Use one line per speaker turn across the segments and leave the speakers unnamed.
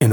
in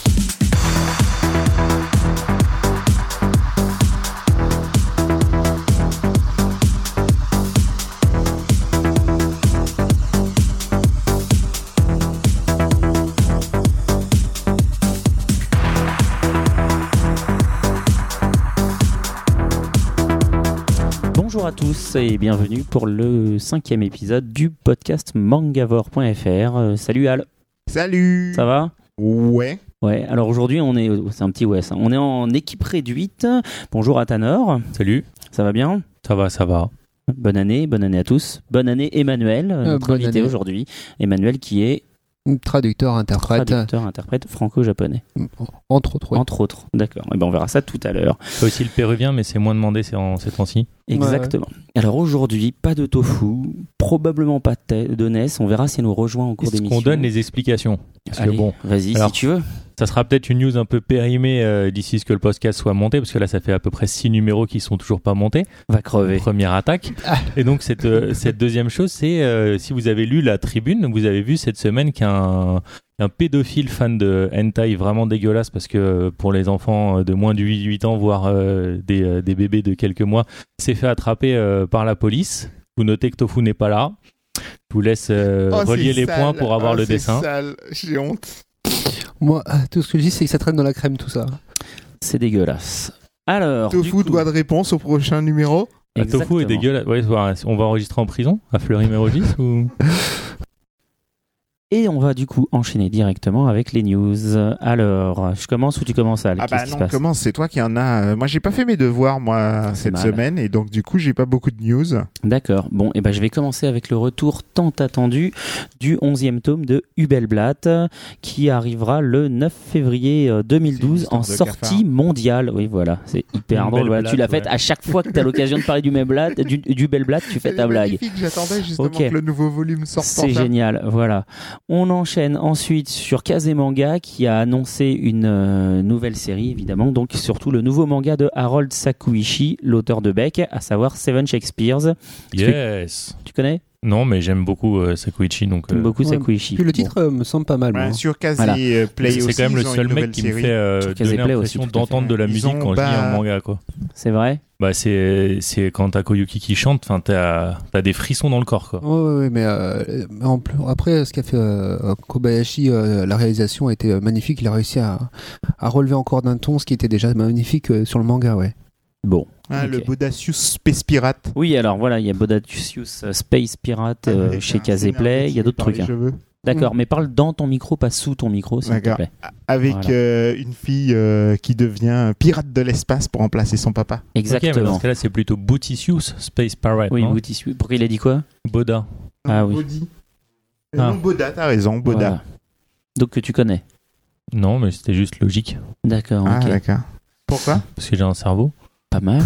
Bonjour à tous et bienvenue pour le cinquième épisode du podcast mangavore.fr. Euh, salut Al,
Salut
ça va
Ouais.
Ouais, alors aujourd'hui on est, c'est un petit ouais ça, on est en équipe réduite. Bonjour à Tanor,
Salut.
ça va bien
Ça va, ça va.
Bonne année, bonne année à tous. Bonne année Emmanuel, euh,
Euh,
notre
bonne
invité
année.
aujourd'hui. Emmanuel qui est
Traducteur, interprète,
traducteur, interprète franco-japonais,
entre autres. ouais.
entre autres. D'accord, et ben on verra ça tout à l'heure.
C'est aussi le péruvien, mais c'est moins demandé ces, en- ces temps-ci.
Exactement. Alors aujourd'hui, pas de tofu, probablement pas de thé- de Ness, on verra si elle nous rejoint en cours
Est-ce
d'émission.
qu'on donne les explications Parce
Allez,
que bon,
vas-y si
Alors,
tu veux.
ça sera peut-être une news un peu périmée euh, d'ici ce que le podcast soit monté, parce que là, ça fait à peu près six numéros qui sont toujours pas montés.
Va crever.
Première attaque. Et donc, cette, euh, cette deuxième chose, c'est euh, si vous avez lu la tribune, vous avez vu cette semaine qu'un un pédophile fan de hentai vraiment dégueulasse, parce que euh, pour les enfants de moins de 18 ans, voire euh, des, euh, des bébés de quelques mois, s'est fait attraper euh, par la police. Vous notez que Tofu n'est pas là. Je vous laisse euh,
Oh,
relier
c'est
les
sale.
points pour avoir
Oh,
le
c'est
dessin.
sale. J'ai honte.
Moi, euh, tout ce que je dis, c'est que ça traîne dans la crème, tout ça.
C'est dégueulasse. Alors, du
Tofu
coup-
doit de réponse au prochain numéro.
La Euh, tofu est
Exactement.
dégueulasse. Ouais, on va enregistrer en prison à Fleury-Mérogis ou...
Et on va du coup enchaîner directement avec les news. Alors, je commence ou tu commences, Al
Ah
Qu'est-ce
bah
qui se
non,
passe Ah,
comment c'est toi qui en a. Moi j'ai pas fait mes devoirs moi
C'est
cette
mal.
semaine et donc du coup j'ai pas beaucoup de news.
D'accord. Bon, et ben je vais commencer avec le retour tant attendu du 11e tome de Hubelblatt euh, qui arrivera le 9 février euh, 2012
C'est une
en
histoire de
sortie
cafard.
mondiale. Oui, voilà, c'est hyper drôle. Voilà, tu l'as
Hubelblatt,
fait
ouais.
à chaque fois que tu as l'occasion de parler du Hubelblatt, du, du Hubelblatt, tu fais
Elle
ta
est
blague.
magnifique, J'attendais justement
Ok.
que le nouveau volume sorte.
C'est
enfin.
génial, voilà. On enchaîne ensuite sur Kazemanga qui a annoncé une euh, nouvelle série, évidemment, donc surtout le nouveau manga de Harold Sakuichi, l'auteur de Beck, à savoir Seven Shakespeares.
Yes
Tu connais
Non, mais j'aime beaucoup euh, Sakuichi, donc... euh,
T'aimes beaucoup
ouais,
Sakuichi.
Puis le
Bon.
titre euh, me semble pas mal.
Ouais,
moi.
sur Casey
hein. Voilà.
euh, Play
C'est
aussi,
quand même le
ils ont
seul
une
mec
nouvelle
qui
série.
me fait euh,
Sur
donner
Caseplay aussi,
l'impression
tout à fait.
d'entendre de la
Ils
musique
ont
quand je lis
pas-
un manga quoi.
C'est vrai
Bah c'est c'est quand t'as Koyuki qui chante, enfin t'as as des frissons dans le corps quoi.
Ouais, ouais, ouais, mais euh, mais en plus, après, ce qu'a fait euh, Kobayashi, euh, la réalisation a été euh, magnifique. Il a réussi à, à relever encore d'un ton ce qui était déjà magnifique euh, sur le manga, ouais.
Bon.
Ah, Le
Ok.
Bodacius Space Pirate.
Oui, alors voilà, il y a Bodatius euh, Space Pirate euh,
Avec
chez
Ah, un
Kazéplay,
scénariste
il y a d'autres
par
trucs.
les
hein.
cheveux.
D'accord, mais parle dans ton micro, pas sous ton micro, s'il te
D'accord.
plaît.
Avec
Voilà.
euh, une fille euh, qui devient pirate de l'espace pour remplacer son papa.
Ok, mais dans
Exactement.
ce cas-là c'est plutôt Bootisius Space Pirate,
oui,
non
Boutissu. Pourquoi il a dit quoi
Boda.
Ah oui.
Bodhi. Euh,
Ah.
Non, Boda, t'as raison, Boda.
Voilà. Donc que tu connais.
Non, mais c'était juste logique
D'accord,
Ah,
ok.
d'accord. Pourquoi
parce que j'ai un cerveau.
Pas mal.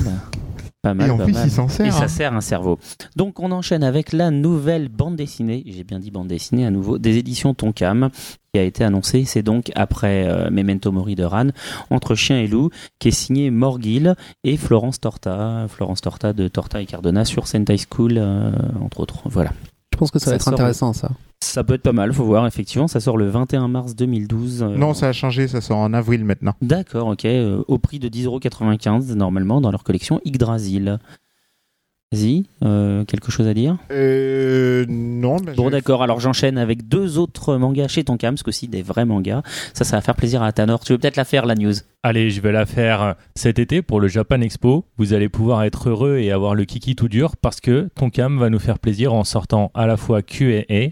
Pas mal,
Et en
pas
plus,
mal.
il s'en sert.
Et ça
hein.
sert un cerveau. Donc on enchaîne avec la nouvelle bande dessinée, j'ai bien dit bande dessinée à nouveau, des éditions Tonkam, qui a été annoncée. C'est donc après euh, Memento Mori de Ran, Entre Chien et Loup, qui est signé Morgil et Florence Torta, Florence Torta de Torta et Cardona sur Sentai School, euh, entre autres. Voilà.
Je pense que ça,
Ça
va être
sort,
intéressant, ça.
Ça peut être pas mal, faut voir, effectivement. Ça sort le 21 mars 2012. euh,
Non, ça a changé, ça sort en avril maintenant.
D'accord, ok. euh, au prix de 10,95€ normalement dans leur collection Yggdrasil. Vas-y, euh, quelque chose à dire
Euh. Non, mais.
Bon
je-
d'accord, alors j'enchaîne avec deux autres mangas chez Tonkam, parce que aussi des vrais mangas. Ça, ça va faire plaisir à Tanor. Tu veux peut-être la faire, la news
Allez, je vais la faire cet été pour le Japan Expo. Vous allez pouvoir être heureux et avoir le kiki tout dur parce que Tonkam va nous faire plaisir en sortant à la fois Q&A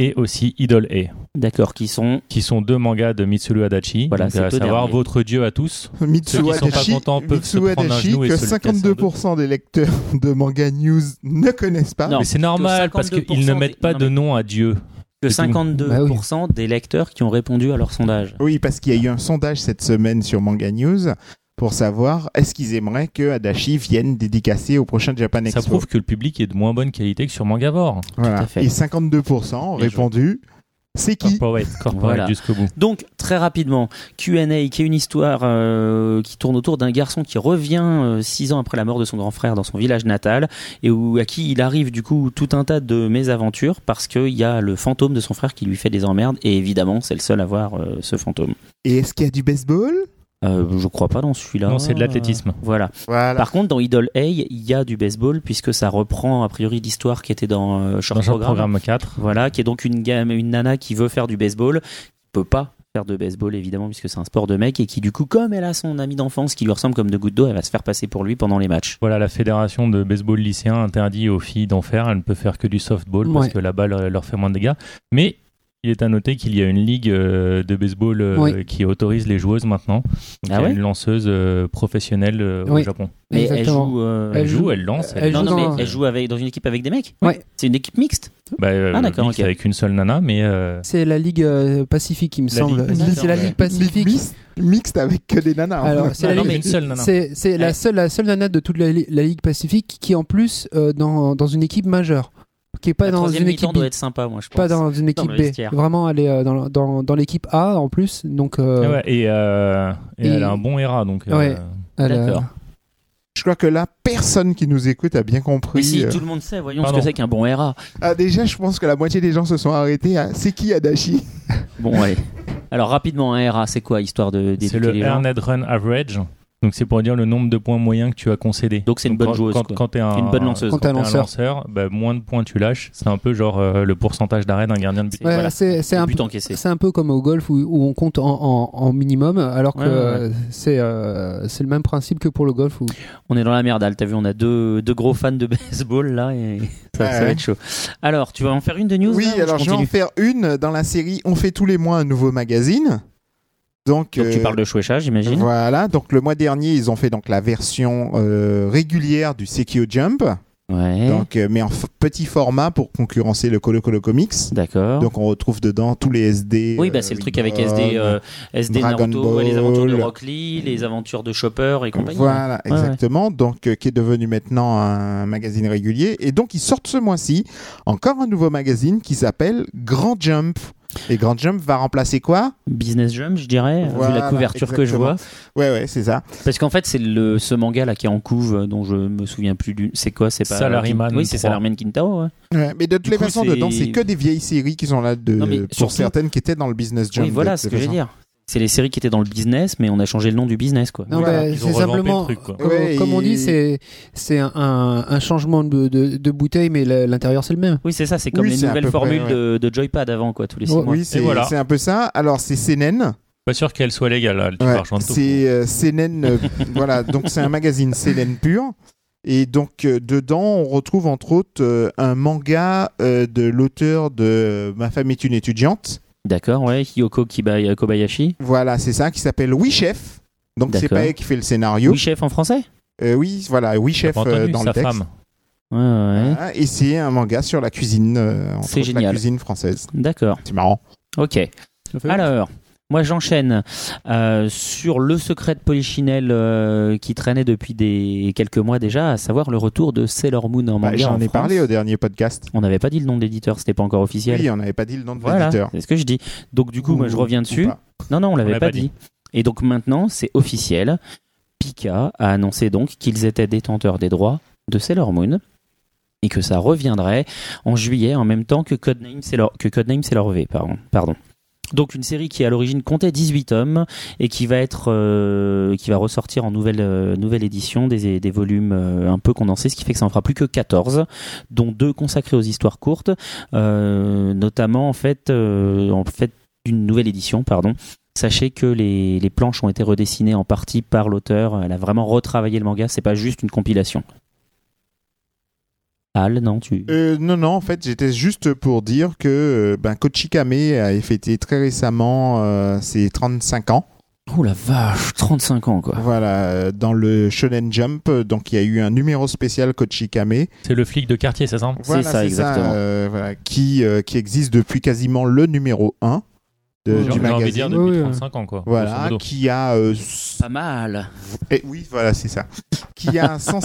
et aussi Idol A,
D'accord, qui sont...
qui sont deux mangas de Mitsuru Adachi.
Voilà,
Donc,
c'est
à
deux
savoir
derniers.
votre dieu à tous.
Mitsu
Ceux qui sont pas
Adachi,
contents peuvent se
Mitsu
prendre un
Adachi,
genou et
que
se le casser en deux.
52% des lecteurs de manga news ne connaissent pas.
Non.
mais c'est normal parce
52%
qu'ils ne
des-
mettent pas
non,
de
mais-
nom à Dieu.
Que
C'est tout.
52%
Bah
des lecteurs qui ont répondu à leur sondage.
Oui, parce qu'il y a eu un sondage cette semaine sur Manga News pour savoir est-ce qu'ils aimeraient que Adachi vienne dédicacer au prochain Japan Expo.
Ça prouve que le public est de moins bonne qualité que sur Mangavore.
Voilà.
Tout à fait.
Et 52% ont
Bien joué.
répondu C'est qui
Corporate, corporate
Voilà.
jusqu'au bout.
Donc très rapidement, Q&A qui est une histoire euh, qui tourne autour d'un garçon qui revient euh, six ans après la mort de son grand frère dans son village natal et où, à qui il arrive du coup tout un tas de mésaventures parce qu'il y a le fantôme de son frère qui lui fait des emmerdes et évidemment c'est le seul à voir euh, ce fantôme.
Et est-ce qu'il y a du baseball
Euh, je crois pas dans celui-là.
Non, c'est de l'athlétisme.
Voilà.
Voilà.
Par contre, dans Idol A, il y a du baseball puisque ça reprend a priori l'histoire qui était dans euh, Short
Dans genre
Program.
programme 4.
Voilà, qui est donc une, gamme, une nana qui veut faire du baseball, qui peut pas faire de baseball évidemment puisque c'est un sport de mec et qui du coup comme elle a son ami d'enfance qui lui ressemble comme deux gouttes d'eau, elle va se faire passer pour lui pendant les matchs.
Voilà, la fédération de baseball lycéen interdit aux filles d'en faire. Elles ne peuvent faire que du softball parce
Ouais.
que la balle euh, leur fait moins de dégâts. Mais il est à noter qu'il y a une ligue euh, de baseball euh,
Oui.
qui autorise les joueuses maintenant. Donc, il y a
Ah ouais
une lanceuse euh, professionnelle euh, au
Oui.
Japon.
Mais
Exactement.
elle joue, euh,
Elle
Elle joue,
joue-
elle lance.
elle
non,
joue
non, mais
dans-
elle joue avec, dans une équipe avec des mecs.
Ouais.
C'est une équipe mixte.
Bah, euh,
Ah, d'accord,
mixte
ok.
avec une seule nana, mais euh,
C'est la Ligue euh, Pacifique, il me
La
semble.
Ligue
C'est la
Pacifique,
Ligue
Ligue
Pacifique.
mixte- mixte avec que des nanas. hein.
Alors, c'est
Ah,
la
non,
Ligue-
mais une seule nana.
C'est c'est
Ouais.
la, seule, la seule nana de toute la, li- la Ligue Pacifique qui est en plus euh, dans, dans une équipe majeure, qui est pas
La
dans
troisième
une
mi-temps
équipe
doit
B,
être sympa, moi je pense.
pas dans une équipe
le
B.
vestiaire.
Vraiment, elle est euh, dans, dans, dans l'équipe A en plus, donc euh,
ah ouais, et, euh, et
et-
elle a un bon ERA, donc euh,
Ouais. elle, euh,
D'accord.
Je crois que là, personne qui nous écoute a bien compris.
Mais si
euh,
tout le monde sait, voyons
Pardon.
ce que c'est qu'un bon RA.
Ah, déjà, je pense que la moitié des gens se sont arrêtés à c'est qui Adachi
Bon allez. Alors rapidement un RA, c'est quoi histoire de
c'est
d'éduquer
le
les gens
Earned Run Average. Donc c'est pour dire le nombre de points moyens que tu as concédé.
Donc, c'est une bonne
quand-
joueuse,
Quand,
quoi.
quand t'es un,
Une bonne lanceuse.
quand
Quand t'es un
t'es un
lanceur.
lanceur, bah, moins de points tu lâches. C'est un peu genre euh, le pourcentage d'arrêt d'un gardien de but.
C'est-
ouais,
voilà.
c'est c'est
Le
un
but
peu-
encaissé.
c'est un peu comme au golf où, où on compte en, en- en minimum, alors que
Ouais, ouais, ouais.
euh, c'est euh, c'est le même principe que pour le golf. Où...
On est dans la merde, Al. T'as vu, on a deux, deux gros fans de baseball là et ça, ça va
Ouais.
être chaud. Alors, tu vas en faire une de news
Oui,
là, ou
hein,
alors je, vais en
continue
faire une dans la série On fait tous les mois un nouveau magazine. Donc,
Donc, tu
euh,
parles de Shueisha, j'imagine.
Voilà, donc le mois dernier, ils ont fait donc la version euh, régulière du Sekio Jump,
Mmh.
Ouais.
donc, euh, mais en f- petit format pour concurrencer le Colo Colo Comics.
D'accord.
Donc on retrouve dedans tous les SD.
Oui, bah,
euh,
c'est le truc avec
Ribbon,
SD, euh, SD
Dragon
Naruto, ouais, les aventures de
Ball.
Rock Lee, les aventures de Chopper et compagnie.
euh,
hein.
Voilà,
Ouais, ouais.
exactement. Donc, euh, qui est devenu maintenant un magazine régulier. Et donc, ils sortent ce mois-ci encore un nouveau magazine qui s'appelle Grand Jump. Et Grand Jump va remplacer quoi
Business Jump, je dirais, vu la
Voilà,
couverture que je vois.
exactement. Ouais, ouais, c'est ça.
Parce qu'en fait, c'est le ce manga là qui est en couve, euh, dont je me souviens plus du. C'est quoi C'est pas.
Salaryman
Oui, c'est
3.
Salaryman Kintao. ouais.
Ouais, mais de toutes
Du
les
coup,
façons,
c'est-
dedans, c'est que des vieilles séries qui sont là de,
Non, mais
pour
surtout-
certaines qui étaient dans le business jump.
Oui, voilà
de
ce
toutes
que je
les
vais dire. C'est les séries qui étaient dans le business, mais on a changé le nom du business, quoi.
Non,
Voilà,
bah,
ils ont
c'est
revampé le
simplement,
truc, quoi.
comme,
Ouais,
comme on
et-
dit, c'est c'est un, un- un changement de, de- de bouteille, mais la- l'intérieur c'est le même.
Oui, c'est ça, c'est comme
Oui,
les
c'est à
nouvelles
peu près,
formules
ouais.
de, de Joypad avant, quoi, tous les six
Ouais,
mois.
Oui, c'est
voilà.
c'est un peu ça. Alors, c'est CNN.
Pas sûr qu'elle soit légale, là, le
Ouais,
argent de tout.
c'est euh, CNN. euh, voilà, donc c'est un magazine CNN pur. Et donc, euh, dedans, on retrouve entre autres euh, un manga euh, de l'auteur de Ma femme est une étudiante.
D'accord, ouais, Kyoko Kiba- Kobayashi.
Voilà, c'est ça, qui s'appelle Oui Chef. Donc, c'est
D'accord.
pas elle qui fait le scénario.
Oui,
Oui,
chef en français
oui voilà, Oui
T'as
Chef
pas
euh,
entendu,
dans
sa
le texte.
femme.
Ouais, ouais.
Voilà, et c'est un manga sur la cuisine, euh, entre
C'est
autres, la
génial.
cuisine française.
D'accord,
C'est marrant.
ok. Alors, moi j'enchaîne euh, sur le secret de Polichinelle euh, qui traînait depuis des, quelques mois déjà, à savoir le retour de Sailor Moon en
Bah,
manga. en
J'en ai
France.
parlé au dernier podcast.
On n'avait pas dit le nom de l'éditeur, c'était pas encore officiel.
Oui, on n'avait pas dit le nom de
voilà,
l'éditeur.
c'est ce que je dis. Donc du coup, moi je
Ou-
reviens
ou
dessus.
pas.
Non, non, on l'avait
l'a
pas,
pas
dit.
dit.
Et donc maintenant, c'est officiel. Pika a annoncé donc qu'ils étaient détenteurs des droits de Sailor Moon et que ça reviendrait en juillet en même temps que Codename Sailor, que Codename Sailor V. Pardon. pardon. Donc une série qui à l'origine comptait 18 tomes et qui va être euh, qui va ressortir en nouvelle euh, nouvelle édition des, des volumes euh, un peu condensés ce qui fait que ça en fera plus que 14 dont deux consacrés aux histoires courtes euh, notamment en fait euh, en fait une nouvelle édition pardon Sachez que les, les planches ont été redessinées en partie par l'auteur. Elle a vraiment retravaillé le manga. C'est pas juste une compilation. Al, non, tu.
Euh, non, non, en fait, j'étais juste pour dire que euh, ben, Kochikame a fêté très récemment euh, ses 35 ans.
Oh la vache, 35 ans quoi.
Voilà, euh, dans le Shonen Jump, euh, donc il y a eu un numéro spécial Kochikame.
C'est le flic de quartier, c'est ça
Voilà,
ça, exactement.
euh, voilà, qui, euh, qui existe depuis quasiment le numéro 1 de-
Ouais,
J'ai
du
j'ai
magazine.
envie de dire
Oui,
depuis
oui.
35 ans, quoi. grosso
Voilà,
modo.
qui a. euh, s-
Pas mal.
eh oui, voilà, c'est ça. Qui a, 100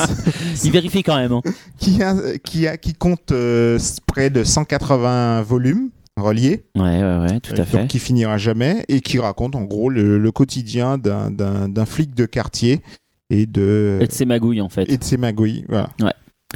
Il vérifie quand même. hein.
qui, a, qui, a, qui compte euh, s- près de 180 volumes. relié,
Ouais, ouais, ouais, tout à
Euh, donc
fait.
qui finira jamais, et qui raconte en gros le, le quotidien d'un- d'un d'un flic de quartier et de,
Et de ses magouilles, en fait.
et de ses magouilles. Voilà.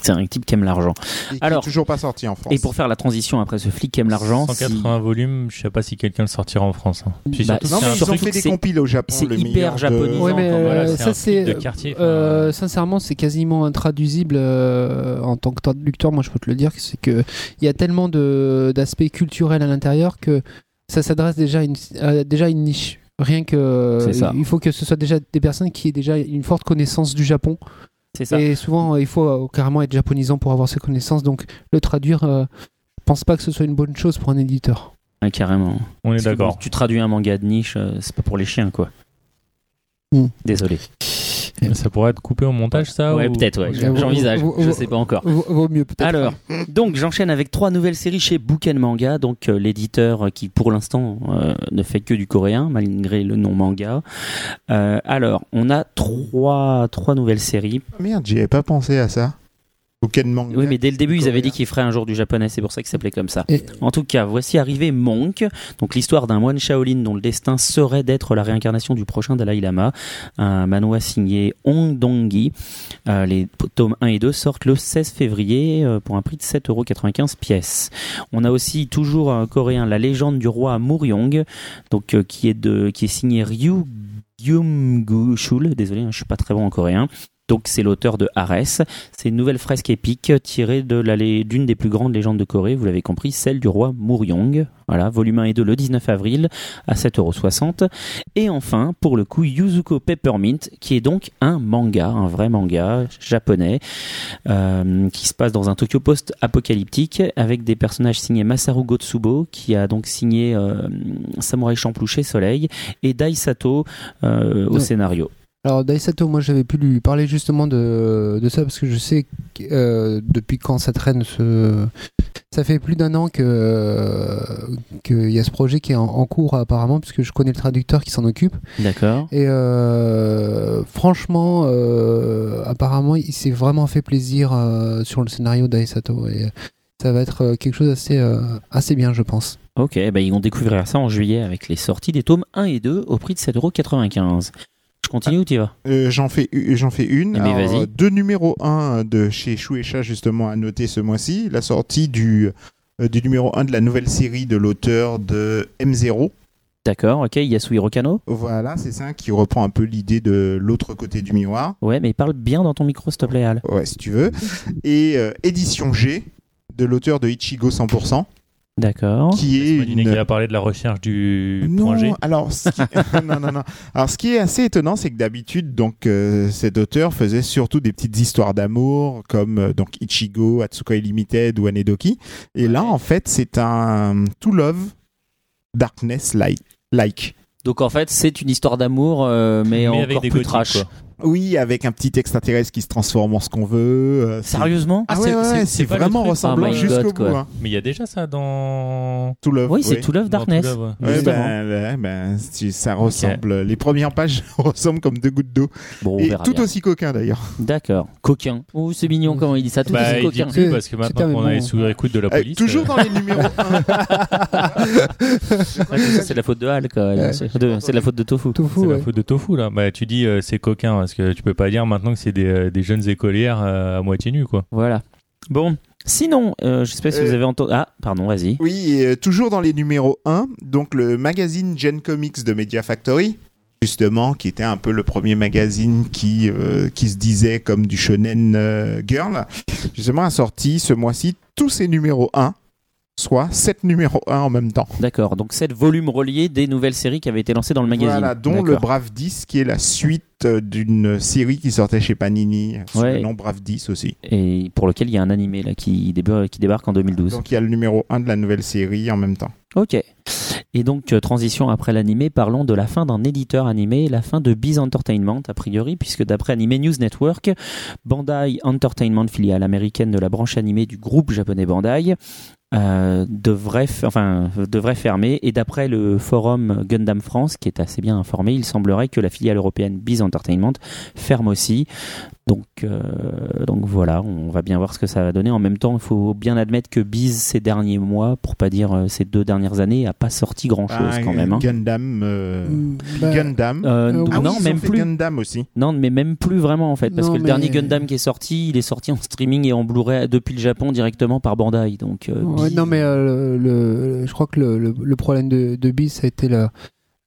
C'est un type qui aime l'argent.
Et
Alors-
qui est toujours pas sorti en France.
Et pour faire la transition après ce flic qui aime l'argent, si-
180 volumes, je sais pas si quelqu'un le sortira en France. hein. Je suis
Bah,
sûr que
Non,
c'est
mais
un
ils ont
surtout
fait
que
des
c'est-
compiles au Japon.
c'est
le
hyper
meilleur de- Oh,
japonisant.
Ouais, mais
Enfin, voilà,
euh,
c'est un
ça
flic
c'est
de quartier, enfin,
euh, sincèrement c'est quasiment intraduisible euh, en tant que traducteur. Moi je peux te le dire, c'est que il y a tellement de d'aspects culturels à l'intérieur que ça s'adresse déjà à une à déjà une niche. Rien que
C'est ça.
il faut que ce soit déjà des personnes qui aient déjà une forte connaissance du Japon.
c'est ça.
Et souvent euh, il faut euh, carrément être japonisant pour avoir ces connaissances. Donc le traduire, euh, je pense pas que ce soit une bonne chose pour un éditeur.
Ouais, carrément.
on est
Parce que
d'accord.
quand tu traduis un manga de niche, euh, c'est pas pour les chiens, quoi.
Hmm.
Désolé. Eh ben.
Ça pourrait être coupé au montage, ça
ouais,
Ah, ou-
peut-être, ouais.
ou-
J'envisage.
ou- ou-
Je sais pas encore.
Vaut, vaut mieux peut-être.
Alors, donc j'enchaîne avec trois nouvelles séries chez Bouken Manga, donc euh, l'éditeur euh, qui pour l'instant euh, ne fait que du coréen malgré le nom manga. Euh, alors, on a trois trois nouvelles séries.
Merde, j'y avais pas pensé à ça. Bouquet de manga.
Oui, mais dès le début, ils avaient
coréen.
dit qu'ils feraient un jour du japonais, c'est pour ça qu'ils s'appelaient comme ça.
Et-
En tout cas, voici arrivé Monk, donc l'histoire d'un moine Shaolin dont le destin serait d'être la réincarnation du prochain Dalai Lama, un manoir signé Hong Dongyi. Euh, les tomes 1 et 2 sortent le 16 février euh, pour un prix de 7,95€ pièce. On a aussi toujours un coréen, La légende du roi Muryong, donc euh, qui est de qui est signé Ryu Gyumgushul, désolé, hein, je suis pas très bon en coréen. Donc c'est l'auteur de Ares. C'est une nouvelle fresque épique tirée de la lé- d'une des plus grandes légendes de Corée, vous l'avez compris, celle du roi Muryong. Voilà, volume 1 et 2 le 19 avril à 7,60€. Et enfin, pour le coup, Yuzuko Peppermint, qui est donc un manga, un vrai manga japonais, euh, qui se passe dans un Tokyo post-apocalyptique avec des personnages signés Masaru Gotsubo, qui a donc signé euh, Samurai Champloo chez Soleil, et Daisato euh, au
Ouais.
scénario.
Alors Daisato, moi j'avais pu lui parler justement de, de ça parce que je sais que, euh, depuis quand ça traîne ce... Ça fait plus d'un an que euh, qu'il y a ce projet qui est en, en cours apparemment puisque je connais le traducteur qui s'en occupe
D'accord
et euh, franchement euh, apparemment il s'est vraiment fait plaisir euh, sur le scénario d'Aisato et ça va être euh, quelque chose assez euh, assez bien je pense.
Ok, bah ils vont découvrir ça en juillet avec les sorties des tomes 1 et 2 au prix de 7,95€. Je continue ou tu y vas
Euh, j'en fais u- j'en fais une
Eh ben,
Alors,
vas-y.
euh, deux numéros 1 de chez Shueisha justement à noter ce mois-ci la sortie du euh, du numéro 1 de la nouvelle série de l'auteur de M0
D'accord, ok, Yasuhiro Kano
voilà c'est ça qui reprend un peu l'idée de l'autre côté du miroir
Ouais, mais parle bien dans ton micro, s'il te plaît, Al.
ouais si tu veux et euh, édition G de l'auteur de Ichigo 100%
D'accord.
qui est
Imaginez qu'il
une
a parlé de la recherche du point G.
non, alors ce, qui... non, non, non. alors ce qui est assez étonnant, c'est que d'habitude, donc euh, cet auteur faisait surtout des petites histoires d'amour comme euh, donc Ichigo, Atsuko Limited ou Anedoki. Et là, en fait, c'est un To Love Darkness Like. like.
Donc en fait, c'est une histoire d'amour, euh, mais,
Mais
encore
avec des
plus
gothiques,
trash.
quoi.
Oui, avec un petit extraterrestre qui se transforme en ce qu'on veut. euh, c'est-
Sérieusement
Ah
Ah,
ouais,
c'est-
ouais,
c'est-
ouais,
c'est
c'est
pas le
vraiment
truc.
ressemblant
Oh my
jusqu'au
God,
bout.
quoi.
hein.
Mais il y a déjà ça dans.
To Love.
Oui, c'est
ouais.
To Love
dans
Darkness.
Tout Love, ouais.
Ouais,
Justement.
ben, ouais, ben, si- ça ressemble. Les premières pages ressemblent comme deux gouttes d'eau.
Bon, on
Et
verra
tout
bien.
aussi coquin d'ailleurs.
D'accord. Coquin. Oh, c'est mignon comment il dit ça. Tout
Bah,
aussi
il dit
coquin.
plus parce que
C'était un
maintenant qu'on
moment.
est sous écoute de la
Euh,
police.
toujours dans les numéros 1.
Ouais, ça, c'est de la faute de Al, quoi.
Ouais.
C'est de, c'est de la faute de Tofu.
Tofu,
C'est
ouais.
la faute de tofu là. Bah, tu dis euh, c'est coquin parce que tu peux pas dire maintenant que c'est des, euh, des jeunes écolières euh, à moitié nues quoi.
Voilà. Bon. Sinon, euh, je sais pas si vous
Euh.
avez entendu. Ah, pardon, vas-y.
Oui, et, euh, toujours dans les numéros 1, donc le magazine Gen Comics de Media Factory, justement, qui était un peu le premier magazine qui, euh, qui se disait comme du shonen euh, girl, justement a sorti ce mois-ci tous ses numéros 1, soit 7 numéros 1 en même temps.
D'accord. Donc, sept volumes reliés des nouvelles séries qui avaient été lancées dans le magazine.
Voilà, dont le
D'accord.
Brave 10, qui est la suite euh, d'une série qui sortait chez Panini, sous
Ouais.
le nom Brave 10 aussi.
et pour lequel il y a un animé là qui, débar- qui débarque en 2012.
Donc il y a le numéro 1 de la nouvelle série en même temps.
Ok. Et donc euh, transition après l'animé, parlons de la fin d'un éditeur animé, et la fin de Biz Entertainment a priori, puisque d'après Anime News Network, Bandai Entertainment, filiale américaine de la branche animée du groupe japonais Bandai, euh, devrait, f- enfin, devrait fermer. Et d'après le forum Gundam France, qui est assez bien informé, il semblerait que la filiale européenne Biz Entertainment ferme aussi. Donc, euh, donc voilà, on va bien voir ce que ça va donner. En même temps, il faut bien admettre que Biz, ces derniers mois, pour pas dire euh, ces deux dernières années, a pas sorti grand chose
Ah,
quand même. hein.
Gundam. euh,
Bah,
Gundam.
Euh,
Euh,
donc
Ah oui,
non,
ils ont
même
fait
plus.
Gundam aussi.
Non, mais même plus vraiment en fait, parce
Non,
que le
mais-
dernier Gundam qui est sorti, il est sorti en streaming et en Blu-ray depuis le Japon directement par Bandai. Donc, euh,
ouais,
Biz-
non, mais euh, le, le- je crois que le, le- le problème de, de Biz, ça a été la-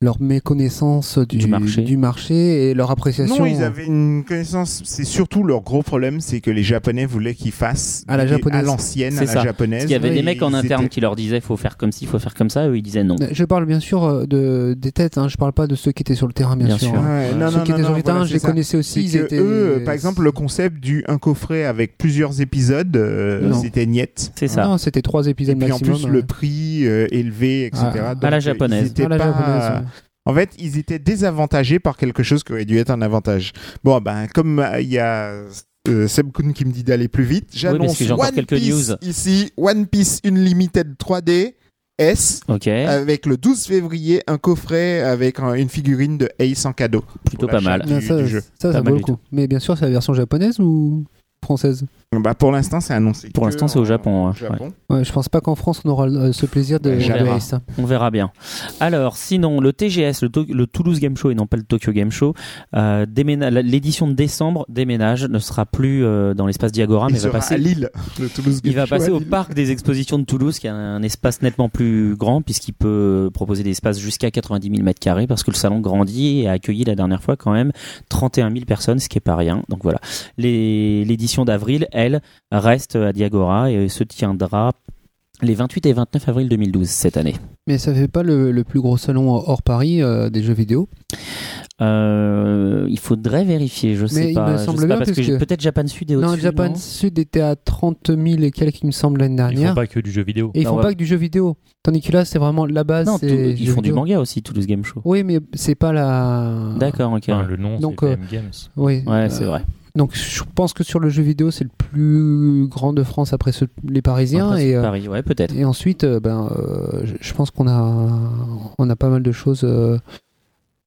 leur méconnaissance du,
Du marché.
marché et leur appréciation.
Non, ils avaient une connaissance. C'est surtout leur gros problème, c'est que les Japonais voulaient qu'ils fassent
À la
des-
japonaise.
à l'ancienne,
C'est
à
ça.
la japonaise.
Parce qu'il y avait
Oui,
des mecs en
ils
interne
étaient-
qui leur disaient faut faire comme ci, faut faire comme ça, eux ils disaient non.
Je parle bien sûr euh, de, des têtes, hein, je parle pas de ceux qui étaient sur le terrain, bien,
Bien
sûr.
sûr.
hein.
Ouais, non,
Ceux
non,
qui
non,
étaient sur
non,
le terrain,
voilà,
je
c'est
les
ça.
connaissais aussi.
C'est
Ils
que
étaient...
eux, euh, par exemple, le concept du un coffret avec plusieurs épisodes, euh,
Non.
c'était niette.
C'est ça.
Non, c'était trois
Et
épisodes
puis en
maximum.
plus,
ouais.
le prix euh, élevé, etc.
Ah, à
Donc,
la
euh, ils
japonaise.
étaient
Ah, la
pas-
japonaise, ouais.
En fait, ils étaient désavantagés par quelque chose qui aurait dû être un avantage. Bon, ben, comme euh, il y a euh, Seb Kun qui me dit d'aller plus vite,
parce
j'annonce
que j'ai encore
One
quelques
Piece
news.
ici, One Piece Unlimited 3D S,
Ok,
Euh,
avec le 12 février, un coffret avec un- une figurine de Ace en cadeau.
plutôt pas
pour l'achat
mal.
du-
Non, ça,
du jeu.
ça,
Pas
ça
mal
vaut le
du
coup. Mais bien sûr, c'est la version japonaise ou française
Bah, pour l'instant, c'est annoncé.
Pour
que
l'instant, c'est
en-
au Japon. hein. Ouais.
Japon.
ouais, Je pense pas qu'en France, on aura euh, ce plaisir de,
Ouais,
de
jamais.
Ace.
On verra bien. Alors, sinon, le TGS, le, To- le Toulouse Game Show et non pas le Tokyo Game Show, euh, déména- la- l'édition de décembre déménage, ne sera plus euh, dans l'espace Diagora, mais
il
va
sera
passer
à Lille, le Toulouse
Il
Game
va
Show à
passer au
Lille.
parc des expositions de Toulouse, qui a un espace nettement plus grand, puisqu'il peut proposer des espaces jusqu'à 90 000 mètres carrés, parce que le salon grandit et a accueilli la dernière fois quand même 31 000 personnes, ce qui est pas rien. Donc voilà. Les- L'édition d'avril, elle, reste à Diagora et se tiendra les 28 et 29 avril 2012 cette année.
Mais ça fait pas le, le plus gros salon hors Paris euh, des jeux vidéo.
Euh, il faudrait vérifier, je sais
il
pas.
me
je
semble
sais pas,
bien,
parce que
puisque-
peut-être Japan Sud est
Non,
au-dessus.
le Japan
non
Sud était à 30 000 et quelques, il me semble, l'année
Ils font
dernière.
pas que du jeu vidéo.
Et ils
Non,
font
ouais.
pas que du jeu vidéo. Tandis que là, c'est vraiment la base.
Non,
c'est
Tou-
jeux
ils font du
vidéo.
manga aussi, Toulouse Game Show.
Oui, mais c'est pas la.
D'accord, ok.
Enfin, le nom,
Donc,
c'est
euh,
PM Games.
Oui.
Ouais,
euh,
c'est vrai.
Donc je pense que sur le jeu vidéo, c'est le plus grand de France après ceux- les Parisiens.
Après,
et,
c'est
euh,
Paris, ouais, peut-être.
et ensuite, euh, ben, euh, je- je pense qu'on a, on a pas mal de choses. euh,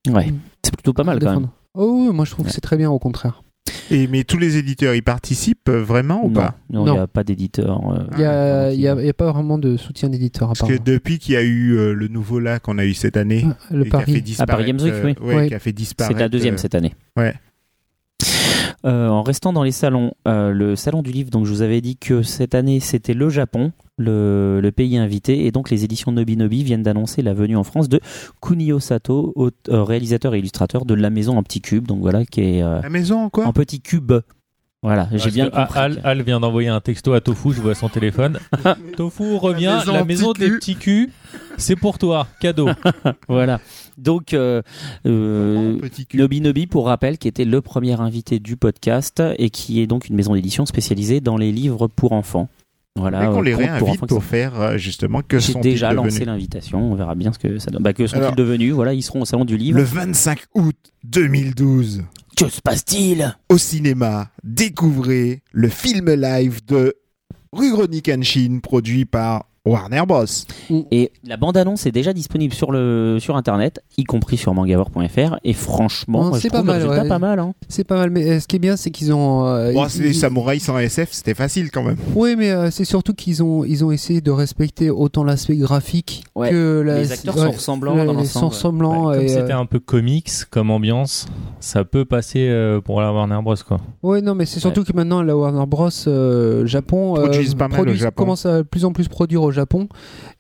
Ouais. C'est plutôt pas
à
mal quand
défendre.
même.
Oh, oui, moi je trouve
Ouais.
que c'est très bien, au contraire.
Et, mais tous les éditeurs y participent euh, vraiment ou
non,
pas Ah,
Non, il
Non.
n'y a pas d'éditeur. euh,
Il n'y
vraiment
a,
qui-
il y a- il y a pas vraiment de soutien d'éditeur à
Parce
part.
que depuis qu'il y a eu euh, le nouveau là qu'on a eu cette année,
Ah, Le
et qui a fait
Paris.
disparaître,
Ah, Paris Games Week,
euh,
oui.
ouais,
Ouais.
qui a fait disparaître.
C'est la deuxième
euh,
cette année.
ouais.
Euh, en restant dans les salons, euh, le salon du livre, donc je vous avais dit que cette année c'était le Japon, le, le pays invité, et donc les éditions Nobi Nobi viennent d'annoncer la venue en France de Kunio Sato, aute- euh, réalisateur et illustrateur de La Maison en petit cube, donc voilà, qui est euh,
La maison en quoi
en petit cube. Voilà, j'ai
Parce
bien
que Al-
compris.
Al, Al vient d'envoyer un texto à Tofu, je vois son téléphone. Tofu revient,
maison
la maison
petit
des petits culs, c'est pour toi, cadeau.
Voilà. Donc, euh, euh,
Petit cul.
Nobi Nobi, pour rappel, qui était le premier invité du podcast et qui est donc une maison d'édition spécialisée dans les livres pour enfants. Voilà.
Mais qu'on
euh,
les
contes pour
réinvite
enfants,
pour, faire euh, justement que
etc. J'ai
sont
déjà lancé
devenus.
l'invitation, on verra bien ce que ça donne. Bah, que sont-ils
Alors-
devenus Voilà, ils seront au salon du livre.
Le 25 août 2012,
Que se passe-t-il
au cinéma, découvrez le film live de Rurouni Kenshin produit par Warner Bros.
Bah,
Et la bande-annonce est déjà disponible sur, le, sur internet, y compris sur mangavore.fr. Et franchement,
Oh,
Non,
moi, je
c'est pas
trouve le
mal,
résultat
ouais.
pas mal. hein.
C'est pas mal, mais euh, ce qui est bien, c'est qu'ils ont. euh,
Bon,
ils-
Oh, c'est les
ils-
samouraïs sans SF, c'était facile quand même.
Oui, mais euh, c'est surtout qu'ils ont, ils ont essayé de respecter autant l'aspect graphique
Ouais.
que la-
Les acteurs
ouais,
sont ressemblants
la-
dans
Ils sont
l'ensemble.
ressemblants.
Ouais, comme
et,
c'était
euh,
un peu comics comme ambiance, ça peut passer euh, pour la Warner Bros. Quoi.
euh, ouais, non, mais c'est surtout que maintenant, la Warner Bros. euh, Japon euh,
Produisent pas mal au
produisent-
Japon.
commence à de plus en plus produire au Japon,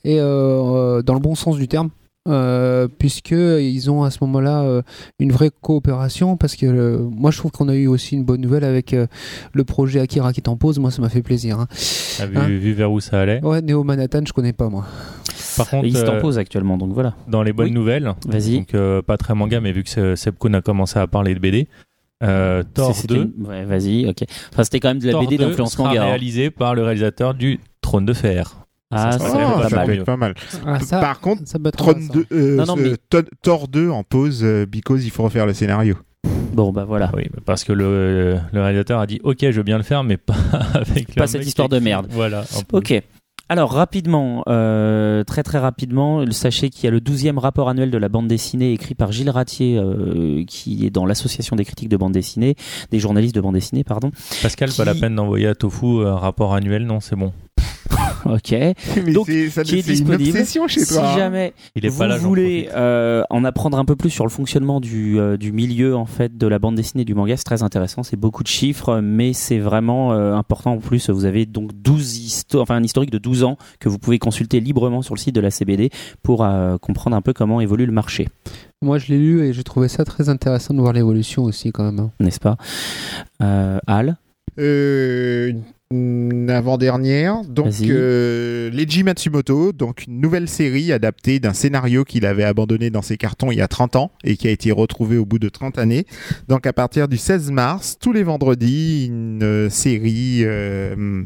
et euh, dans le bon sens du terme. Euh, puisque ils ont à ce moment-là euh, une vraie coopération parce que euh, moi je trouve qu'on a eu aussi une bonne nouvelle avec euh, le projet Akira qui est en pause moi ça m'a fait plaisir hein.
Ah, vu,
Hein
vu vers où ça allait.
ouais Neo Manhattan je connais pas moi
Par
Et
contre,
ils s'en
euh,
posent actuellement, donc voilà.
dans les bonnes
Oui.
nouvelles,
Vas-y.
donc euh, pas très manga, mais vu que ce- Seb Kun a commencé à parler de BD, euh, Thor
C'est- c'était
2,
une- ouais, vas-y, ok. Enfin, c'était quand même de la
Thor
BD
2
d'influence
sera
manga. hein.
réalisé par le réalisateur du Trône de Fer.
Ah,
Ça
ça,
sera
va
vraiment
être
Ah,
pas
ça
mal.
peut être pas mal.
Ah, ça,
Par contre,
ça peut être
Tron
intéressant.
2, euh,
Non, non, mais-
euh, Ton- Thor 2 en pause euh, because il faut refaire le scénario.
Bon, bah voilà.
Oui, parce que le, le réalisateur a dit Ok, je veux bien le faire, mais pas avec
Pas
le
cette
mec
histoire
qui-
de merde.
Voilà. en plus.
Ok. Alors rapidement, euh, très très rapidement, sachez qu'il y a le 12e rapport annuel de la bande dessinée écrit par Gilles Ratier, euh, qui est dans l'association des critiques de bande dessinée, des journalistes de bande dessinée, pardon.
Pascal,
Qui-
pas la peine d'envoyer à Tofu un rapport annuel, non, c'est bon.
Ok.
Mais
Donc,
c'est ça-
qui est
c'est une
disponible.
obsession chez
Si
toi. hein.
jamais
Il est
vous
pas là, j'en
voulez
profite.
euh, en apprendre un peu plus sur le fonctionnement du, euh, du milieu en fait de la bande dessinée du manga, c'est très intéressant. C'est beaucoup de chiffres, mais c'est vraiment euh, important. En plus, vous avez donc 12 histo- enfin un historique de 12 ans que vous pouvez consulter librement sur le site de la CBD pour euh, comprendre un peu comment évolue le marché,
Moi, je l'ai lu et j'ai trouvé ça très intéressant de voir l'évolution aussi, quand même. hein.
n'est-ce pas euh, Al,
Euh, une avant-dernière, donc
Vas-y.
euh, Leiji Matsumoto, donc une nouvelle série adaptée d'un scénario qu'il avait abandonné dans ses cartons il y a 30 ans et qui a été retrouvé au bout de 30 années. Donc à partir du 16 mars, tous les vendredis, une euh, série euh,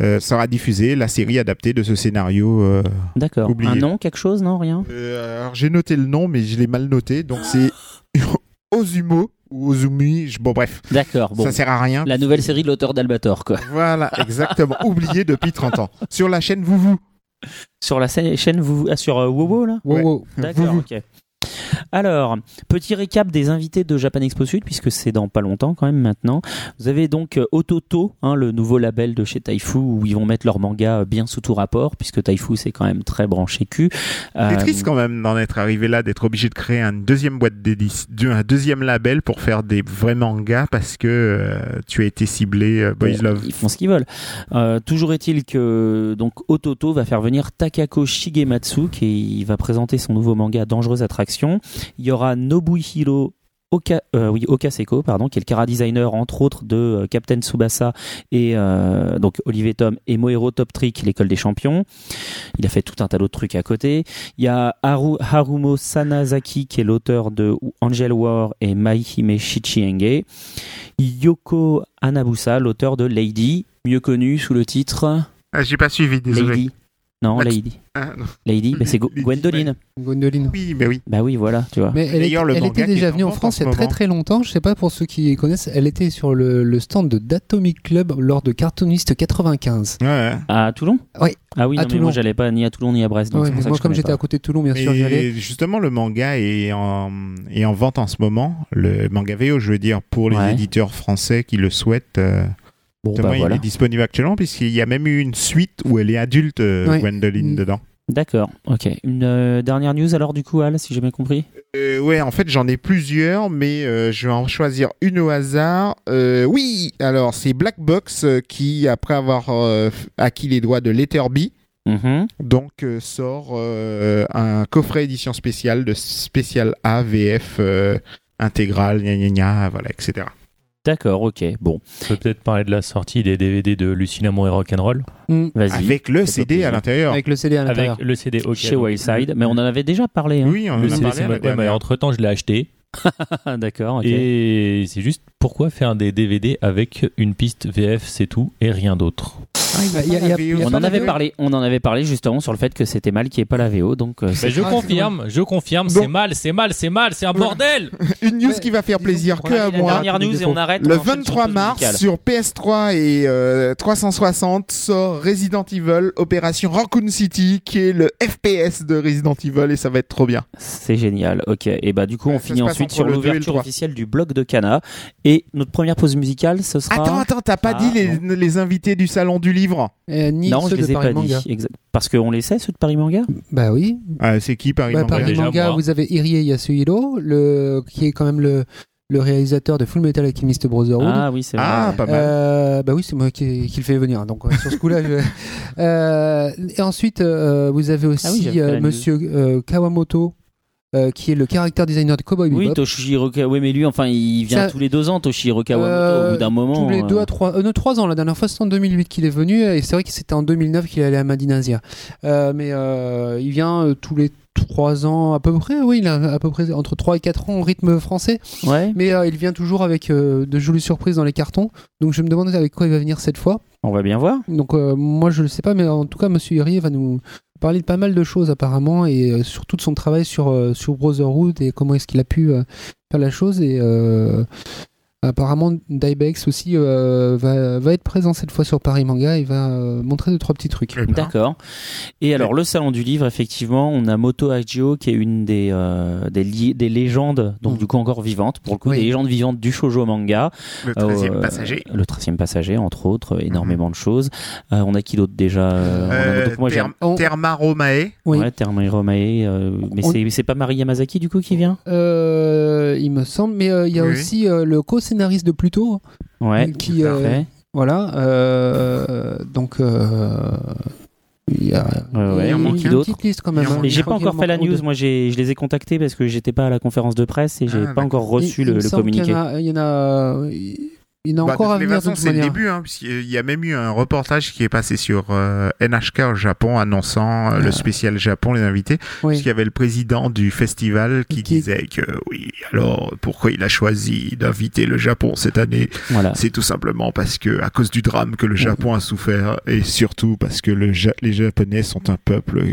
euh, sera diffusée, la série adaptée de ce scénario. euh.
d'accord.
Oublié.
Un nom, quelque chose, non, rien.
Euh, alors, j'ai noté le nom, mais je l'ai mal noté, donc c'est Ozumo ou Ozumi, je- bon bref,
D'accord. Ah, Bon,
ça sert à rien.
la nouvelle série de l'auteur d'Albator, quoi.
Voilà, exactement. Oublié depuis 30 ans. Sur la chaîne Vouvou.
Sur la scè- chaîne, vous, ah, sur euh, WoWo là.
Wow,
Ouais.
wow.
D'accord,
Vous-
ok. Alors, petit récap des invités de Japan Expo Sud, puisque c'est dans pas longtemps quand même maintenant. Vous avez donc euh, Ototo, hein, le nouveau label de chez Taifu, où ils vont mettre leur manga euh, bien sous tout rapport, puisque Taifu c'est quand même très branché cul. Euh,
C'est triste quand même d'en être arrivé là, d'être obligé de créer une deuxième boîte d'édition, un deuxième label pour faire des vrais mangas parce que euh, tu as été ciblé euh, Boys
Bon,
Love.
Ils font ce qu'ils veulent. Euh, toujours est-il que donc Ototo va faire venir Takako Shigematsu qui va présenter son nouveau manga Dangereuse Attraction. Il y aura Nobuhiro Oka, euh, oui, Okaseko, pardon, qui est le cara designer entre autres de euh, Captain Tsubasa et euh, donc Olivier Tom et Moero Top Trick, l'école des champions. Il a fait tout un tas d'autres trucs à côté. Il y a Haru- Harumo Sanazaki qui est l'auteur de Angel War et Maihime Shichienge. Yoko Anabusa, l'auteur de Lady, mieux connu sous le titre
Ah, J'ai pas suivi, désolé.
Lady. Non,
Max-
Lady.
Ah, non.
Lady, bah, c'est Go-
Lady,
Gwendoline.
Gwendoline.
oui, mais oui.
Bah oui, voilà, tu vois.
Mais elle,
D'ailleurs,
était-
le
elle
manga
était
qui est
déjà
en
venue en
vente en
France
ce
il y a très
moment.
très longtemps. Je sais pas pour ceux qui connaissent, elle était sur le, le stand de Datomic Club lors de Cartoonist 95.
Ouais.
À Toulon
Oui.
Ah oui,
À
non, mais moi
Toulon.
j'allais pas ni à Toulon ni à Brest. Donc
Ouais,
c'est pour ça
moi,
que je
comme
connais
j'étais à
pas.
côté de Toulon, bien sûr, j'y allais.
Et justement, le manga est en, est en vente en ce moment. Le manga VO, je veux dire, pour les
Ouais.
éditeurs français qui le souhaitent. euh,
Bon,
justement,
bah,
il
voilà.
est disponible actuellement puisqu'il y a même eu une suite où elle est adulte, euh,
Ouais.
Gwendoline,
Mm.
dedans.
D'accord, ok. Une euh, dernière news alors, du coup, Al, si j'ai bien compris
Euh, ouais, en fait, j'en ai plusieurs, mais euh, je vais en choisir une au hasard. Euh, oui, alors c'est Black Box euh, qui, après avoir euh, acquis les droits de Letterby,
Mhm.
donc euh, sort euh, un coffret édition spéciale de spécial AVF euh, intégral, gna gna gna, voilà, etc.
D'accord, ok. Bon,
On peut peut-être parler de la sortie des DVD de Lucine Amour et Rock'n'Roll
Mm.
vas-y.
Avec le
C'est
CD
pas
à
possible.
l'intérieur.
Avec le CD à l'intérieur.
avec le CD OK.
Chez
donc-
Wildside, mais on en avait déjà parlé. Hein.
Oui, on
Le
en a
CD,
parlé
c'est
à
ma-
la
ouais, mais
dernière.
entre temps, je l'ai acheté.
Ah, D'accord, ok.
Et c'est juste pourquoi faire des DVD avec une piste VF, c'est tout, et rien d'autre.
Ah, il y a- il y a- il y a
On
pas
en
la
avait
VO.
parlé, on en avait parlé justement sur le fait que c'était mal qu'il n'y ait pas la VO, donc euh, c'est
Mais je
Ah,
confirme, je confirme,
Bon.
c'est mal, c'est mal, c'est mal, c'est un
Ouais.
bordel
Une news
Ouais,
qui va faire
disons,
plaisir
pour
que
aller
à
la
moi.
dernière news et on hein, arrête.
Le
on enchaîne sur
23
pause
mars,
musicale.
sur PS3 et euh, 360 sort Resident Evil Opération Raccoon City, qui est le FPS de Resident Evil, et ça va être trop bien.
C'est génial, ok. Et bah du coup,
Ouais,
on
ça
finit
se passe
ensuite
entre
sur
le deux et le
l'ouverture
trois.
officielle du blog de Cana. Et notre première pause musicale, ce sera.
Attends, attends, t'as pas
Ah,
dit les, les invités du salon du livre
Euh, ni
non, je
ceux
les
de
ai
Paris
pas
Manga.
dit. Exact. Parce qu'on les sait, ceux de Paris Manga
Bah oui.
Ah, C'est qui Paris
Bah,
Manga
Paris
Déjà,
Manga,
moi.
vous avez Irie Yasuhiro, le, qui est quand même le, le réalisateur de Full Metal Alchemist Brotherhood.
Ah oui, c'est vrai.
Ah,
ouais.
pas mal.
Euh, bah oui, c'est moi qui, qui le fais venir. Donc euh, sur ce coup-là, je... Euh, et ensuite euh, vous avez aussi
Ah oui, j'avais fait
euh,
la
Monsieur euh, Kawamoto, euh, qui est le caractère designer de Cowboy
Oui,
Bebop.
Toshihiro Kawa- Oui, mais lui, enfin, il vient
Ça-
tous les deux ans, Toshihiro Kawamoto,
Euh,
au bout d'un moment.
tous les deux
euh,
à trois, euh, non, trois ans. La dernière fois, c'était en 2008 qu'il est venu, et c'est vrai que c'était en 2009 qu'il est allé à Madinazia. Euh, mais euh, il vient euh, tous les trois ans à peu près. Oui, il a à peu près entre trois et quatre ans au rythme français.
Ouais,
Mais euh, il vient toujours avec euh, de jolies surprises dans les cartons. Donc je me demande avec quoi il va venir cette fois.
on va bien voir.
Donc euh, moi je le sais pas, mais en tout cas Monsieur Hirier va nous parler de pas mal de choses apparemment et euh, surtout de son travail sur euh, sur Brotherhood et comment est-ce qu'il a pu euh, faire la chose et euh, Apparemment, Diebex aussi euh, va, va être présent cette fois sur Paris Manga et va euh, montrer deux trois petits trucs.
Eh ben,
D'accord. Et alors, le salon du livre, effectivement, on a Moto Agio qui est une des, euh, des, li- des légendes, donc
Mm.
du coup encore vivante, pour le coup,
Oui.
des légendes vivantes du shoujo manga.
Le 13e
Euh,
passager. Mhm.
Le 13e passager, entre autres, énormément de choses. Euh, on a qui d'autre déjà euh, on a-
Euh,
donc moi, j'ai-
Ter-
on-
Terma Romae.
Oui.
Ouais, Terme Romae, euh, mais
On-
c'est- c'est pas Mari Yamazaki du coup qui vient
Euh, il me semble, mais euh, il y a
Oui.
aussi euh, le co-scénariste de Pluto, hein,
Ouais,
qui
tout à
euh,
fait.
voilà. euh, donc euh, il y a,
Ouais, ouais.
il y a
en manque
qui
une
d'autre
petite liste quand même.
Il en
hein.
manque
Et
Je
j'ai pas
crois qu'il
encore
en
fait la
manque
news.
deux.
Moi, j'ai- je les ai contactés parce que j'étais pas à la conférence de presse et j'ai
Ah,
pas encore reçu
Il- il
le,
me
le
semble
communiqué.
qu'il y en a- Il y en a, il il y en a
Bah,
encore
de
à
toutes les
venir. de
façons,
toute
c'est le
manière.
début, hein, puisqu'il y a même eu un reportage qui est passé sur euh, NHK au Japon annonçant euh,
Ah.
le spécial Japon, les invités,
Oui.
puisqu'il y avait le président du festival qui,
Qui-
disait que oui, alors pourquoi il a choisi d'inviter le Japon cette année
Voilà.
C'est tout simplement parce que à cause du drame
Oh.
que le Japon a souffert et surtout parce que le Ja- les Japonais sont un peuple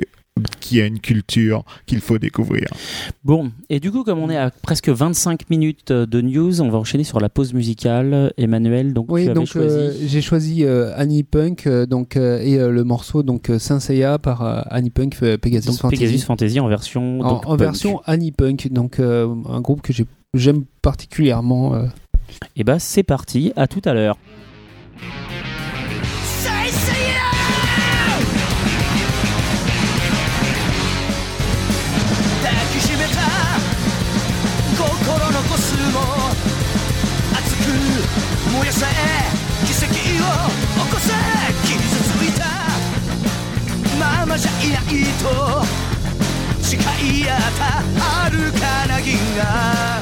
qui a une culture qu'il faut découvrir.
Bon, et du coup, comme on est à presque 25 minutes euh, de news, on va enchaîner sur la pause musicale. Emmanuel, donc
Oui,
tu avais
donc
choisi.
euh, j'ai choisi euh, Annie Punk euh, donc, euh, et euh, le morceau donc, euh, Saint Seiya par euh, Annie Punk euh, Pegasus
donc
Fantasy.
Pegasus Fantasy en version.
en,
donc,
en
punk.
version Annie Punk, donc euh, un groupe que j'ai- j'aime particulièrement. euh,
Et bah, c'est parti, à tout à l'heure.
抱きしめた心のコスモ熱く燃やせ奇跡を起こせ傷ついたままじゃいないと誓い合った遥かな銀河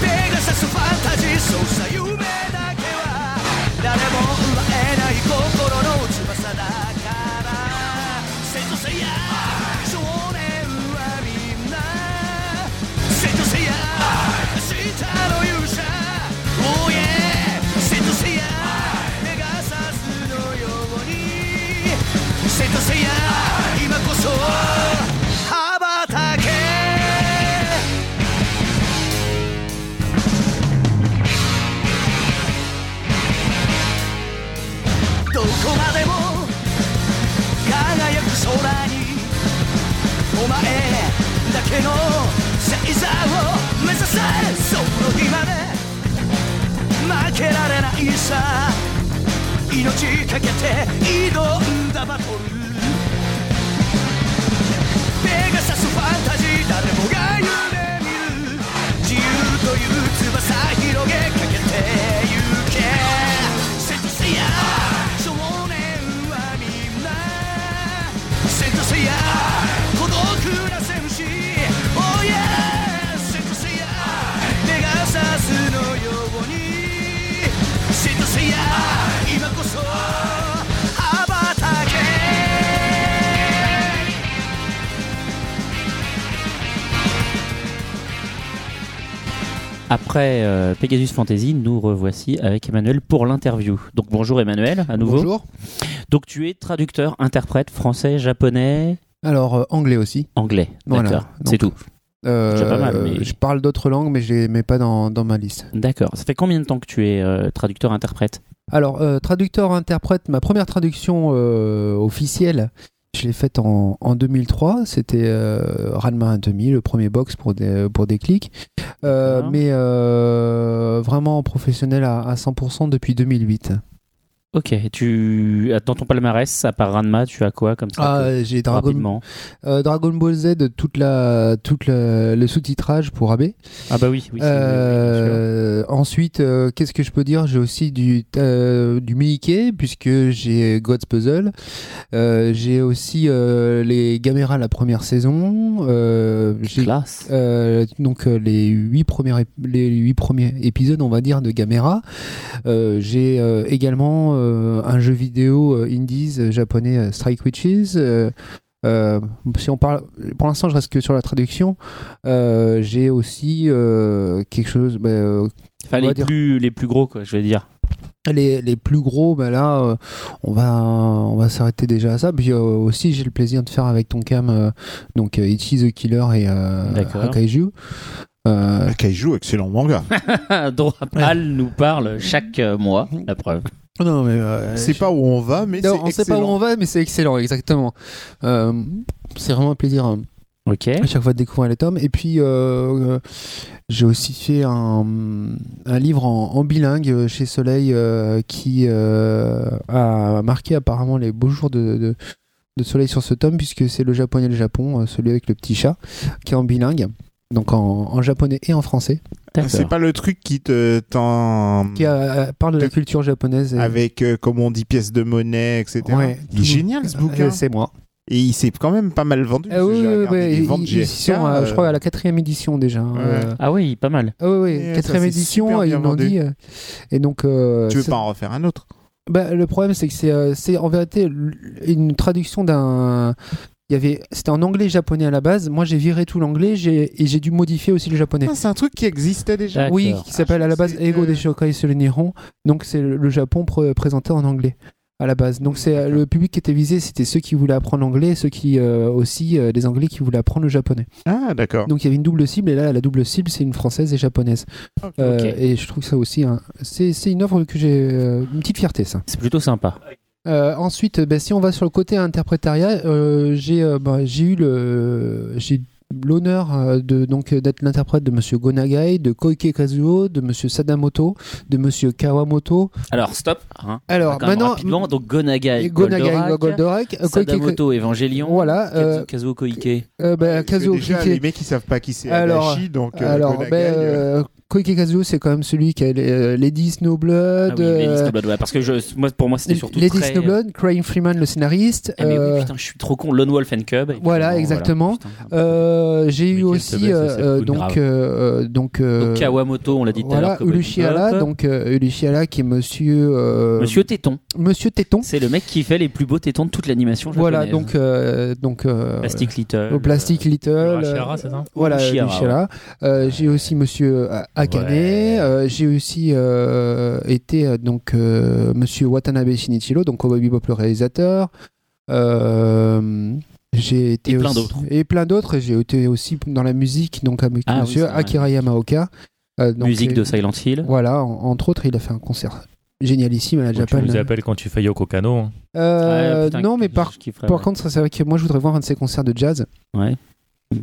ペガサスファンタジーそうさ夢だけは誰も奪えない心の翼だから聖女せや少年はみんな聖女せや明日の勇者 Oh yeah 聖女せやペガサスのように聖女せや今こそ羽ばたけどこまでも輝く空にお前だけの星座を目指せその日まで負けられないさ命かけて挑んだバトルペガサスファンタジー誰もが夢見る自由という翼広げかけてゆけセントセイヤ少年はみんなセントセイヤ孤独な戦士 Oh yeah セントセイヤペガサスのようにセントセイヤ今こそ羽ばたけ
Après euh, Pegasus Fantasy, nous revoici avec Emmanuel pour l'interview. Donc bonjour Emmanuel, à nouveau.
Bonjour.
Donc tu es traducteur, interprète français, japonais,
Alors, euh, anglais aussi.
anglais.
Voilà.
D'accord,
Donc-
c'est tout.
Euh,
Déjà pas mal, mais-
Je parle d'autres langues, mais je les mets pas dans, dans ma liste.
D'accord. Ça fait combien de temps que tu es euh, traducteur, interprète
Alors, euh, traducteur, interprète, ma première traduction euh, officielle, je l'ai faite en, en 2003. C'était euh, Ranma 1.5, le premier box pour des, pour des clics. Euh,
D'accord.
mais euh, vraiment en professionnel à, à 100% depuis 2008.
Ok. et Tu ah, dans ton palmarès, à part Ranma, tu as quoi comme ça que-
Ah, j'ai Dragon,
Rapidement.
euh, Dragon Ball Z, toute la, toute la- le sous-titrage pour AB.
Ah bah oui, oui. c'est- oui, bien sûr.
Euh, ensuite, euh, qu'est-ce que je peux dire J'ai aussi du, euh, du Mickey, puisque j'ai God's Puzzle. Euh, j'ai aussi euh, les Gamera la première saison. Euh, j'ai
Classe.
euh, donc euh, les huit premiers ép- les huit premiers épisodes on va dire de Gamera Euh, j'ai euh, également euh, un jeu vidéo euh, indies euh, japonais euh, Strike Witches Euh, euh, si on parle pour l'instant je reste que sur la traduction Euh, j'ai aussi euh, quelque chose bah, euh,
Enfin,
on
les
va dire-
plus les plus gros quoi, je veux dire.
les, les plus gros bah là euh, on va on va s'arrêter déjà à ça puis euh, aussi j'ai le plaisir de faire avec ton cam euh, donc euh, Ichi the Killer et euh,
D'accord.
Hakaiju Euh,
Kaiju, excellent manga.
dont Raphaël nous parle chaque euh, mois, la preuve.
non, mais. euh,
c'est pas où on va, mais c'est
Non, on sait pas où
excellent.
on va, mais c'est excellent, exactement. Euh, c'est vraiment un plaisir hein,
Ok.
à chaque fois de découvrir les tomes. Et puis, euh, euh, j'ai aussi fait un, un livre en, en bilingue euh, chez Soleil euh, qui euh, a marqué apparemment les beaux jours de, de- de Soleil sur ce tome, puisque c'est le japonais et le Japon, euh, celui avec le petit chat, qui est en bilingue. Donc en, en japonais et en français,
C'est
D'accord.
pas le truc qui te t'en
qui euh, parle de la culture japonaise. et-
avec euh, comme on dit pièces de monnaie, etc.
Ouais.
il est génial ce
Euh,
bouquin.
c'est moi.
Et il s'est quand même pas mal vendu.
Ah
parce que
oui,
j'ai
oui,
regardé
oui,
les
ils-
ventes
ils
GFK,
sont, euh, je
euh,
crois, à la quatrième édition déjà. hein.
Ouais.
Euh,
Ah oui, pas mal.
Ah oui,
Et
oui,
ça,
quatrième
c'est
édition,
super
ils
bien
m'ont
vendu.
dit. euh, Et donc, euh,
Tu veux
ça-
pas en refaire un autre
bah, le problème, c'est que c'est, euh, c'est en vérité l- une traduction d'un. Il y avait, c'était en anglais et japonais à la base. Moi, j'ai viré tout l'anglais, j'ai et j'ai dû modifier aussi le japonais.
Ah, C'est un truc qui existait déjà.
D'accord.
oui, qui s'appelle à la base
c'est-
Ego
euh,
des Shokai sur le Nihon. Donc, c'est le le Japon pr- présenté en anglais à la base. Donc, c'est euh, le public qui était visé, c'était ceux qui voulaient apprendre l'anglais, et ceux qui euh, aussi euh, les Anglais qui voulaient apprendre le japonais.
Ah d'accord.
Donc il y avait une double cible et là la double cible c'est une française et japonaise. Euh, Et je trouve que ça aussi un- c'est c'est une offre que j'ai euh, une petite fierté ça.
C'est plutôt sympa.
Euh, ensuite ben, si on va sur le côté interprétariat euh, j'ai euh, ben, j'ai eu le j'ai l'honneur euh, de donc euh, d'être l'interprète de monsieur Gonagai, de Koike Kazuo, de monsieur Sadamoto, de monsieur Kawamoto.
Alors, stop. hein.
Alors
Quand même
maintenant euh,
rapidement, donc Gonagai,
Gonagai
Goldorak,
Goldorak, euh, Koike-
Sadamoto, Evangelion,
voilà
Kazu-
euh,
Kazuo Koike.
euh, ben,
Parce que
Kazuo
déjà,
Koike-
les mecs ils savent pas qui c'est
Alors,
Adachi, donc euh,
Alors,
Gonagai,
ben,
euh,
euh, Koike Kazuo, c'est quand même celui qui a les, euh, Lady
Ah
Snowblood.
oui, Lady
euh,
Snowblood, ouais, parce que je, moi, pour moi, c'était surtout
Lady
très...
Snowblood, Crane Freeman, le scénariste.
Eh, mais oui,
euh,
putain, je suis trop con. Lone Wolf and Cub. et
voilà,
puis,
exactement.
putain, un peu.
euh, j'ai eu
Michael
aussi
Sebes,
euh,
c'est
euh,
cool,
donc
grave.
euh, euh, donc, euh,
Donc Kawamoto, on l'a dit tout à
voilà
l'heure. Cowboy
Ulushiala
Bebop.
donc euh, Ulushiala qui est monsieur euh,
Monsieur Téton.
monsieur Téton
C'est le mec qui fait les plus beaux tétons de toute l'animation japonaise.
voilà donc euh, donc euh,
hein. Plastic Little.
au Plastic Little
Le
euh,
Rashira, Ah, c'est ça
Oh,
voilà
Ulushiala,
Ulushiala. Euh, j'ai aussi monsieur euh, Akane
Ouais.
euh, j'ai aussi euh, été euh, donc euh, monsieur Watanabe Shinichiro donc Cowboy Bebop le réalisateur Euh, j'ai été
Et plein
aussi-
d'autres.
et plein d'autres j'ai été aussi dans la musique donc avec
Ah oui,
monsieur
c'est vrai.
Akira Yamaoka Euh, donc,
Musique de
euh,
Silent Hill.
voilà en- entre autres il a fait un concert génialissime à la
Oh,
Bon, Tu
Japan
nous appelles quand tu fais Yoko Kano. hein.
Euh,
Ouais, putain,
non mais
je
par
kifferais,
par
ouais.
contre, ça, c'est vrai que moi je voudrais voir un de ses concerts de jazz.
Ouais.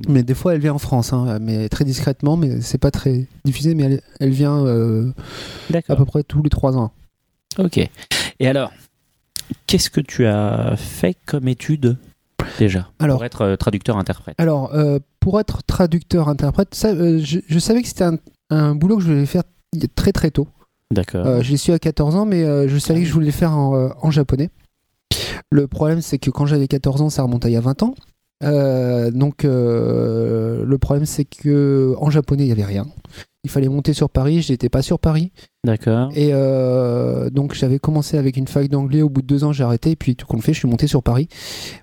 Mais des fois, elle vient en France, hein, mais très discrètement, mais c'est pas très diffusé, mais elle, elle vient euh, à
D'accord.
peu près tous les trois ans.
Ok. Et alors, qu'est-ce que tu as fait comme étude déjà
Alors-
pour être euh, traducteur-interprète
Alors, euh, pour être traducteur-interprète, ça, euh, je, je savais que c'était un, un boulot que je voulais faire il y a très très tôt.
D'accord.
Euh, je l'ai su à 14 ans, mais euh, je savais que je voulais le faire en, euh, en japonais. Le problème, c'est que quand j'avais 14 ans, ça remonte à il y a 20 ans. Euh, donc, euh, le problème, c'est que en japonais, il n'y avait rien. Il fallait monter sur Paris, j'étais pas sur Paris.
D'accord.
Et euh, donc j'avais commencé avec une fac d'anglais, au bout de deux ans j'ai arrêté, et puis tout compte fait, je suis monté sur Paris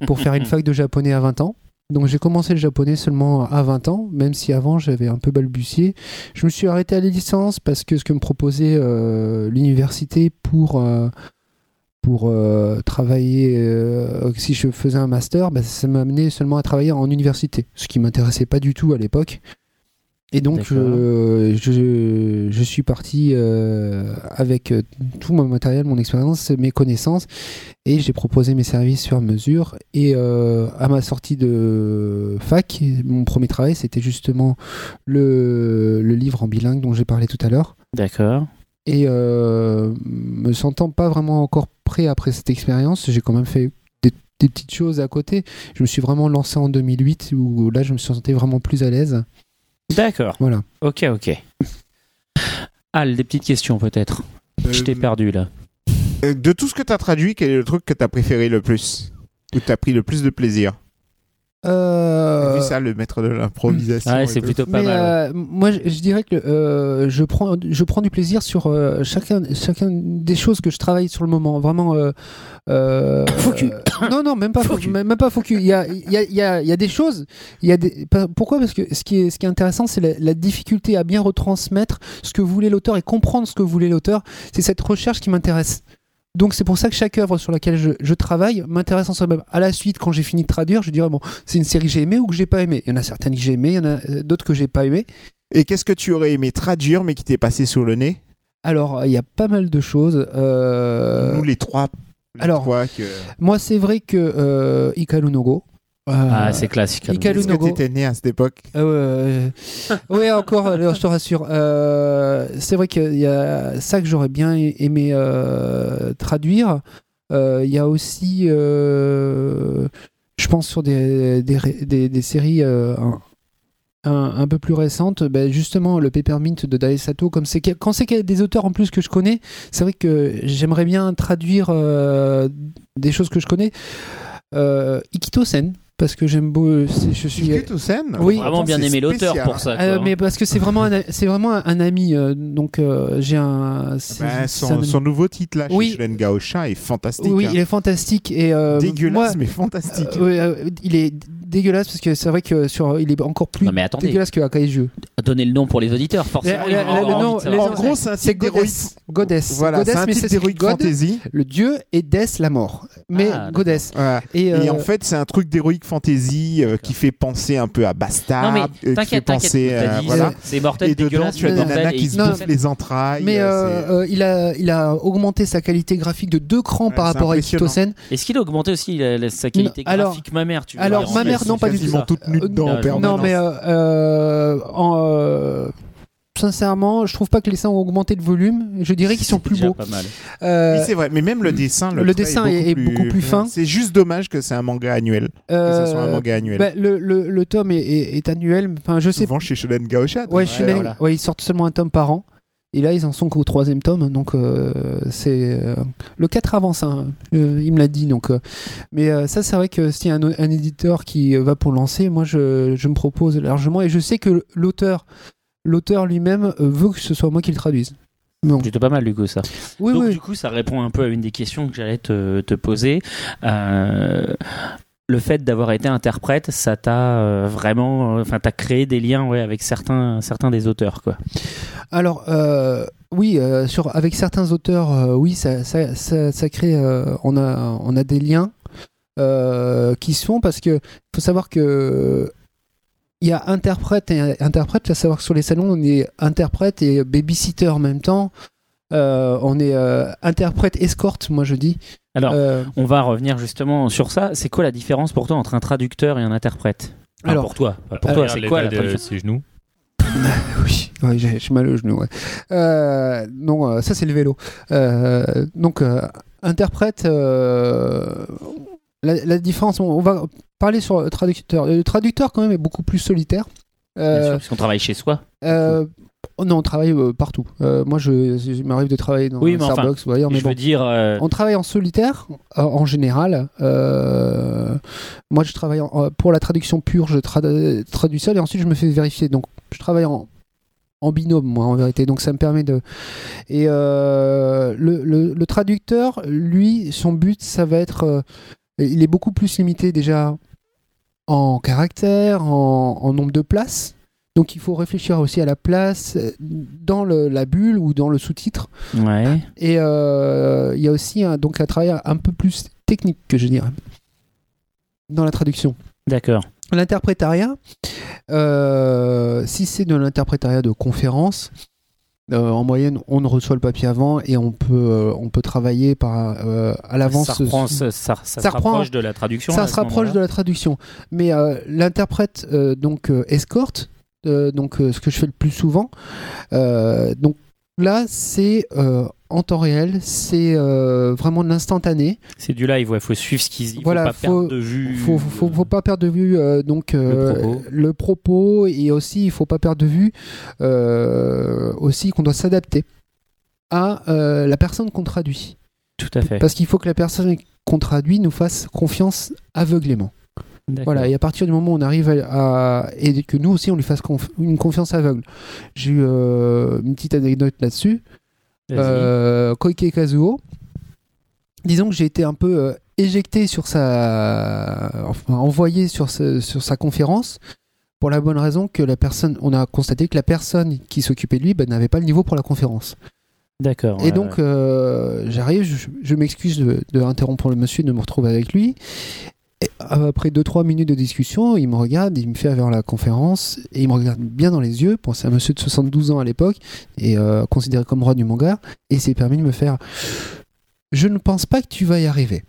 pour faire une fac de japonais à 20 ans. Donc j'ai commencé le japonais seulement à 20 ans, même si avant j'avais un peu balbutié. Je me suis arrêté à la licence parce que ce que me proposait euh, l'université pour, euh, pour euh, travailler, euh, si je faisais un master, bah, ça m'amenait seulement à travailler en université, ce qui m'intéressait pas du tout à l'époque. Et donc,
D'accord.
euh, je, je suis parti euh, avec euh, tout mon matériel, mon expérience, mes connaissances, et j'ai proposé mes services sur mesure. Et euh, à ma sortie de fac, mon premier travail, c'était justement le, le livre en bilingue dont j'ai parlé tout à l'heure.
D'accord.
Et euh, me sentant pas vraiment encore prêt après cette expérience, j'ai quand même fait des, des petites choses à côté. Je me suis vraiment lancé en 2008, où là, je me suis senti vraiment plus à l'aise.
D'accord.
Voilà.
Ok, ok. Al, des petites questions peut-être. Je t'ai
euh,
perdu là.
Euh, De tout ce que t'as traduit, quel est le truc que t'as préféré le plus Où t'as pris le plus de plaisir T'as
Euh,
vu ça, le maître de l'improvisation
Ouais,
et
Ah, c'est
tout.
plutôt pas
mais
mal. hein.
euh, moi, je, je dirais que euh, je prends, je prends du plaisir sur euh, chacun, chacun des choses que je travaille sur le moment. Vraiment. Euh, euh,
Foucu.
euh, non, non, même pas
Foucu.
foucu. Même même pas foucu. Il y a, il y a- il y a- il y a des choses. Il y a des. pas- Pourquoi Parce que ce qui est, ce qui est intéressant, c'est la, la difficulté à bien retransmettre ce que voulait l'auteur et comprendre ce que voulait l'auteur. C'est cette recherche qui m'intéresse. Donc c'est pour ça que chaque œuvre sur laquelle je, je travaille m'intéresse en soi-même. À la suite, quand j'ai fini de traduire, je dirais bon, c'est une série que j'ai aimée ou que j'ai pas aimée. Il y en a certaines que j'ai aimées, il y en a euh, d'autres que j'ai pas aimées.
Et qu'est-ce que tu aurais aimé traduire mais qui t'est passé sous le nez
Alors, euh, il y a pas mal de choses. Euh,
Nous les trois. les
alors,
trois que...
Moi, c'est vrai que euh, Hikaru no Go. euh,
Ah, c'est classique.
Hikaru
Hikaru
Est-ce
no
que
Go.
t'étais né à cette époque
Euh, oui, encore, alors, je te rassure. Euh, c'est vrai qu'il y a ça que j'aurais bien aimé euh, traduire. Euh, Il y a aussi, euh, je pense, sur des, des, ré- des- des séries euh, un, un- un peu plus récentes, ben, justement, le Peppermint de Daesato. Comme c'est, quel- quand c'est qu'il y a des auteurs en plus que je connais, c'est vrai que j'aimerais bien traduire euh, des choses que je connais. Euh, Ikito-sen, parce que j'aime beaucoup. c'est- Je suis.
Tosen
Oui.
Vraiment bien aimé l'auteur pour ça. quoi. hein.
Euh, mais parce que c'est vraiment un, c'est vraiment un, un ami euh, donc euh, j'ai un c'est- c'est un
Bah, son,
ami.
son nouveau titre là,
Oui.
chez Shulen Gaosha, est fantastique.
oui
hein.
il est fantastique et euh,
Dégueulasse, mais
moi,
fantastique.
euh, ouais, euh, il est dégueulasse parce que c'est vrai que sur il est encore plus
Non, mais attendez.
dégueulasse que Akaiju
Donner le nom pour les auditeurs, forcément.
Le- le-
ils vont
le-
avoir
le
envie
nom-
de
les
savoir.
en gros, c'est un
c'est
titre
goddess
d'héroïs.
goddess
Voilà, c'est
goddess
un
mais
titre
c'est
d'héroïque
god
fantasy.
le dieu et death la mort mais
Ah,
goddess
Voilà.
et,
Et
euh,
en fait, c'est un truc d'héroïque fantasy euh, qui fait penser un peu à Bastard,
Non, mais
euh, qui fait
t'inquiète, t'inquiète.
penser
t'as
euh,
dit,
voilà.
C'est mortel,
Et dedans,
dégueulasse,
tu as des
mortel,
nanas qui se
non.
bouffent les entrailles.
mais
euh,
euh,
c'est-
euh, il a il a augmenté sa qualité graphique de deux crans
Ouais,
par
c'est
rapport à
impressionnant.
Ikitosen
Est-ce qu'il a augmenté aussi la- la- sa qualité
Non, alors-
graphique, ma mère tu veux
alors,
dire,
ma
en
mère,
fait,
non,
c'est
pas du
quasiment
quasiment
ça.
toutes nues
Euh,
dedans en
non,
Non,
permanence.
mais euh, euh, en, euh, sincèrement, je trouve pas que les seins ont augmenté de volume. Je dirais qu'ils sont
C'est
plus
déjà
beaux.
pas mal.
Euh,
Oui, c'est vrai, mais même le dessin, le,
le
trait
dessin est- est beaucoup plus fin.
C'est juste dommage que c'est un manga annuel. Que
euh,
ce soit un manga annuel.
bah, le, le- le tome est, est- est annuel. Enfin, je sais.
Souvent chez Shonen Gaosha. donc,
Ouais, je suis mêlé.
voilà.
Ouais, ils sortent seulement un tome par an. Et là, ils en sont qu'au troisième tome, donc euh, c'est euh, le 4 avance. hein. Euh, il me l'a dit, donc. euh, mais euh, ça, c'est vrai que s'il y a un, un éditeur qui euh, va pour lancer, moi, je, je me propose largement, et je sais que l'auteur, l'auteur lui-même euh, veut que ce soit moi qui le traduise. Donc,
Plutôt pas mal, du coup, ça.
oui,
Donc,
oui.
du coup, ça répond un peu à une des questions que j'allais te, te poser. Euh, le fait d'avoir été interprète, ça t'a euh, vraiment. euh, Enfin, t'as créé des liens ouais, avec certains, certains des auteurs, quoi.
Alors, euh, oui, euh, sur, avec certains auteurs, euh, oui, ça, ça, ça, ça crée. euh, on, a, on a des liens euh, qui se font parce que faut savoir que. Il y a interprète et interprète, à savoir que sur les salons, on est interprète et babysitter en même temps. Euh, on est euh, interprète escorte, moi je dis.
Alors,
Euh,
on va revenir justement sur ça. C'est quoi la différence pour toi entre un traducteur et un interprète Enfin,
Alors,
Ah, pour toi. Pour
euh,
toi,
Regarde
c'est
l'état
quoi la
de
traduction
ses genoux
Ah oui, ouais, j'ai j'ai mal au genou. ouais. Euh, non, euh, ça c'est le vélo. Euh, donc, euh, interprète, euh, la, la différence, on, on va parler sur le traducteur. Le traducteur quand même est beaucoup plus solitaire.
Bien sûr,
Euh,
parce qu'on travaille chez soi.
euh, non, on travaille euh, partout. Euh, moi, je, je m'arrive de travailler dans
Oui,
un
mais enfin,
Starbucks ou ailleurs, mais
je
bon.
veux dire, euh,
On travaille en solitaire, euh, en général. Euh, moi, je travaille en- euh, pour la traduction pure, je trad- traduis seul et ensuite je me fais vérifier. Donc, je travaille en, en binôme, moi, en vérité. Donc, ça me permet de. Et euh, le, le- le traducteur, lui, son but, ça va être. euh, il est beaucoup plus limité déjà en caractère, en, en nombre de places. Donc, il faut réfléchir aussi à la place euh, dans le- la bulle ou dans le sous-titre.
ouais.
Et euh, il y a aussi un, donc un travail un peu plus technique que je dirais dans la traduction.
D'accord.
L'interprétariat, euh, si c'est de l'interprétariat de conférence, euh, en moyenne, on reçoit le papier avant et on peut, euh, on peut travailler par, euh, à l'avance.
Ça, reprend- ça, ça- ça se
reprend-
rapproche de la traduction.
Ça
à
se
ce
rapproche
moment-là.
de la traduction. Mais euh, l'interprète, euh, donc, euh, escorte, euh, donc, euh, ce que je fais le plus souvent. euh, donc, là, c'est euh, en temps réel, c'est euh, vraiment de l'instantané.
C'est du live, ouais. Faut suivre ce qu'ils disent.
Voilà,
faut pas
faut-
perdre de vue.
faut, faut, faut pas perdre de vue euh, donc euh,
Mmh. propos.
le propos et aussi il faut pas perdre de vue euh, aussi qu'on doit s'adapter à euh, la personne qu'on traduit
Tout à fait.
parce qu'il faut que la personne qu'on traduit nous fasse confiance aveuglément
D'accord.
voilà et à partir du moment où on arrive à, à- et que nous aussi on lui fasse conf- une confiance aveugle j'ai eu euh, une petite anecdote là-dessus
Vas-y.
euh, Koike Kazuo. Disons que j'ai été un peu euh, éjecté sur sa, enfin envoyé sur, ce- sur sa conférence pour la bonne raison que la personne, on a constaté que la personne qui s'occupait de lui ben, n'avait pas le niveau pour la conférence.
D'accord.
Et
ouais,
donc euh, j'arrive, je, je m'excuse de, de interrompre le monsieur, de me retrouver avec lui. Et, après 2-3 minutes de discussion, il me regarde, il me fait vers la conférence, et il me regarde bien dans les yeux. Bon, c'est un monsieur de 72 ans à l'époque, et euh, considéré comme roi du manga, et il s'est permis de me faire Je ne pense pas que tu vas y arriver.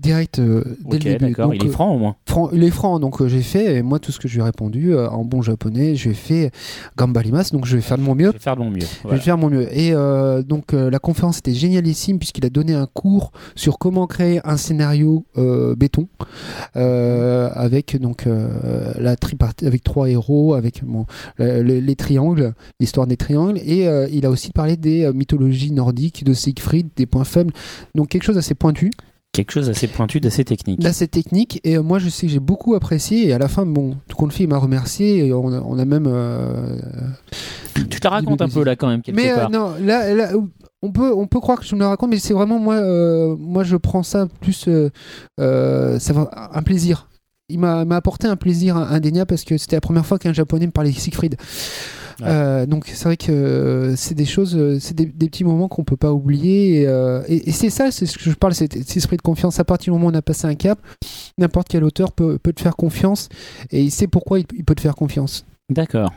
Direct euh, dès
Ok,
le début.
d'accord,
Donc,
il est
euh,
franc au moins.
Fran- il est franc, donc euh, j'ai fait, et moi tout ce que je lui ai répondu euh, en bon japonais, j'ai fait euh, Gambalimas, donc je vais faire de mon mieux.
Je vais faire de mon mieux.
Je vais faire mon mieux. Et euh, donc euh, la conférence était génialissime puisqu'il a donné un cours sur comment créer un scénario euh, béton euh, avec donc euh, la tripartite, avec trois héros, avec bon, le- le- les triangles, l'histoire des triangles. Et euh, il a aussi parlé des euh, mythologies nordiques, de Siegfried, des points faibles. Donc quelque chose d'assez pointu,
Quelque chose d'assez pointu, d'assez technique.
d'assez technique. Et euh, moi je sais que j'ai beaucoup apprécié. Et à la fin, bon, tout compte fait, il m'a remercié. Et on a, on a même euh,
Tu te la racontes un peu là quand même quelque
mais euh,
part.
non, là, là, on peut on peut croire que je me la raconte, mais c'est vraiment moi euh, moi je prends ça plus euh, euh, ça va- un plaisir. Il m'a m'a apporté un plaisir indéniable parce que c'était la première fois qu'un japonais me parlait Siegfried.
Ouais.
Euh, donc c'est vrai que euh, c'est des choses, euh, c'est des, des petits moments qu'on peut pas oublier. Et, euh, et- et c'est ça, c'est ce que je parle, c'est cet esprit de confiance. À partir du moment où on a passé un cap, n'importe quel auteur peut, peut te faire confiance et il sait pourquoi il- il peut te faire confiance.
D'accord.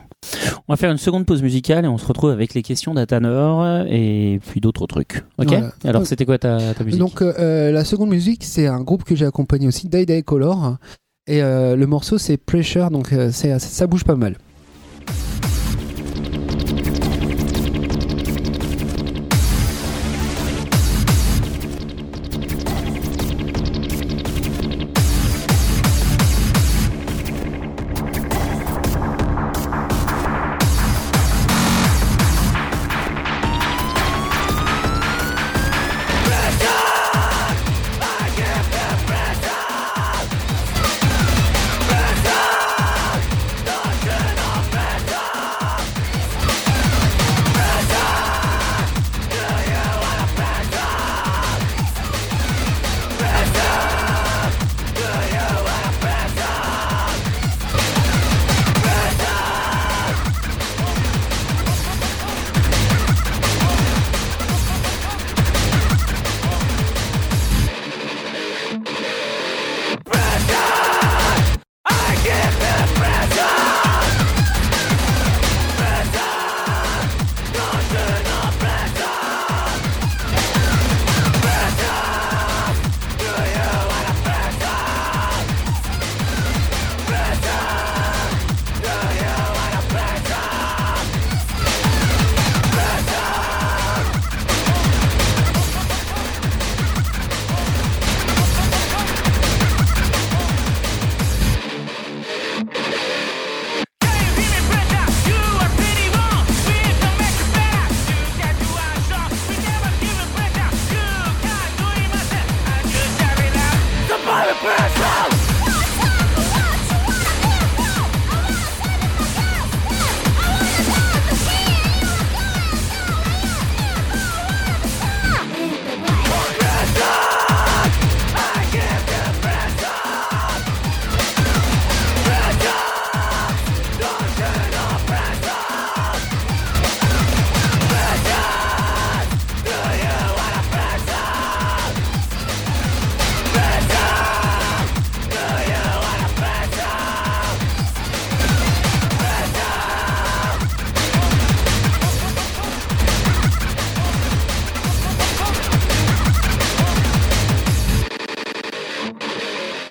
On va faire une seconde pause musicale et on se retrouve avec les questions d'Atanor et puis d'autres trucs. Ok
Voilà.
Alors c'était quoi ta, ta musique
Donc euh, la seconde musique, c'est un groupe que j'ai accompagné aussi, Day Day Color. Et euh, le morceau c'est Pressure, donc euh, c'est- ça bouge pas mal.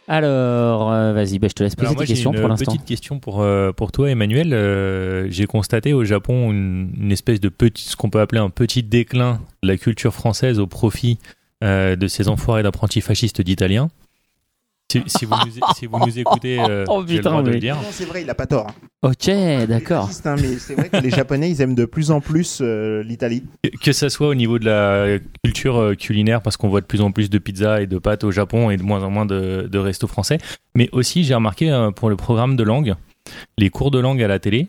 Alors euh, vas-y, bah, je te laisse poser
Alors moi,
tes
j'ai
questions
une euh,
pour l'instant.
petite question pour, euh, pour toi, Emmanuel. Euh, j'ai constaté au Japon une, une espèce de petit, ce qu'on peut appeler un petit déclin de la culture française au profit euh, de ces enfoirés d'apprentis fascistes d'Italiens. Si, si vous nous, si vous nous écoutez, euh,
Oh,
j'ai le
putain,
droit de
mais-
le dire.
Non, c'est vrai, il a pas tort.
Ok, d'accord.
Raciste, hein, mais c'est vrai que les Japonais, ils aiment de plus en plus euh, l'Italie.
Que- Que ça soit au niveau de la culture euh, culinaire, parce qu'on voit de plus en plus de pizzas et de pâtes au Japon et de moins en moins de, de restos français, mais aussi j'ai remarqué euh, pour le programme de langue, les cours de langue à la télé.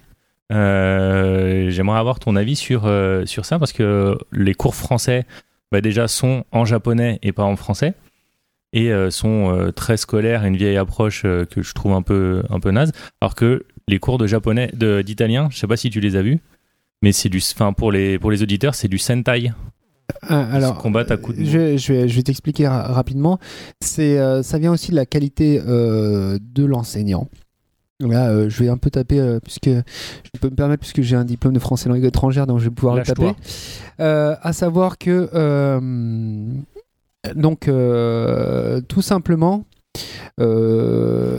euh, J'aimerais avoir ton avis sur, euh, sur ça, parce que les cours français, bah, déjà, sont en japonais et pas en français, et euh, sont euh, très scolaires, une vieille approche euh, que je trouve un peu, un peu naze, alors que les cours de japonais, de- d'italien, je sais pas si tu les as vus. Mais c'est du, enfin pour les pour les auditeurs, c'est du sentai.
Ah, alors,
se combattent à coups de mots.
je, je vais, je vais t'expliquer ra- rapidement. C'est, euh, ça vient aussi de la qualité euh, de l'enseignant. Là, euh, je vais un peu taper, euh, puisque je peux me permettre, puisque j'ai un diplôme de français langue étrangère, donc je vais pouvoir le
Lâche-toi.
taper. Euh, à savoir que, euh, donc, euh, tout simplement, euh,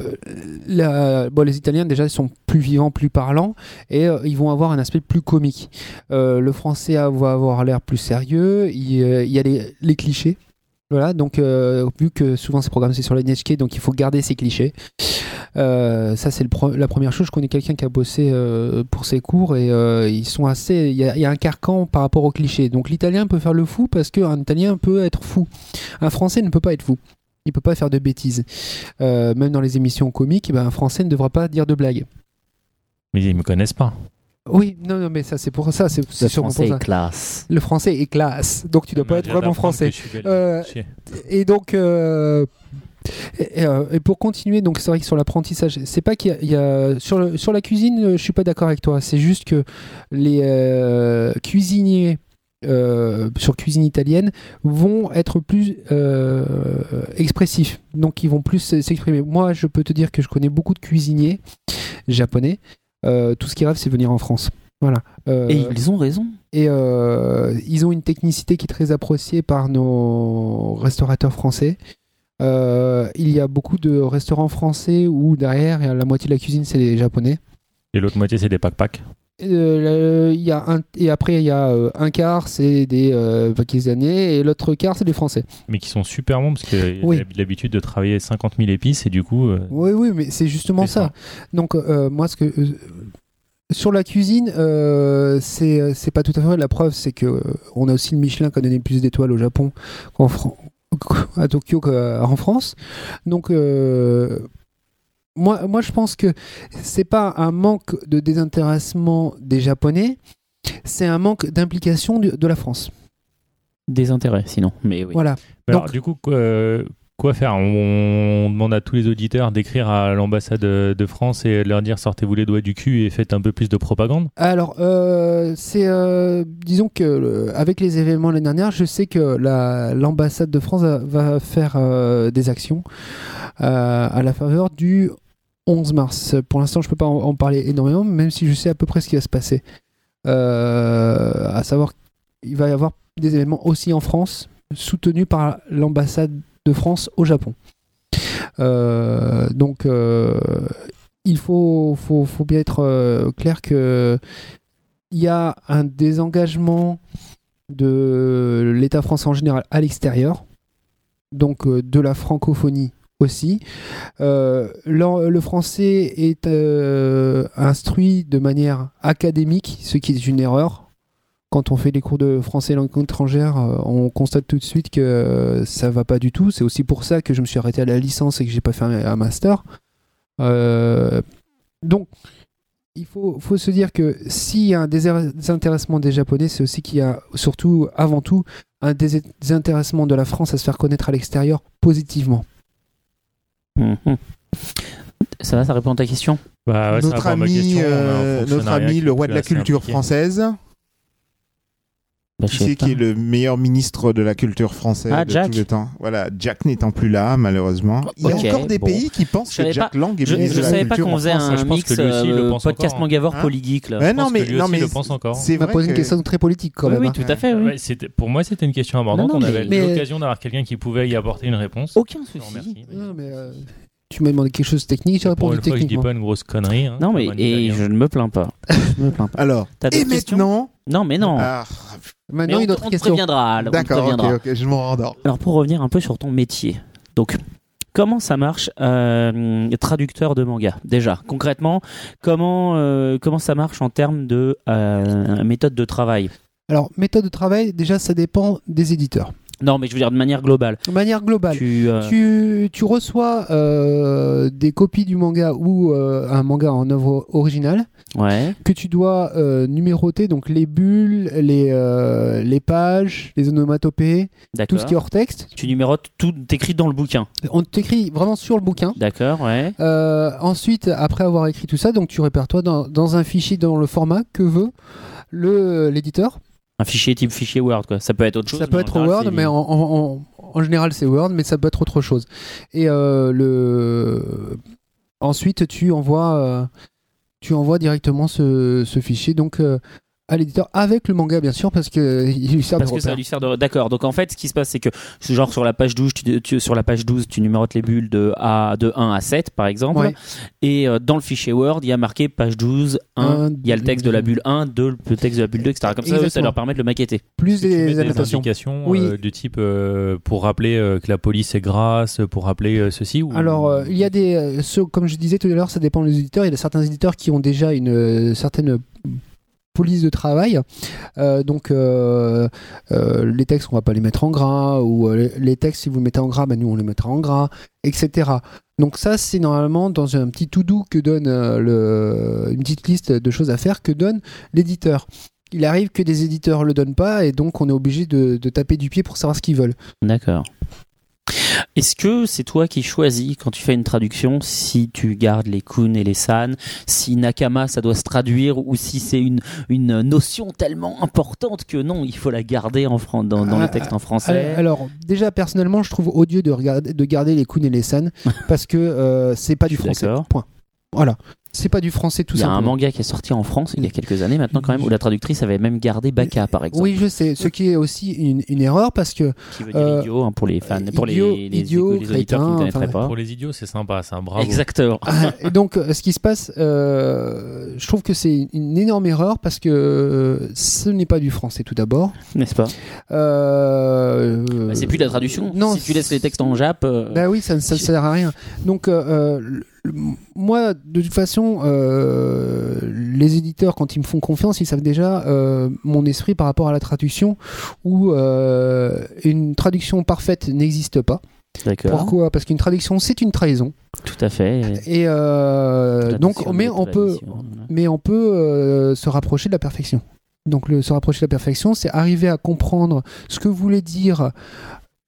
la- bon, les Italiens déjà ils sont plus vivants, plus parlants, et euh, ils vont avoir un aspect plus comique. Euh, le français a- va avoir l'air plus sérieux, il, euh, il y a les, les clichés. Voilà, donc euh, vu que souvent ces programmes c'est sur la NHK, donc il faut garder ces clichés. Euh, ça c'est le pro- la première chose. Je connais quelqu'un qui a bossé euh, pour ses cours et euh, ils sont assez. Il y, a- il y a un carcan par rapport aux clichés. Donc l'italien peut faire le fou parce qu'un italien peut être fou. Un français ne peut pas être fou. Il peut pas faire de bêtises. Euh, même dans les émissions comiques, eh ben, un français ne devra pas dire de blagues.
Mais ils me connaissent pas.
Oui, non, non, mais ça c'est pour ça, c'est c'est
Le
sûrement
français
pour
est
ça.
classe.
Le français est classe, donc tu dois pas être vraiment français. Euh, Et donc, euh, et, et, euh, et pour continuer, donc c'est vrai que sur l'apprentissage, c'est pas qu'il y a- il y a, sur le- sur la cuisine, euh, je suis pas d'accord avec toi. C'est juste que les euh, cuisiniers euh, sur cuisine italienne vont être plus euh, expressifs, donc ils vont plus s- s'exprimer. Moi, je peux te dire que je connais beaucoup de cuisiniers japonais. Euh, tout ce qu'ils rêvent, c'est venir en France. Voilà. Euh,
Et ils ont raison.
et euh, ils ont une technicité qui est très appréciée par nos restaurateurs français. Euh, il y a beaucoup de restaurants français où derrière, il y a la moitié de la cuisine, c'est des japonais.
Et l'autre moitié, c'est des pack-pack.
Euh, là, il y a un, et après, il y a euh, un quart, c'est des euh, Pakistanais, et l'autre quart, c'est des Français.
Mais qui sont super bons parce qu'ils
Oui.
ont l'habitude de travailler 50 000 épices et du coup. euh,
Oui, oui, mais c'est justement
C'est
ça. Donc, euh, moi, ce que. euh, sur la cuisine, euh, c'est c'est pas tout à fait vrai. La preuve, c'est que euh, on a aussi le Michelin qui a donné plus d'étoiles au Japon qu'en Fran- à Tokyo qu'en France. Donc, euh, moi, moi, je pense que c'est pas un manque de désintéressement des Japonais, c'est un manque d'implication du- de la France.
Des intérêts, sinon. Mais oui.
Voilà.
Alors,
Donc-
du coup, quoi, euh, quoi faire on, on demande à tous les auditeurs d'écrire à l'ambassade euh, de France et de leur dire sortez-vous les doigts du cul et faites un peu plus de propagande.
Alors, euh, c'est euh, disons que euh, avec les événements l'année dernière, je sais que la- l'ambassade de France va- va faire euh, des actions euh, à la faveur du 11 mars. Pour l'instant, je peux pas en, en parler énormément, même si je sais à peu près ce qui va se passer. Euh, à savoir, il va y avoir des événements aussi en France, soutenus par l'ambassade de France au Japon. Euh, donc, euh, il faut, faut, faut bien être euh, clair que il y a un désengagement de l'État français en général à l'extérieur, donc euh, de la francophonie aussi. Euh, l'en- le français est euh, instruit de manière académique, ce qui est une erreur. Quand on fait des cours de français et langue étrangère, euh, on constate tout de suite que euh, ça va pas du tout. C'est aussi pour ça que je me suis arrêté à la licence et que j'ai pas fait un un master. Euh, donc, il faut, faut se dire que s'il y a un désintéressement des Japonais, c'est aussi qu'il y a surtout, avant tout, un désintéressement de la France à se faire connaître à l'extérieur positivement.
Mhm. Ça va, ça répond à ta question
Bah, ouais, ça
notre
répond à ma
ami,
question. On a un
euh, notre
fonctionnariat
ami,
qui
le roi
est
de la
assez
culture
impliqué.
française,
Bah, je
qui
sais
c'est
pas.
qui est le meilleur ministre de la culture française
Ah,
de
Jack.
tous les temps. Voilà, Jack n'étant plus là, malheureusement. Il y a
Ok,
encore des
bon.
pays qui pensent
Je
que
savais
Jack Lang est
Je,
ministre
je
de la
savais pas
culture
qu'on
en
faisait
France.
un
je pense
mix
que lui aussi, il le
euh,
pense
podcast
encore, hein.
Mangavore
Hein
Polygeek. Là.
Ouais,
Je
non,
pense
mais,
que lui
non,
aussi
mais
le pense encore.
c'est
On a
vrai
posé
que
une question très politique quand
Oui,
même.
oui,
hein.
tout à fait. Ah oui.
Ouais, c'était- pour moi, c'était une question abordante.
Non, non,
on avait
mais-
l'occasion d'avoir quelqu'un qui pouvait y apporter une réponse.
Aucun
Je vous
souci. Hein,
remercie.
Non, mais, euh, tu m'as demandé quelque chose de technique, j'ai
Pour
répondu
une fois que je dis
techniquement.
pas une grosse connerie. hein,
Non, mais
comme un
et
Italien.
je ne me plains pas. Je me plains pas.
Alors,
T'as d'autres
et
questions
maintenant
Non, mais non.
Ah,
mais
Maintenant,
on,
une
te-
autre
on te
question.
préviendra.
Ah,
on te
D'accord, ok,
préviendra.
ok, je m'en rendors.
Alors pour revenir un peu sur ton métier, donc comment ça marche euh, traducteur de manga déjà concrètement comment euh, comment ça marche en termes de euh, méthode de travail
Alors, méthode de travail, déjà, ça dépend des éditeurs.
Non mais je veux dire de manière globale.
De manière globale,
Tu, euh,
tu, tu reçois euh, des copies du manga ou euh, un manga en œuvre originale
ouais
que tu dois euh, numéroter, donc les bulles, les, euh, les pages, les onomatopées, tout
d'accord.
ce qui est hors texte.
Tu numérotes tout écrit dans le bouquin.
On t'écrit vraiment sur le bouquin.
D'accord ouais.
Euh, ensuite, après avoir écrit tout ça, donc tu répertoires dans, dans un fichier dans le format que veut le- l'éditeur.
un fichier type fichier Word, quoi. Ça peut être autre chose.
Ça peut
en
être
général,
Word,
c'est-
mais en, en- en- en général c'est Word, mais ça peut être autre chose. Et euh, le ensuite tu envoies euh, tu envoies directement ce, ce fichier donc euh, à l'éditeur avec le manga bien sûr parce que il lui sert
Parce
de
que ça
repère.
lui sert de. D'accord. Donc en fait, ce qui se passe, c'est que genre sur la page 12, tu, tu- sur la page 12, tu numérotes les bulles de A de 1 à 7, par exemple.
Ouais.
Et euh, dans le fichier Word, il y a marqué page 12, 1.
Un,
il y a le texte de la
deux.
bulle 1, 2, le texte de la bulle 2, etc. Comme ça, eux, ça
Exactement.
leur permet de le maqueter.
plus
Tu mets
des
des
annotations.
indications
Oui.
euh, du type euh, pour rappeler euh, que la police est grasse, pour rappeler euh, ceci ou...
Alors, euh, il y a des. euh, ceux- comme je disais tout à l'heure, ça dépend des éditeurs. Il y a certains éditeurs qui ont déjà une euh, certaine police de travail. Euh, donc, euh, euh, les textes, on va pas les mettre en gras. Ou euh, les- les textes, si vous le mettez en gras, ben, nous, on les mettra en gras, etc. Donc, ça, c'est normalement dans un petit to-do que donne euh, le, une petite liste de choses à faire que donne l'éditeur. Il arrive que des éditeurs le donnent pas et donc on est obligé de- de taper du pied pour savoir ce qu'ils veulent.
D'accord. Est-ce que c'est toi qui choisis quand tu fais une traduction si tu gardes les kun et les san, si Nakama ça doit se traduire ou si c'est une, une notion tellement importante que non, il faut la garder en fran- dans, dans
Ah,
le texte en français
Alors, déjà, personnellement, je trouve odieux de, regarder, de garder les Kun et les San parce que euh, c'est pas du
Je suis
français.
d'accord.
Point. Voilà. C'est pas du français tout
Il y a un
simplement.
manga qui est sorti en France il y a quelques années maintenant quand même où la traductrice avait même gardé Baka par exemple,
Oui, je sais. Ce qui est aussi une, une erreur parce que.
qui veut dire
euh,
idiot hein, pour les fans, pour les,
idiot,
les,
idiot,
les auditeurs qui
crétin,
ne connaîtraient
enfin,
Ah. Pour les idiots, c'est sympa, c'est un
pas.
bravo.
Exactement.
Ah, et donc, euh, ce qui se passe, euh, je trouve que c'est une énorme erreur parce que euh, ce n'est pas du français tout d'abord.
N'est-ce pas
Euh,
Bah, C'est plus de la traduction.
Non,
si tu laisses les textes en jap, euh,
Bah oui, ça ne ça ne sert à rien. Donc, euh, euh, le- le- moi, de toute façon, euh, les éditeurs, quand ils me font confiance, ils savent déjà euh, mon esprit par rapport à la traduction, où euh, une traduction parfaite n'existe pas.
d'accord.
Pourquoi Parce qu'une traduction, c'est une trahison.
Tout à fait.
Et euh,
Tradition
donc, mais
de
on peut,
tradition, voilà.
mais on peut euh, se rapprocher de la perfection. Donc le, se rapprocher de la perfection, c'est arriver à comprendre ce que voulait dire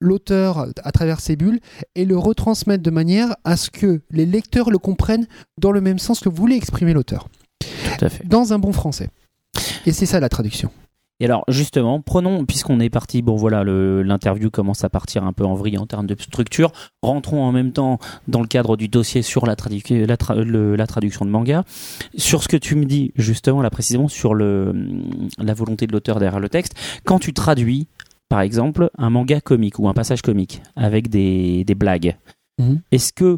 l'auteur à travers ses bulles et le retransmettre de manière à ce que les lecteurs le comprennent dans le même sens que voulait exprimer l'auteur,
Tout à fait.
dans un bon français. Et c'est ça la traduction.
Et alors justement, prenons, puisqu'on est parti, bon voilà, le- l'interview commence à partir un peu en vrille en termes de structure, rentrons en même temps dans le cadre du dossier sur la, tradu- la, tra- le- la traduction de manga, sur ce que tu me dis justement, là précisément, sur le, la volonté de l'auteur derrière le texte, quand tu traduis, par exemple, un manga comique ou un passage comique avec des, des blagues,
Mhm.
est-ce que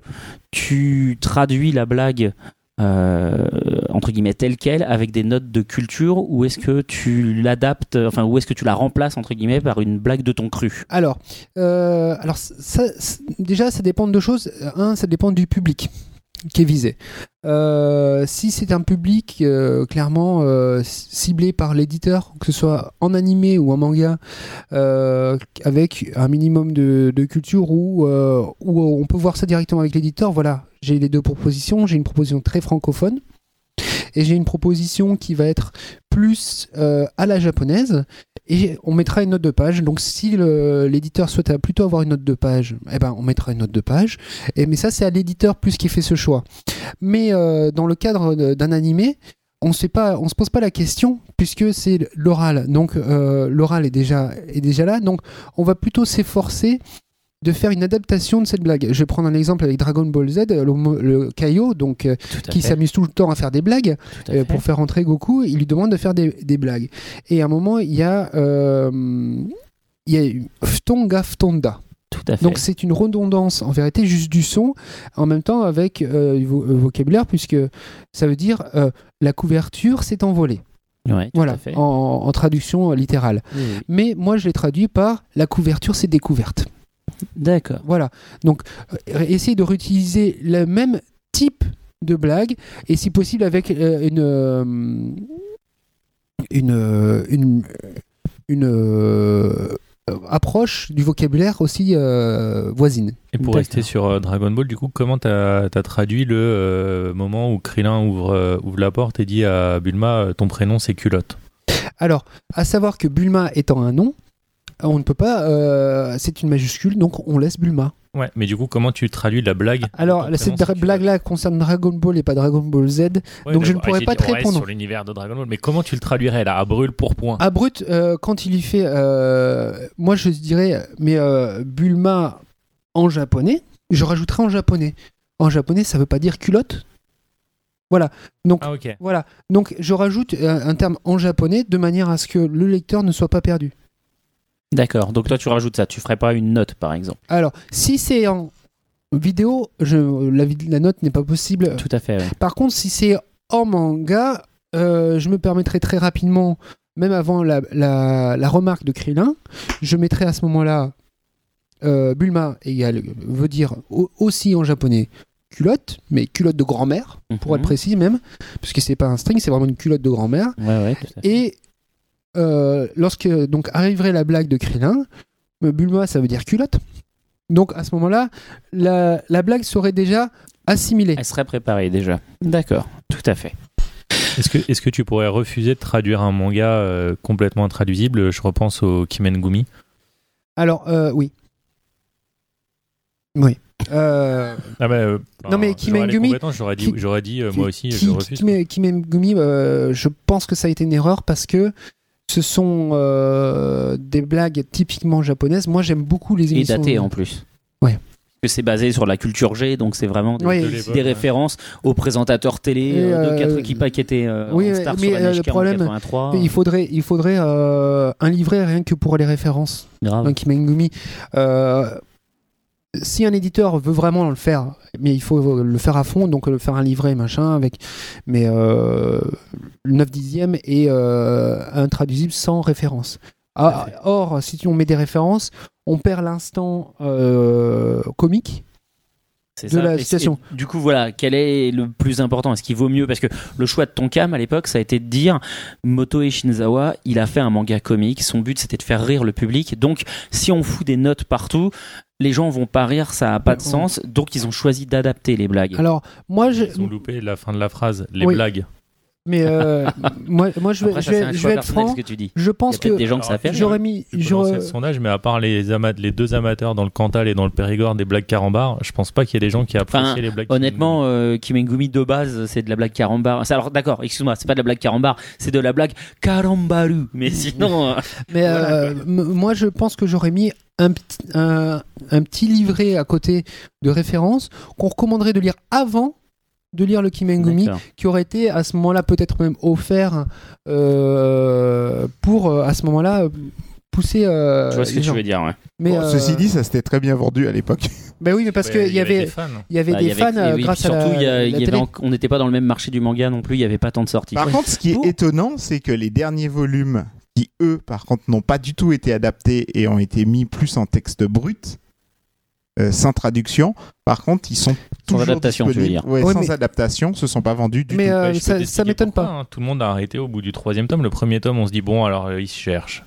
tu traduis la blague euh, entre guillemets telle quelle avec des notes de culture ou est-ce que tu l'adaptes enfin ou est-ce que tu la remplaces entre guillemets par une blague de ton cru
Alors, euh, alors ça, ça- déjà, ça dépend de deux choses. Euh, Un, ça dépend du public qui est visé. Euh, si c'est un public euh, clairement euh, ciblé par l'éditeur, que ce soit en animé ou en manga, euh, avec un minimum de, de culture ou euh, ou on peut voir ça directement avec l'éditeur, voilà, j'ai les deux propositions. J'ai une proposition très francophone et j'ai une proposition qui va être plus euh, à la japonaise et on mettra une note de page. Donc si le- l'éditeur souhaite plutôt avoir une note de page, eh ben on mettra une note de page. Et, mais ça c'est à l'éditeur plus qui fait ce choix. Mais euh, dans le cadre de- d'un animé, on sait pas, on se pose pas la question puisque c'est l'oral. Donc euh, l'oral est déjà est déjà là. Donc on va plutôt s'efforcer de faire une adaptation de cette blague. Je vais prendre un exemple avec Dragon Ball Z, le, mo- le Kaio, donc euh,
tout à
qui s'amuse tout le temps à faire des blagues. Euh, pour faire entrer Goku, il lui demande de faire des, des blagues. Et à un moment, il y a, euh, il y a eu Ftonga Ftonda.
tout à fait
Donc c'est une redondance, en vérité, juste du son, en même temps avec euh, du vo- euh, vocabulaire, puisque ça veut dire euh, la couverture s'est envolée.
Ouais, tout à
Voilà,
fait.
en, en traduction littérale.
Oui, oui.
Mais moi, je l'ai traduit par la couverture s'est découverte.
d'accord
Voilà. Donc, euh, essayer de réutiliser le même type de blague et si possible avec euh, une euh, une euh, une une, euh, approche du vocabulaire aussi euh, voisine.
Et pour
D'accord.
rester sur euh, Dragon Ball, du coup, comment t'as as traduit le euh, moment où Krillin ouvre, euh, ouvre la porte et dit à Bulma, euh, ton prénom c'est culotte
Alors, à savoir que Bulma étant un nom, on ne peut pas. euh, c'est une majuscule, donc on laisse Bulma.
Ouais, mais du coup, comment tu traduis la blague
Alors,
Ton
cette
prénom, si tu veux.
blague-là concerne Dragon Ball et pas Dragon Ball Z.
Ouais,
donc
mais
je ne
bon,
pourrais
j'ai
pas
dit,
te
on reste
répondre.
sur l'univers de Dragon Ball. Mais comment tu le traduirais là, à brûle pour point
Abrut, euh, quand il y fait. euh, moi, je dirais, mais euh, Bulma en japonais, je rajouterais en japonais. En japonais, ça veut pas dire culotte. Voilà. Donc,
Ah ok.
voilà. Donc, je rajoute euh, un terme en japonais de manière à ce que le lecteur ne soit pas perdu.
D'accord, donc toi tu rajoutes ça, tu ferais pas une note par exemple.
Alors, si c'est en vidéo, je, la, vid- la note n'est pas possible.
Tout à fait, ouais.
Par contre, si c'est en manga, euh, je me permettrai très rapidement, même avant la, la- la remarque de Krillin, je mettrai à ce moment-là euh, Bulma égale, veut dire au- aussi en japonais culotte, mais culotte de grand-mère, pour
Mhm.
être précis même, puisque c'est pas un string, c'est vraiment une culotte de grand-mère.
Ouais, ouais, tout à fait.
Et euh, lorsque donc arriverait la blague de Krillin, euh, Bulma ça veut dire culotte. Donc à ce moment-là, la, la blague serait déjà assimilée.
Elle serait préparée déjà. D'accord, tout à fait.
Est-ce que, est-ce que tu pourrais refuser de traduire un manga euh, complètement intraduisible Je repense au Kimen Gumi.
Alors, euh, oui. Oui. Euh,
Ah bah, euh,
Non, mais Kimen
j'aurais les
Gumi-
compétences, J'aurais dit,
Ki-
j'aurais dit euh,
qui-
moi aussi,
qui-
je refuse.
Kimi- Kimengumi, euh, je pense que ça a été une erreur parce que ce sont euh, des blagues typiquement japonaises. Moi, j'aime beaucoup les
Et
émissions.
daté en plus.
Ouais.
Parce que c'est basé sur la culture G, donc c'est vraiment des,
Ouais,
De
et-
l'époque,
des
ouais.
références aux présentateurs télé
Et,
euh, de
euh,
quatre équipes qui étaient euh,
oui,
en star
mais,
sur
euh,
NHK
le problème,
en 83.
Il faudrait, il faudrait euh, un livret rien que pour les références
Grave.
dans Kimengumi. Euh, si un éditeur veut vraiment le faire, mais il faut le faire à fond, donc le faire un livret machin avec, mais euh, le 9 dixième et euh, intraduisible sans référence. Ah, or, si on met des références, on perd l'instant euh, comique.
C'est
de la
Et- et
situation.
Du coup, voilà, quel est le plus important Est-ce qu'il vaut mieux Parce que le choix de Tonkam à l'époque, ça a été de dire Moto Ishinzawa, il a fait un manga comique. Son but, c'était de faire rire le public. Donc, si on fout des notes partout, les gens vont pas rire, ça a pas de
Ouais, on-
sens. Donc, ils ont choisi d'adapter les blagues.
Alors, moi, je,
euh, Ils ont loupé la fin de la phrase, les
Oui.
blagues.
mais euh, moi, moi, je vais,
Après, ça,
je
c'est
vais-
un
je
choix
vais être
personnel,
franc.
ce que tu dis.
Je
Il y a
pense
peut-être des
que
gens que ça fait. rire.
j'aurais mis,
Je
j'aurais-
lançais le sondage, mais à part les, ama- les deux amateurs dans le Cantal et dans le Périgord des blagues carambars, je pense pas qu'il y ait des gens qui apprécient
Enfin,
les blagues.
Honnêtement, euh, Kimengumi de base, c'est de la blague carambar. C'est- Alors d'accord, excuse-moi, c'est pas de la blague carambar, c'est de la blague carambaru. Mais sinon, euh,
Mais euh, m- moi, je pense que j'aurais mis un, petit- un, un petit livret à côté de référence qu'on recommanderait de lire avant de lire le Kimengumi,
D'accord.
qui aurait été à ce moment-là peut-être même offert euh, pour euh, à ce moment-là euh, pousser. euh,
je vois ce que
les
tu
gens.
veux dire. Ouais.
Mais,
Bon,
euh,
Ceci dit, ça s'était très bien vendu à l'époque.
bah oui, mais parce qu'il y avait,
hein.
il y avait
Bah,
des
il y avait-
fans
et
euh,
oui,
grâce
puis surtout,
à la,
il y a-
la
il y avait
télé.
en- on n'était pas dans le même marché du manga non plus. Il y avait pas tant de sorties.
Par contre, ce qui est
Pour-
étonnant, c'est que les derniers volumes, qui eux, par contre, n'ont pas du tout été adaptés et ont été mis plus en texte brut, euh, sans traduction, par contre, ils sont toujours
adaptation, tu veux
disponibles. Ouais,
Oui,
sans
mais-
adaptation, se sont pas vendus du
Mais
tout.
euh,
Ouais, je peux
ça, ça
t'expliquer
m'étonne
pourquoi,
pas.
hein. Tout le monde a arrêté au bout du troisième tome. Le premier tome, on se dit bon, alors euh, il se cherche.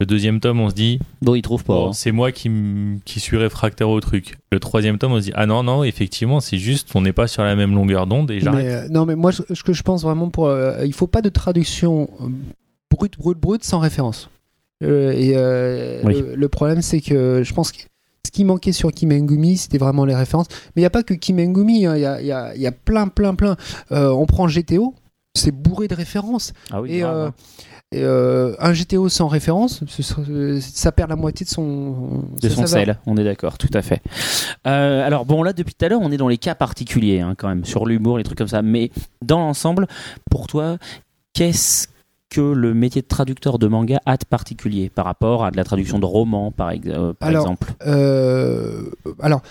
Le deuxième tome, on se dit
bon, ils trouvent pas.
bon,
hein.
c'est moi qui, m- qui suis réfractaire au truc. Le troisième tome, on se dit ah non non, effectivement, c'est juste, on n'est pas sur la même longueur d'onde et j'arrête.
Mais, euh, non, mais moi, ce ce que je pense vraiment, pour, euh, il faut pas de traduction euh, brute, brute, brute, sans référence. Euh, et euh,
Oui.
le, le problème, c'est que je pense que ce qui manquait sur Kimengumi, c'était vraiment les références. Mais il n'y a pas que Kimengumi, hein, il y, a, il y a- il y a plein, plein, plein. Euh, on prend GTO, c'est bourré de références.
Ah oui,
et,
grave,
euh,
hein.
et, euh, un GTO sans référence, ce serait- ça perd la moitié de son,
de
sa
son
saveur.
sel, on est d'accord, tout à fait. Euh, alors bon, là depuis tout à l'heure, on est dans les cas particuliers hein, quand même, sur l'humour, les trucs comme ça. Mais dans l'ensemble, pour toi, qu'est-ce que le métier de traducteur de manga a de particulier par rapport à de la traduction de roman, par, ex- euh, par
Alors,
exemple
Euh, alors,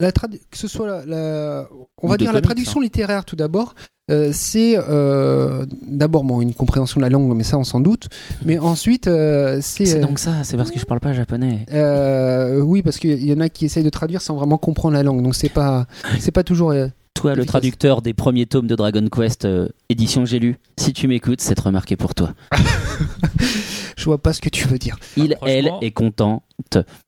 la trad- que ce soit la, la- on va
Ou de
dire la
comics,
traduction littéraire tout d'abord, euh, c'est euh, d'abord bon, une compréhension de la langue, mais ça on s'en doute. Mais ensuite, euh, c'est
C'est donc ça, c'est parce que je parle pas japonais.
euh, oui, parce qu'il y en a qui essayent de traduire sans vraiment comprendre la langue, donc c'est pas, c'est pas toujours. euh,
Toi, le
Efficace.
traducteur des premiers tomes de Dragon Quest, euh, édition J'ai lu, si tu m'écoutes, cette remarque est pour toi.
je vois pas ce que tu veux dire.
Il, elle,
franchement-
est contente.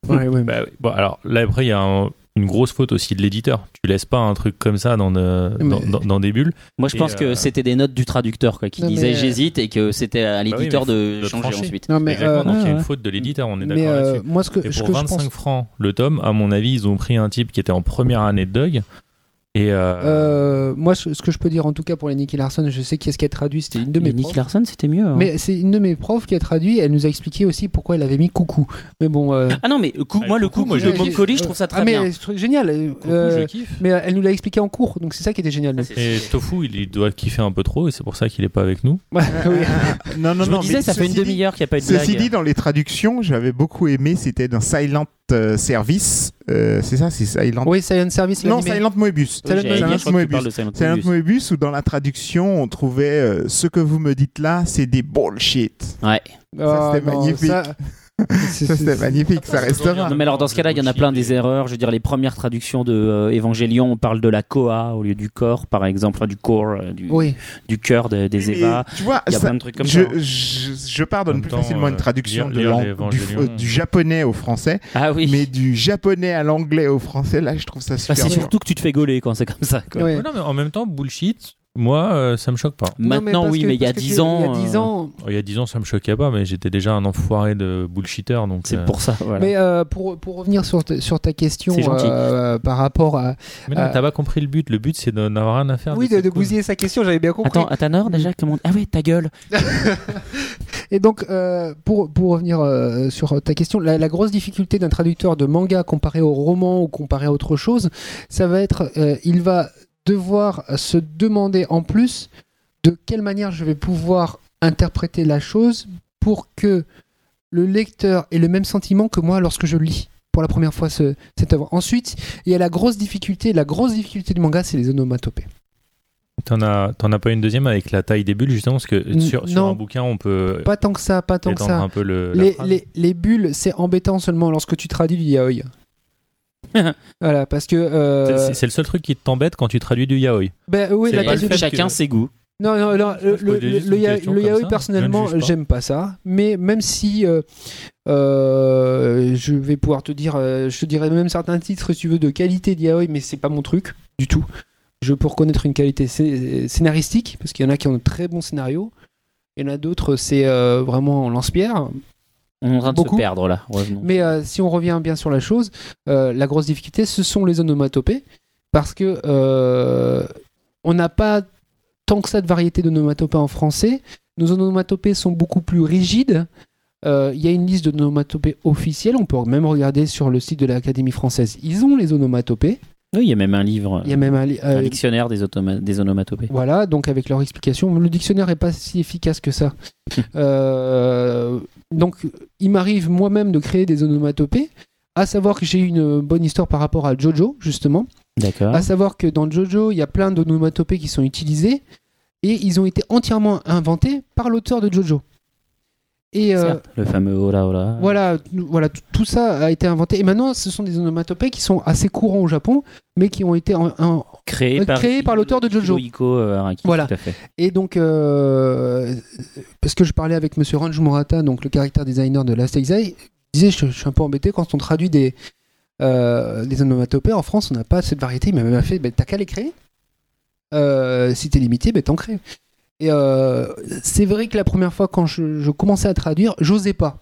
Ouais, ouais.
Bah oui. bon, alors là, après, il y a un- une grosse faute aussi de l'éditeur. Tu laisses pas un truc comme ça dans, de-
Mais-
dans, dans- dans des bulles.
Moi, je
Et,
pense
euh,
que c'était des notes du traducteur quoi, qui
Non, mais- euh,
disait j'hésite et que c'était à
oui,
l'éditeur
mais
de,
faut- de
changer
trancher.
ensuite.
Non, mais,
Exactement,
euh,
donc
ouais,
il y a
ouais.
une faute de l'éditeur, on est
Mais
d'accord
euh,
là-dessus.
moi, ce que,
Et
ce
pour
que je
25
pense.
francs le tome, à mon avis, ils ont pris un type qui était en première année de Dog. Et euh,
euh, moi, ce ce que je peux dire en tout cas pour les Nicky Larson, je sais qui est-ce qui a traduit, c'était une de mes
Mais Nick
profs.
Larson, c'était mieux. hein.
Mais c'est une de mes profs qui a traduit, elle nous a expliqué aussi pourquoi elle avait mis coucou. Mais bon, euh,
Ah non, mais euh, cou-
Ah,
moi, le
coucou,
coup
moi,
de
je-
Moncoli, je trouve ça très
ah, mais
bien.
c'est génial. euh,
coucou, je
euh,
kiffe.
mais elle nous l'a expliqué en cours, donc c'est ça qui était génial.
Ah, c'est-
Et
c'est-
Tofu, il il doit kiffer un peu trop et c'est pour ça qu'il est pas avec nous.
Ouais, oui.
Non, non,
Je
non.
me disais,
mais
ça fait une
ceci dit-
demi-heure qu'il n'y a pas eu de
Ceci
blague.
dit, dans les traductions, j'avais beaucoup aimé, c'était d'un silent euh, service. Euh, c'est ça, c'est silent.
Oui, Silent Service.
non,
l'animé.
Silent Moebius.
Oui, j'allais dire, je crois que tu
Moebius.
parles de Silent
Silent
Mobius.
Moebius, où dans la traduction, on trouvait euh, ce que vous me dites là, c'est des bullshit.
Ouais.
Ah,
c'était
non,
magnifique.
ça- c'est-
Ça, c'était
c'est-
magnifique, ça restera.
Non, mais alors dans ce cas-là, il y en a plein des erreurs. Je veux dire, les premières traductions de euh, Évangélion, on parle de la coa au lieu du corps, par exemple, enfin, du corps, euh, du,
Oui,
du cœur de- des Évas.
Mais, tu vois,
Il y a
ça-
plein de trucs comme
je,
ça. hein.
je, je
En
pardonne
même
plus
temps,
facilement
euh,
une traduction
lire-
de
lire
l'ang- du,
l'Évangélion.
euh, du japonais au français,
Ah oui.
mais du japonais à l'anglais au français, là je trouve ça
Bah,
super.
c'est
dur.
surtout que tu te fais gauler quand c'est comme ça. quoi.
ouais.
Ouais, non, mais en même temps, bullshit, moi, euh, ça me choque pas.
Non,
Maintenant,
parce
oui,
que-
mais il y a
parce que
10
tu-
ans.
Il y a 10
euh,
ans.
Il y a 10 ans, ça me choquait pas, mais j'étais déjà un enfoiré de bullshitter. donc,
C'est
euh,
pour ça. Voilà.
Mais euh, pour, pour revenir sur, ta- sur ta question
C'est gentil.
euh, par rapport à.
Mais non,
Euh,
t'as pas compris le but. Le but, c'est de n'avoir rien à faire.
Oui, de,
cette
de
cause.
bousiller sa question, j'avais bien compris.
Attends, à ta nord déjà comment Ah oui, ta gueule.
Et donc, euh, pour, pour revenir euh, sur ta question, la, la grosse difficulté d'un traducteur de manga comparé au roman ou comparé à autre chose, ça va être, euh, il va devoir se demander en plus de quelle manière je vais pouvoir interpréter la chose pour que le lecteur ait le même sentiment que moi lorsque je lis pour la première fois ce- cette œuvre. Ensuite, il y a la grosse difficulté, la grosse difficulté du manga, c'est les onomatopées.
T'en as, t'en as pas une deuxième avec la taille des bulles, justement, parce que
N-
sur, sur
non.
un bouquin, on peut
Pas tant que ça, pas tant que
étendre
ça.
un peu le. euh, la
Les,
phrase.
les- les bulles, c'est embêtant seulement lorsque tu traduis du yaoi. voilà, parce que. euh,
C'est- C'est c'est le seul truc qui t'embête quand tu traduis du yaoi.
ben oui,
c'est
la
pas
question-
le fait
Chacun
que-
ses goûts.
Non, non, non,
Je
le,
posais
le-
juste
le
une
ya-
question
le
comme
yaoi,
ça,
personnellement,
je ne juge pas.
j'aime pas ça. Mais même si. euh, euh, je vais pouvoir te dire. euh, je te dirais même certains titres, si tu veux, de qualité de yaoi, mais c'est pas mon truc du tout. Je peux reconnaître une qualité scé- scénaristique, parce qu'il y en a qui ont de très bons scénarios. Il y en a d'autres, c'est euh, vraiment en lance-pierre.
On est en train de
Beaucoup.
se perdre là. Revenons.
Mais euh, si on revient bien sur la chose, euh, la grosse difficulté, ce sont les onomatopées, parce que euh, on n'a pas tant que ça de variété d'onomatopées en français. Nos onomatopées sont beaucoup plus rigides. Euh, Il y a une liste d'onomatopées officielles. On peut même regarder sur le site de l'Académie française. Ils ont les onomatopées.
Oui, il y a même un livre,
Il y a même un, li-
un
euh,
dictionnaire des, automa- des onomatopées.
voilà, donc avec leur explication, le dictionnaire n'est pas si efficace que ça. Euh, donc, il m'arrive moi-même de créer des onomatopées. À savoir que j'ai une bonne histoire par rapport à Jojo, justement.
D'accord.
À savoir que dans Jojo, il y a plein d'onomatopées qui sont utilisées et ils ont été entièrement inventés par l'auteur de Jojo. Et euh,
Certes, le fameux hola hola.
voilà, nous- voilà tout, tout ça a été inventé. Et maintenant, ce sont des onomatopées qui sont assez courants au Japon, mais qui ont été en- en-
Créé
Euh,
par,
créé par l'auteur de Jojo.
Hirohiko euh, Araki,
Voilà.
tout à fait.
Et donc, euh, parce que je parlais avec Monsieur Ranj Murata, donc le caractère designer de Last Exile, il disait je, je suis un peu embêté quand on traduit des, euh, des onomatopées. En France, on n'a pas cette variété. Il m'a même fait ben, t'as qu'à les créer. Euh, si t'es limité, ben, t'en crées. Et euh, c'est vrai que la première fois, quand je, je commençais à traduire, j'osais pas.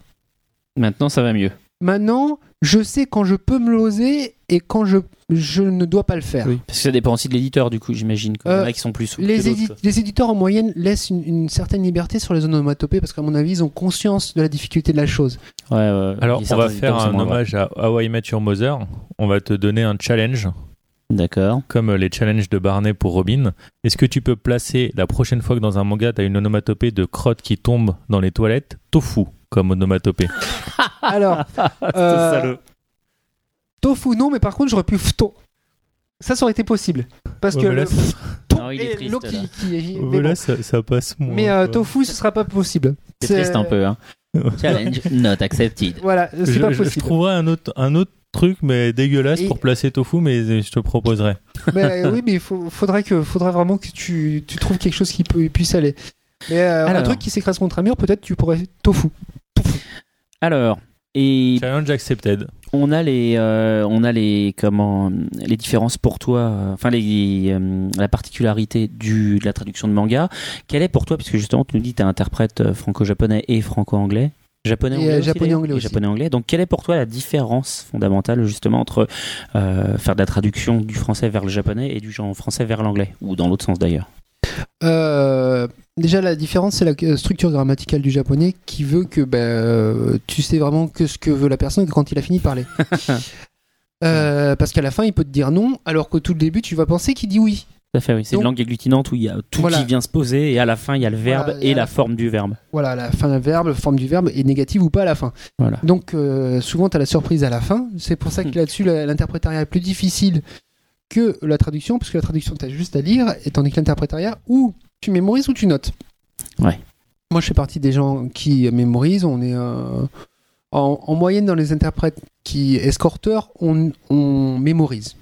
Maintenant, ça va mieux.
Maintenant, je sais quand je peux me l'oser et quand je, je ne dois pas le faire.
Parce que ça dépend aussi de l'éditeur, du coup, j'imagine. quoi. Il y en
Euh,
a qui sont plus souples.
Les,
que d'autres,
édi-
quoi.
les éditeurs en moyenne laissent une, une certaine liberté sur les onomatopées parce qu'à mon avis, ils ont conscience de la difficulté de la chose.
Ouais, ouais.
Alors,
Il y a
on
certains
va faire
éditeurs, c'est
un
moins vrai.
hommage à How I Met Your Mother. On va te donner un challenge,
D'accord.
comme euh, les challenges de Barney pour Robin. Est-ce que tu peux placer la prochaine fois que dans un manga, t'as une onomatopée de crotte qui tombe dans les toilettes, tofu comme onomatopée
Alors, euh, tofu, non, mais par contre, j'aurais pu fto. Ça, ça aurait été possible. Parce
Ouais,
que
mais là,
le
ça-
fto
Non, il est
et
triste,
l'eau
là.
qui- qui- mais,
Voilà,
bon.
ça, ça passe moins.
Mais, euh,
quoi.
tofu, ce sera pas possible.
C'est triste un peu. Hein. Challenge not accepted.
Voilà,
Je,
c'est pas
je- je
possible.
trouverai un autre, un autre truc, mais dégueulasse
Et-
pour placer tofu, mais je te le proposerai.
Mais, euh, oui, mais il faut- faudrait, que, faudrait vraiment que tu, tu trouves quelque chose qui peut, puisse aller. Mais euh, un
Alors.
truc qui s'écrase contre un mur, peut-être tu pourrais tofu.
Alors, Et
Challenge accepted.
on a les, euh, on a les, comment, les différences pour toi, euh, enfin les, euh, la particularité du, de la traduction de manga. Quelle est pour toi, puisque justement tu nous dis tu es interprète euh, franco-japonais et franco-anglais. Japonais,
Et,
anglais,
euh,
aussi,
japonais,
les-
anglais
et
aussi.
japonais, anglais. Donc, quelle est pour toi la différence fondamentale justement entre euh, faire de la traduction du français vers le japonais et du genre français vers l'anglais ou dans l'autre sens d'ailleurs
Euh, déjà, la différence, c'est la euh, structure grammaticale du japonais qui veut que bah, euh, tu sais vraiment que ce que veut la personne quand il a fini de parler. Euh, parce qu'à la fin, il peut te dire non, alors qu'au tout début, tu vas penser qu'il dit oui.
Tout à fait, oui. C'est une
Donc-
langue agglutinante où il y a tout
Voilà.
qui vient se poser et à la fin il y a le verbe
Voilà,
et
et à
la
la-
forme du verbe.
Voilà, la fin du verbe, la forme du verbe est négative ou pas à la fin.
Voilà.
Donc, euh, souvent, tu as la surprise à la fin. C'est pour ça que là-dessus, la- l'interprétariat est plus difficile que la traduction, parce que la traduction, tu as juste à lire, et tandis que l'interprétariat, ou tu mémorises ou tu notes.
Ouais.
Moi, je fais partie des gens qui mémorisent. On est euh, en, en moyenne dans les interprètes qui escorteurs, on, on mémorise.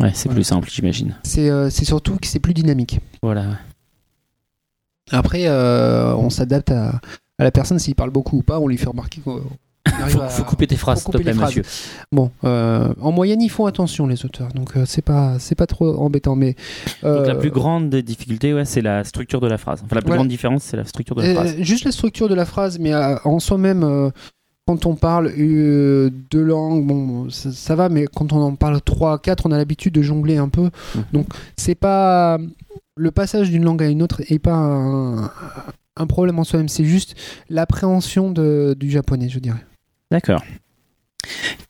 Ouais, c'est
Voilà.
plus simple, j'imagine.
C'est euh, c'est surtout que c'est plus dynamique.
Voilà.
Après, euh, on s'adapte à, à la personne s'il parle beaucoup ou pas. On lui fait remarquer qu'on on arrive
Faut,
à-
faut couper tes phrases, s'il
faut
te
couper
plaît,
les phrases.
monsieur.
Bon, euh, en moyenne, ils font attention les auteurs, donc euh, c'est pas c'est pas trop embêtant. Mais
Donc la
euh,
plus grande des difficultés, ouais, c'est la structure de la phrase. Enfin, la plus
Voilà.
grande différence, c'est la structure de la
euh,
phrase.
juste la structure de la phrase, mais euh, en soi-même, euh, quand on parle euh, deux langues, bon, ça, ça va, mais quand on en parle trois, quatre, on a l'habitude de jongler un peu.
Mhm.
Donc c'est pas le passage d'une langue à une autre est pas un, un problème en soi-même. C'est juste l'appréhension de- du japonais, je dirais.
D'accord.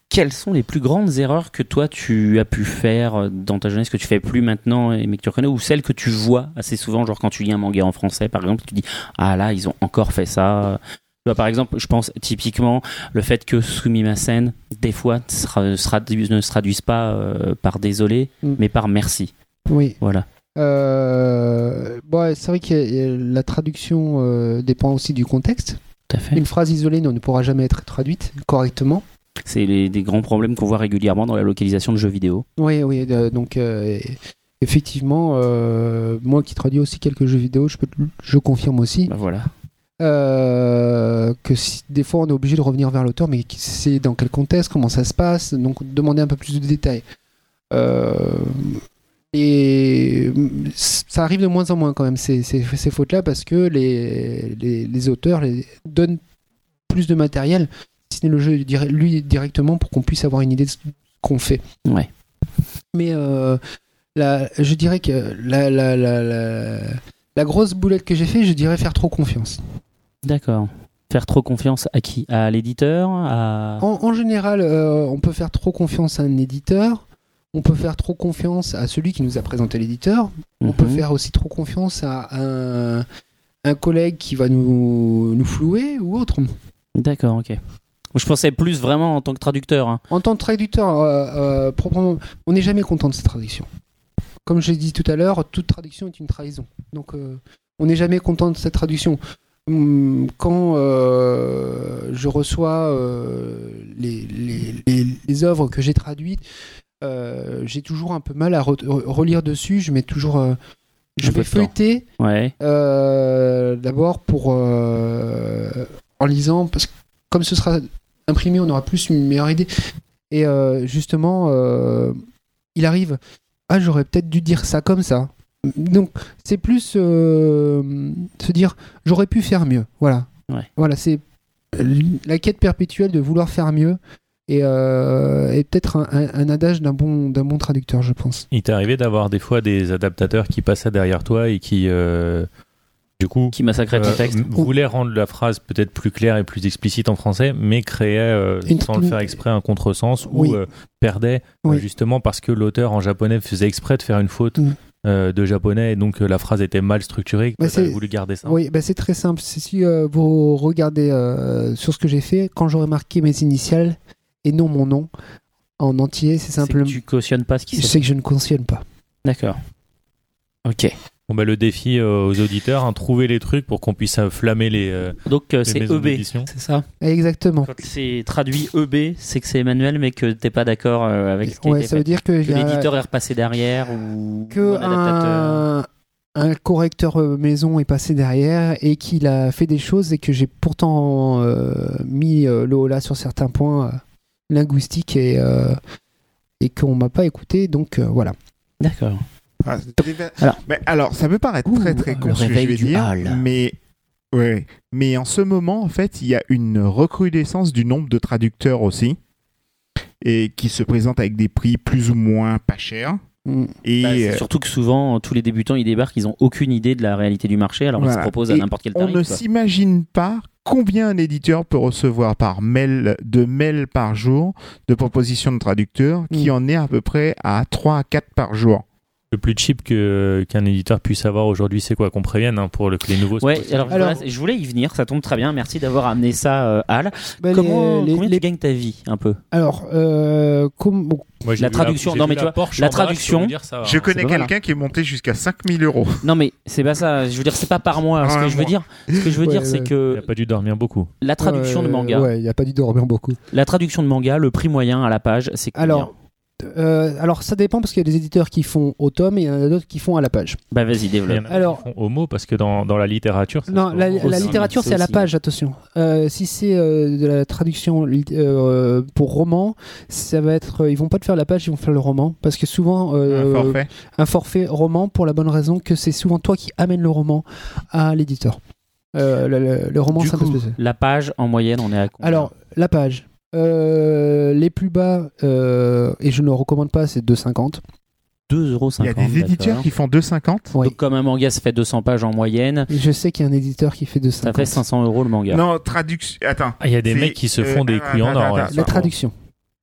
Quelles sont les plus grandes erreurs que toi tu as pu faire euh, dans ta jeunesse que tu fais plus maintenant et mais que tu reconnais ou celles que tu vois assez souvent, genre quand tu lis un manga en français par exemple, tu dis ah là ils ont encore fait ça. Tu vois, par exemple, je pense typiquement le fait que Sumimasen, des fois, se tra- se traduise- ne se traduise pas euh, par désolé,
Mm.
mais par merci.
Oui.
Voilà.
Euh, bon, ouais, c'est vrai que euh, la traduction euh, dépend aussi du contexte.
Tout à fait.
Une phrase isolée ne ne pourra jamais être traduite correctement.
C'est les- des grands problèmes qu'on voit régulièrement dans la localisation de jeux vidéo.
Oui, oui, euh, donc euh, effectivement, euh, moi qui traduis aussi quelques jeux vidéo, je, peux, te- je confirme aussi
Bah voilà.
euh, que si- des fois on est obligé de revenir vers l'auteur, mais qui- c'est dans quel contexte, comment ça se passe, donc demander un peu plus de détails. Euh, et mm, c- ça arrive de moins en moins quand même ces, ces- ces fautes-là parce que les, les, les auteurs les- donnent plus de matériel, si ce n'est le jeu dire- lui directement pour qu'on puisse avoir une idée de ce qu'on fait.
Ouais.
Mais euh, la- je dirais que la, la, la, la, la grosse boulette que j'ai fait, je dirais faire trop confiance.
D'accord. Faire trop confiance à qui À l'éditeur à...
En, en général, euh, on peut faire trop confiance à un éditeur. On peut faire trop confiance à celui qui nous a présenté l'éditeur. On peut
Mhm.
faire aussi trop confiance à un, un collègue qui va nous, nous flouer ou autre.
D'accord, ok. Je pensais plus vraiment en tant que traducteur. hein.
En tant que traducteur, euh, euh, proprement, on n'est jamais content de cette traduction. Comme je l'ai dit tout à l'heure, toute traduction est une trahison. Donc, euh, on n'est jamais content de cette traduction. Hum, Quand euh, je reçois euh, les, les- les- les œuvres que j'ai traduites, euh, j'ai toujours un peu mal à re- re- relire dessus. Je mets toujours, euh, je
Un peu
vais
de temps.
feuilleter.
Ouais.
Euh, D'abord pour euh, en lisant, parce que comme ce sera imprimé, on aura plus une meilleure idée. Et euh, justement, euh, il arrive. Ah, j'aurais peut-être dû dire ça comme ça. Donc, c'est plus euh, se dire j'aurais pu faire mieux. Voilà.
Ouais.
Voilà, c'est la quête perpétuelle de vouloir faire mieux et, euh, et peut-être un, un- un adage d'un bon, d'un bon traducteur, je pense.
Il t'est arrivé d'avoir des fois des adaptateurs qui passaient derrière toi et qui, euh, du coup,
Qui massacrait ton
euh,
texte.
m- voulaient rendre la phrase peut-être plus claire et plus explicite en français, mais créaient, euh,
Une-
sans le faire exprès, un contresens ou
Oui.
euh, perdaient euh,
Oui.
justement parce que l'auteur en japonais faisait exprès de faire une faute
Mm.
euh, de japonais et donc euh, la phrase était mal structurée et que
Bah,
t'avais
c'est-
voulu garder
Hein.
ça.
Oui, bah, c'est très simple. Si- Si euh, vous regardez euh, sur ce que j'ai fait, quand j'aurai marqué mes initiales et non mon nom en entier, c'est
C'est que
simplement.
tu cautionnes pas ce qui
Je
s'est
sais que je ne cautionne pas.
D'accord. Ok.
Bon, bah, le défi euh, aux auditeurs, hein, trouver les trucs pour qu'on puisse euh, flammer les, euh,
Donc euh,
les
c'est
maisons
EB.
d'édition.
C'est ça
Exactement.
Quand c'est traduit EB, c'est que c'est manuel, mais que t'es pas d'accord euh, avec ce qui a
Ouais,
été
ça veut
fait.
dire que,
Que
il y a-
l'éditeur est repassé derrière ou,
que
ou un adaptateur.
un, un correcteur euh, maison est passé derrière et qu'il a fait des choses et que j'ai pourtant euh, mis euh, le holà sur certains points euh, linguistiques et, euh, et qu'on m'a pas écouté. Donc euh, voilà.
D'accord.
Ah, c'est des ver-
Alors.
mais alors, ça peut paraître
Ouh,
très très
le
con ce que je
réveil
vais
du
dire,
hall.
mais ouais, ouais. mais en ce moment, en fait, il y a une recrudescence du nombre de traducteurs aussi, et qui se présentent avec des prix plus ou moins pas chers.
Mm.
Et
Bah, c'est
euh,
surtout que souvent, tous les débutants, ils débarquent, ils ont aucune idée de la réalité du marché, alors ils se
Voilà.
proposent à
Et
n'importe quel
on
tarif.
ne
quoi.
s'imagine pas combien un éditeur peut recevoir par mail de mails par jour de propositions de traducteurs, qui en est à peu près à 3 à 4 par jour.
Le plus cheap que- euh, qu'un éditeur puisse avoir aujourd'hui, c'est quoi Qu'on prévienne hein, pour le, que les nouveaux. se posent.
Ouais, alors,
Alors-
voilà, je voulais y venir, ça tombe très bien, merci d'avoir amené ça, euh, Al.
Bah,
Comment,
les-
combien
les-
tu gagnes ta vie, un peu
Alors, euh, comme- bon,
Moi, j'ai
la
vu
traduction,
j'ai
non,
vu
mais tu vois,
Porsche
la
en bas, je peux
traduction-
vous dire, ça va,
Je
hein,
connais
Ah, pas mal,
quelqu'un qui est monté jusqu'à 5000 euros.
Non, mais c'est pas ça, je veux dire, c'est pas par mois, ce
Ouais,
que je veux
moi.
dire. Ce que je veux
Ouais,
dire,
ouais.
c'est
Il
que
a pas dû dormir beaucoup.
la traduction de
euh,
manga,
Ouais, il n'y a pas du dormir beaucoup.
la traduction de manga, le prix moyen à la page, c'est combien
Alors, euh, alors ça dépend parce qu'il y a des éditeurs qui font au tome et il y en a d'autres qui font à la page.
Bah vas-y,
Il y en
développe.
a
Alors-
qui font au mot parce que dans, dans la littérature. Ah, ça
Non,
se
la,
vend
la
aussi.
littérature,
c'est
c'est à la
aussi-
page, attention. Euh, si c'est euh, de la traduction lit- euh, pour roman, ça va être. euh, ils vont pas te faire la page, ils vont faire le roman. Parce que souvent. euh,
un forfait.
un forfait roman pour la bonne raison que c'est souvent toi qui amène le roman à l'éditeur. Euh, le, le- le roman,
Du
c'est un peu
coup,
spécial.
La page, en moyenne, on est à combien
Alors, la page. Euh, les plus bas, euh, et je ne le recommande pas, c'est 2,50.
2,50€.
Il y a des éditeurs
d'accord.
qui font 2,50.
Ouais.
Donc comme un manga se fait 200 pages en moyenne,
Et Je sais qu'il y a un éditeur qui fait 2,50.
ça fait 500 euros le manga.
Non, traduction. Attends,
Ah, il y a des
C'est-
mecs qui se
euh,
font des
attends,
couilles en
attends,
or.
attends,
ouais.
La traduction.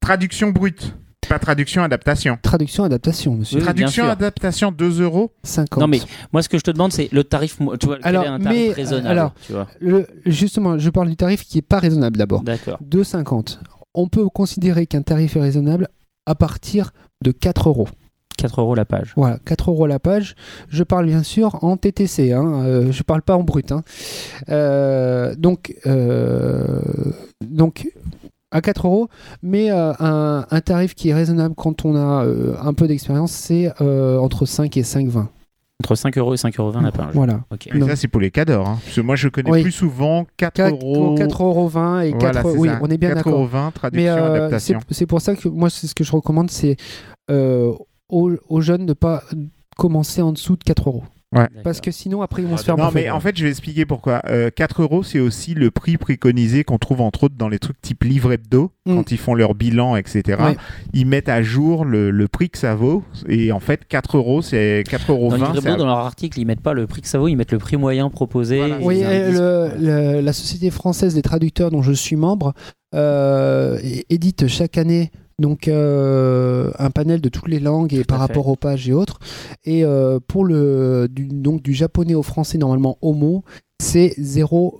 traduction brute, pas traduction adaptation.
Traduction, adaptation, monsieur.
Oui, bien
traduction
sûr.
adaptation 2 euros.
50.
Non mais moi ce que je te demande c'est le tarif mo- tu vois
Alors,
quel est un tarif
mais,
raisonnable
alors-
tu vois
Le- justement, je parle du tarif qui est pas raisonnable d'abord.
d'accord
2,50. On peut considérer qu'un tarif est raisonnable à partir de 4 euros.
4 euros la page
Voilà, 4 euros la page. Je parle bien sûr en TTC, hein, euh, je parle pas en brut. hein. Euh, donc, euh, donc, à 4 euros, mais euh, un, un tarif qui est raisonnable quand on a euh, un peu d'expérience, c'est euh, entre 5 et 5,20.
entre 5 euros et 5,20 euros la page
Voilà.
ok
Mais
Non.
ça, c'est pour les cadors. Hein. Parce que moi, je connais
Oui.
plus souvent 4,
4
euros.
4 euros 20 et 4
Voilà, c'est
oui,
ça.
on est bien
4
d'accord.
euros 20,
Mais
traduction
euh, c'est
adaptation.
c'est pour ça que moi, c'est ce que je recommande, c'est euh, aux, aux jeunes de pas commencer en dessous de 4 euros. Parce que sinon, après, ils vont
Ah,
se faire
Non,
bouffer.
mais en fait, je vais expliquer pourquoi. Euh, 4 euros, c'est aussi le prix préconisé qu'on trouve entre autres dans les trucs type livre hebdo,
Mm.
quand ils font leur bilan, etc.
Ouais.
Ils mettent à jour le, le prix que ça vaut. Et en fait, 4 euros, c'est 4 euros
dans, les
20.
Hebdo,
c'est à-
dans leur article ils mettent pas le prix que ça vaut ils mettent le prix moyen proposé
Voilà.
et
Oui,
les
et
indices.
le- le- la Société française des traducteurs dont je suis membre euh, é- édite chaque année donc euh, un panel de toutes les langues et
Tout à
par
fait.
rapport aux pages et autres. Et euh, pour le du, donc du japonais au français normalement au mot, c'est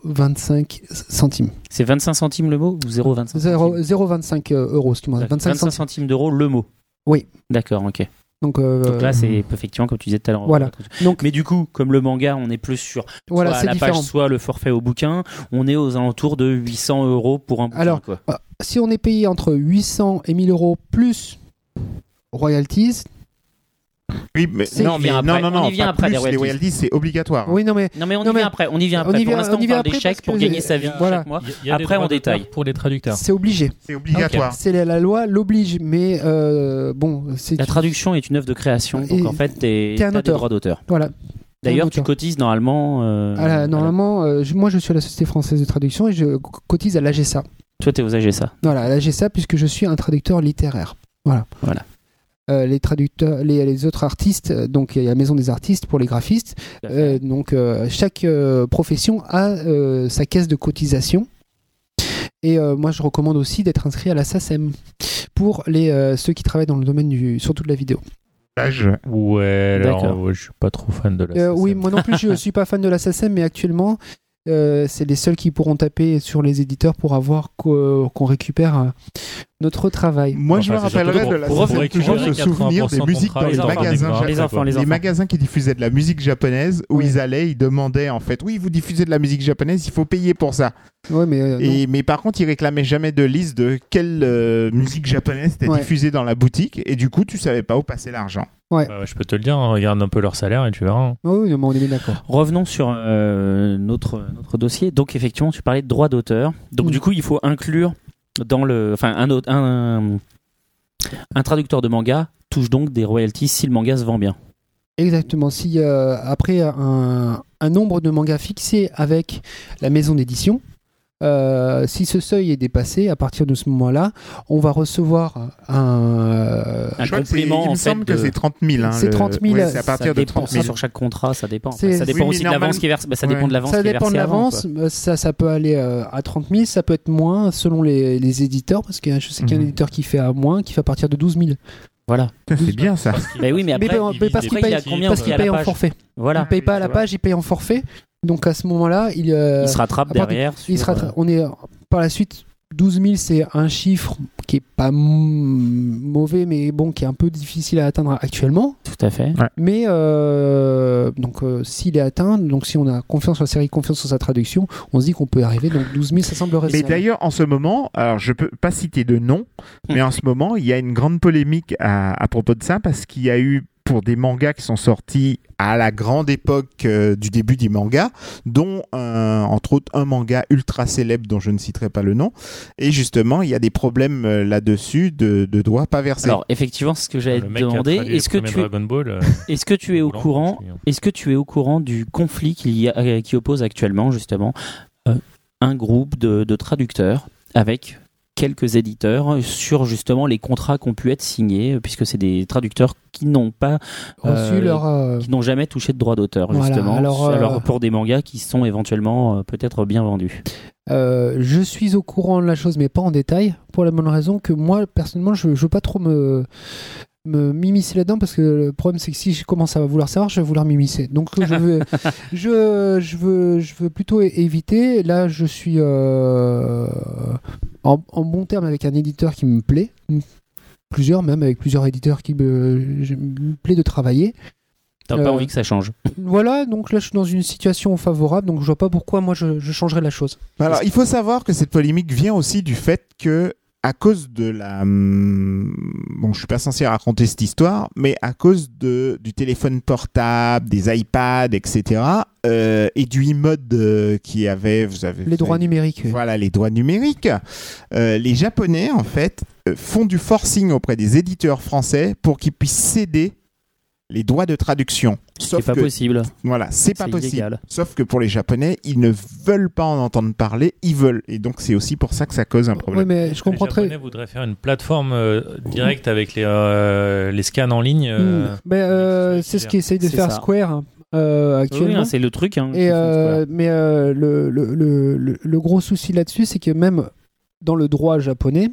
0,25 centimes.
c'est 25 centimes le mot ou 0,25
Zéro- 0,25 euh, euros, excuse-moi. 25 centimes.
centimes d'euros le mot
Oui.
d'accord ok
Donc, euh,
donc là c'est effectivement comme tu disais tout à l'heure
Voilà.
donc mais du coup comme le manga on est plus sur
voilà,
soit
c'est
la
différent.
page, soit le forfait au bouquin, on est aux alentours de 800 euros pour un bouquin.
Alors,
quoi.
Euh, Si on est payé entre 800 et 1000 euros plus royalties,
Oui, mais-
C'est- on
non,
y
mais
vient
non,
après.
non,
On
non,
y vient
pas
après,
plus,
les
les
royalties.
royalties, c'est obligatoire.
oui, non mais
Non mais on
non,
y
mais-
vient après, on y vient
on
après.
y
pour
vient-
l'instant
on y
on,
vient
parle des
après
chèques
parce
pour
que-
gagner sa vie
voilà.
chaque mois.
Il y a- il y a des
Après, on
droits d'auteur
détaille.
Pour les traducteurs.
c'est obligé.
C'est obligatoire.
C'est la, la loi l'oblige, mais euh, bon, c'est
La traduction est une œuvre de création, donc
Et
en fait t'es
t'es un
t'as des
auteur.
droits d'auteur.
voilà.
D'ailleurs
un
tu
auteur.
cotises normalement. euh,
Ah là, normalement, euh, je- moi je suis à la Société française de traduction et je co- cotise à l'AGSA.
Toi t'es aux AGSA.
Voilà, à l'AGSA puisque je suis un traducteur littéraire. Voilà.
Voilà.
Euh, les traducteurs, les, les autres artistes, euh, donc il y a la maison des artistes pour les graphistes. Euh, donc euh, chaque euh, profession a euh, sa caisse de cotisation. Et euh, moi je recommande aussi d'être inscrit à la SACEM pour les, euh, ceux qui travaillent dans le domaine du, surtout de la vidéo.
L'âge.
Ouais, alors
D'accord.
ouais, je suis pas trop fan de la.
Euh, oui,
SSM.
moi non plus, je suis pas fan de la SACEM, mais actuellement, euh, c'est les seuls qui pourront taper sur les éditeurs pour avoir qu'o- qu'on récupère euh, notre travail.
Moi, je me
Enfin, c'est surtout
rappellerai
pour-
de la
pour
scène
récupérer
toujours ce
80%
souvenir des
de ton
musiques dans
travail.
les
Les enfants,
magasins
les
les
japonais.
enfants, les
Les
enfants.
magasins qui diffusaient de la musique japonaise, où
Ouais.
ils allaient, ils demandaient en fait, oui, vous diffusez de la musique japonaise, il faut payer pour ça.
Ouais, mais euh, non.
Et, mais par contre, ils réclamaient jamais de liste de quelle euh, musique japonaise était
Ouais.
diffusée dans la boutique, et du coup, tu savais pas où passer l'argent.
Bah, je peux te le dire, hein, regarde un peu leur salaire et tu verras. hein.
Ah oui, non, mais on est bien d'accord.
Revenons sur euh, notre, notre dossier. Donc, effectivement, tu parlais de droit d'auteur. Donc,
Mm.
du coup, il faut inclure dans le. Enfin, un, autre- un, un traducteur de manga touche donc des royalties si le manga se vend bien.
Exactement. Si euh, après un, un nombre de mangas fixé avec la maison d'édition, euh, si ce seuil est dépassé, à partir de ce moment-là, on va recevoir un.
Un
Je crois que c'est-
complément,
il
en
me
fait,
semble que
de-
c'est 30 000. hein,
C'est
le-
30 000,
ouais, c'est à partir
ça
de
dépend,
30
ça,
000.
sur chaque contrat, ça dépend.
C'est-
ça dépend
oui, mais
aussi de
normal-
l'avance qui est versée. Bah, ça
Ouais.
dépend de l'avance
Ça
qui est
dépend de
versée avant,
l'avance,
quoi.
euh, ça, ça peut aller euh, à 30 000, ça peut être moins selon les, les éditeurs, parce que je sais qu'il y a un
Mhm.
éditeur qui fait à moins, qui fait à partir de 12 000.
Voilà.
C'est bien ça.
Mais Bah oui, mais
Mais,
après,
pas-
il
mais
vise
parce
des
qu'il
prix, il
paye,
y a combien
parce
aussi
qu'il
à la
paye en
page
forfait. Il
voilà.
paye pas à la
Voilà.
page, il paye en forfait. Donc à ce moment-là, il, euh,
il se rattrape
à part du-
derrière. sur,
il sera
euh,
tra- on est par la suite 12 000 c'est un chiffre qui est pas m- mauvais mais bon qui est un peu difficile à atteindre actuellement
Tout à fait.
mais euh, donc euh, s'il est atteint donc si on a confiance en la série confiance en sa traduction on se dit qu'on peut arriver donc 12 000 ça semble
Mais
raisonnable
d'ailleurs, en ce moment, alors je peux pas citer de nom, mais en ce moment, il y a une grande polémique à, à propos de ça parce qu'il y a eu pour des mangas qui sont sortis à la grande époque euh, du début des mangas, dont un- entre autres un manga ultra célèbre dont je ne citerai pas le nom. Et justement, il y a des problèmes euh, là-dessus de, de droits pas versés.
Alors, effectivement, ce que j'allais
Le
te
mec qui a
demander,
traduit les
est-ce que,
premiers
tu es,
Dragon Ball, euh,
est-ce que tu es au
Blanc,
courant
je me souviens.
Est-ce que tu es au courant du conflit qu'il y a- euh, qui oppose actuellement justement euh, un groupe de, de traducteurs avec quelques éditeurs sur justement les contrats qui ont pu être signés euh, puisque c'est des traducteurs qui n'ont pas
reçu
euh,
leur euh,
qui n'ont jamais touché de droit d'auteur
Voilà,
justement
alors, euh,
pour des mangas qui sont éventuellement euh, peut-être bien vendus
euh, je suis au courant de la chose mais pas en détail pour la bonne raison que moi personnellement je, je veux pas trop me me m'immiscer là-dedans parce que le problème c'est que si je commence à vouloir savoir je vais vouloir m'immiscer donc je veux je, je veux je veux plutôt é- éviter là je suis euh, en, en bon terme avec un éditeur qui me plaît plusieurs même avec plusieurs éditeurs qui me, je- me plaît de travailler
t'as
Euh,
pas envie que ça change
voilà donc là je suis dans une situation favorable donc je vois pas pourquoi moi je, je changerais la chose
Alors, il faut savoir que cette polémique vient aussi du fait que, à cause de la. hum, Bon, je suis pas censé raconter cette histoire, mais à cause de, du téléphone portable, des iPads, etc., euh, et du iMode euh, qui avait. Vous avez
les droits numériques
Voilà, les droits numériques. Euh, les Japonais, en fait, euh, font du forcing auprès des éditeurs français pour qu'ils puissent céder les droits de traduction.
c'est
Sauf
pas
que
possible
voilà, c'est pas
C'est
possible.
illégal.
Sauf que pour les Japonais, ils ne veulent pas en entendre parler, ils veulent. Et donc c'est aussi pour ça que ça cause un
oui
problème.
mais je comprends
les
très
Japonais voudraient faire une plateforme euh, directe avec les, euh, les scans en ligne.
Hmm.
euh,
Mm. Ben, euh,
Netflix,
c'est ce qu'essaye de
C'est
faire
ça.
Square hein, euh,
Oui,
actuellement.
hein, c'est le truc hein, qu'ils
Et
font,
euh,
voilà.
mais euh, le, le, le- le- le gros souci là-dessus, c'est que même dans le droit japonais,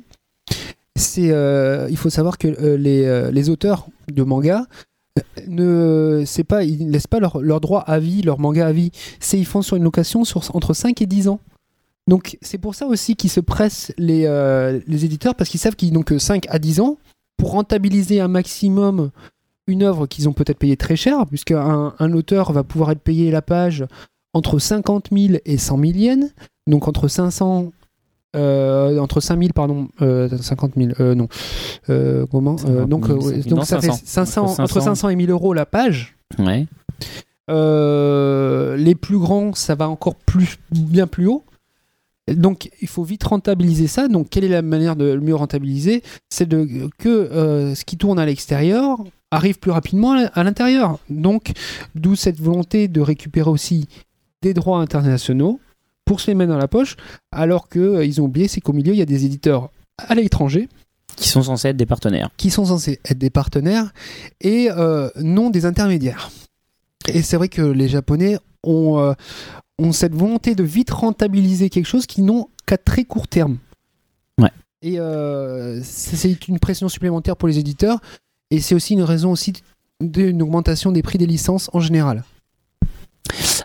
c'est euh, il faut savoir que euh, les, euh, les auteurs de manga euh, ne c'est pas ils laissent pas leur, leur droit à vie leur manga à vie c'est ils font sur une location sur entre 5 et 10 ans donc c'est pour ça aussi qu'ils se pressent les, euh, les éditeurs parce qu'ils savent qu'ils n'ont que 5 à 10 ans pour rentabiliser un maximum une œuvre qu'ils ont peut-être payée très cher puisque un, un auteur va pouvoir être payé la page entre 50 000 et 100 000 yens donc entre 500 euh, entre 5000 pardon euh, 50 000 euh, non euh, comment euh,
50 000,
donc, euh, ouais,
50 000,
donc ça fait
500.
500
Entre
entre 500 et 1000 euros la page
Ouais.
euh, les plus grands, ça va encore plus, bien plus haut. Donc, il faut vite rentabiliser ça. Donc, quelle est la manière de le mieux rentabiliser C'est de que euh, ce qui tourne à l'extérieur arrive plus rapidement à à l'intérieur. Donc, d'où cette volonté de récupérer aussi des droits internationaux pour se les mettre dans la poche, alors qu'ils ont oublié, c'est qu'au milieu, il y a des éditeurs à l'étranger
qui sont censés être des partenaires
qui sont censés être des partenaires et euh, non des intermédiaires. Et c'est vrai que les Japonais ont, euh, ont cette volonté de vite rentabiliser quelque chose qu'ils n'ont qu'à très court terme.
Ouais.
Et euh, c'est- c'est une pression supplémentaire pour les éditeurs et c'est aussi une raison aussi d'une augmentation des prix des licences en général.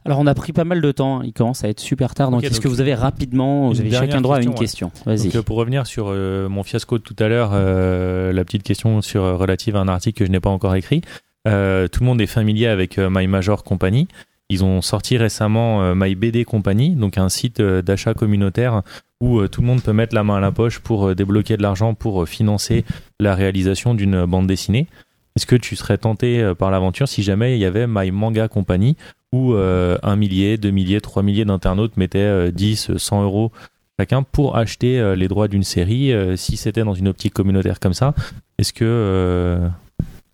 Alors, on a pris pas mal de temps. hein. Il commence à être super tard. Donc,
Ok,
est-ce
donc,
que vous avez rapidement, vous
une
avez
dernière
chacun droit à une
question,
question Vas-y.
Donc, euh, pour revenir sur euh, mon fiasco de tout à l'heure, euh, la petite question sur, relative à un article que je n'ai pas encore écrit. Euh, tout le monde est familier avec euh, My Major Company. Ils ont sorti récemment euh, My BD Company, donc un site euh, d'achat communautaire où euh, tout le monde peut mettre la main à la poche pour euh, débloquer de l'argent pour euh, financer la réalisation d'une euh, bande dessinée. Est-ce que tu serais tenté euh, par l'aventure si jamais il y avait My Manga Company où euh, un millier, deux milliers, trois milliers d'internautes mettaient euh, 10, 100 euros chacun pour acheter euh, les droits d'une série euh, si c'était dans une optique communautaire comme ça est-ce que euh,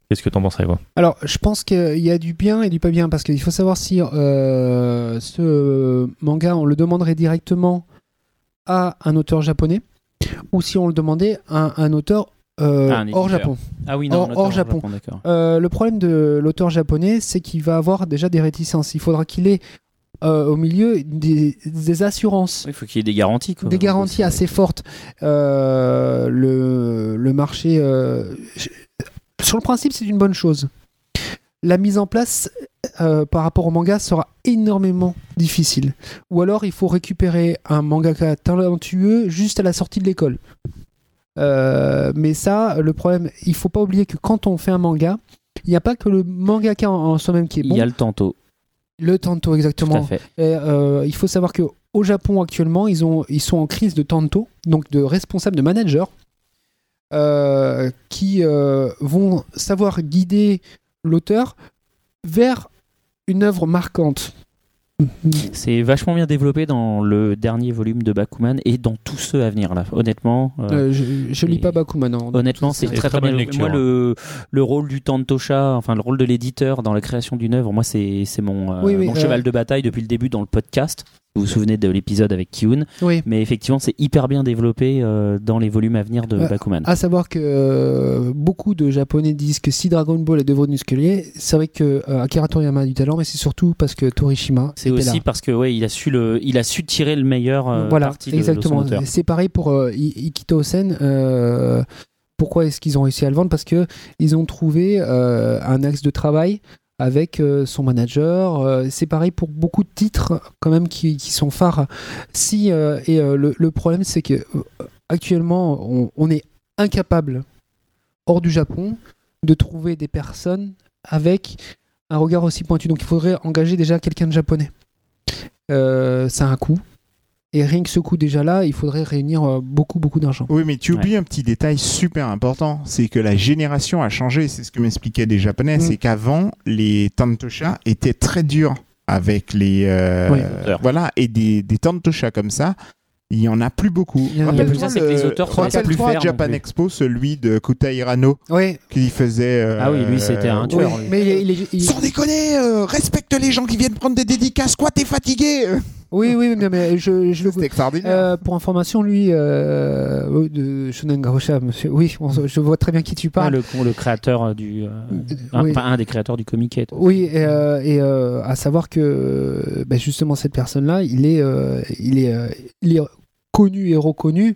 qu'est-ce que t'en penserais quoi
Alors, je pense qu'il y a du bien et du pas bien, parce qu'il faut savoir si euh, ce manga, on le demanderait directement à un auteur japonais, ou si on le demandait à un auteur euh,
À un éditeur.
hors Japon.
Ah oui,
non, Hors-
non,
l'auteur, hors Japon.
D'accord.
Euh, le problème de l'auteur japonais, c'est qu'il va avoir déjà des réticences. Il faudra qu'il ait euh, au milieu des, des assurances.
Il faut qu'il y ait des garanties. Quoi.
Des garanties assez fortes. Euh, le, le marché. euh, je- sur le principe, c'est une bonne chose. La mise en place euh, par rapport au manga sera énormément difficile. Ou alors, il faut récupérer un mangaka talentueux juste à la sortie de l'école. Euh, mais ça, le problème, il faut pas oublier que quand on fait un manga, il n'y a pas que le mangaka en, en soi-même qui est
Il
bon.
y a le tantôt,
Le tanto,
tout à
exactement.
fait.
Et, euh, il faut savoir que au Japon actuellement, ils, ont, ils sont en crise de tanto, donc de responsables, de managers, euh, qui euh, vont savoir guider l'auteur vers une œuvre marquante.
C'est vachement bien développé dans le dernier volume de Bakuman et dans tous ceux à venir là. Honnêtement, euh,
Euh, je, je lis
Et-
pas Bakuman. non.
honnêtement, c'est
c'est
très,
très
très
bonne
bien.
lecture,
moi,
hein.
le, le rôle du tantosha, enfin le rôle de l'éditeur dans la création d'une œuvre, moi c'est c'est mon, euh,
Oui, oui,
mon
euh,
cheval de bataille depuis le début dans le podcast. Vous vous souvenez de l'épisode avec Kiun,
Oui.
mais effectivement, c'est hyper bien développé euh, dans les volumes à venir de
Euh,
Bakuman.
À savoir que euh, beaucoup de japonais disent que si Dragon Ball est devenu ce qu'il est, c'est vrai que euh, Akira Toriyama a du talent, mais c'est surtout parce que Torishima
C'est
était là.
aussi parce que ouais, il a su le, il a su tirer le meilleur euh,
voilà,
parti de, de son
exactement.
auteur.
C'est pareil pour euh, I- Ikito Sen. euh, pourquoi est-ce qu'ils ont réussi à le vendre Parce que ils ont trouvé euh, un axe de travail avec euh, son manager. euh, c'est pareil pour beaucoup de titres quand même qui, qui sont phares. Si euh, et euh, le, le problème c'est que euh, actuellement on, on est incapable hors du Japon de trouver des personnes avec un regard aussi pointu. Donc il faudrait engager déjà quelqu'un de japonais. Euh, ça a un coût. Et rien que ce coût déjà là, il faudrait réunir euh, beaucoup beaucoup d'argent.
Oui, mais tu oublies un petit détail super important, c'est que la génération a changé. C'est ce que m'expliquaient des Japonais,
Mm.
c'est qu'avant les tantosha étaient très durs avec les euh,
Oui.
voilà et des des tantosha comme ça. Il y en a plus beaucoup.
Il y en a
Rappelle-toi
plus.
Ça, c'est que les auteurs sont
rappelle-toi
plus faire non
Japan
plus.
Expo, celui de Kuta Hirano
Ouais,
qui faisait. euh,
Ah oui, lui, c'était un tueur.
oui, mais il est- il est- il-
Sans déconner, euh, respecte les gens qui viennent prendre des dédicaces. Quoi, t'es fatigué
oui, oui, mais, mais je, je le
C'est extraordinaire.
Euh, pour information, lui, euh, euh, de Shonen Garosha, monsieur. Oui, on- je vois très bien qui tu
Ah,
parles.
le, le créateur euh, du, euh, un,
Oui.
enfin, un des créateurs du comic. Est.
Oui, et, euh, et, euh, à savoir que euh, ben, justement cette personne-là, il est, euh, il est, euh, il est connu et reconnu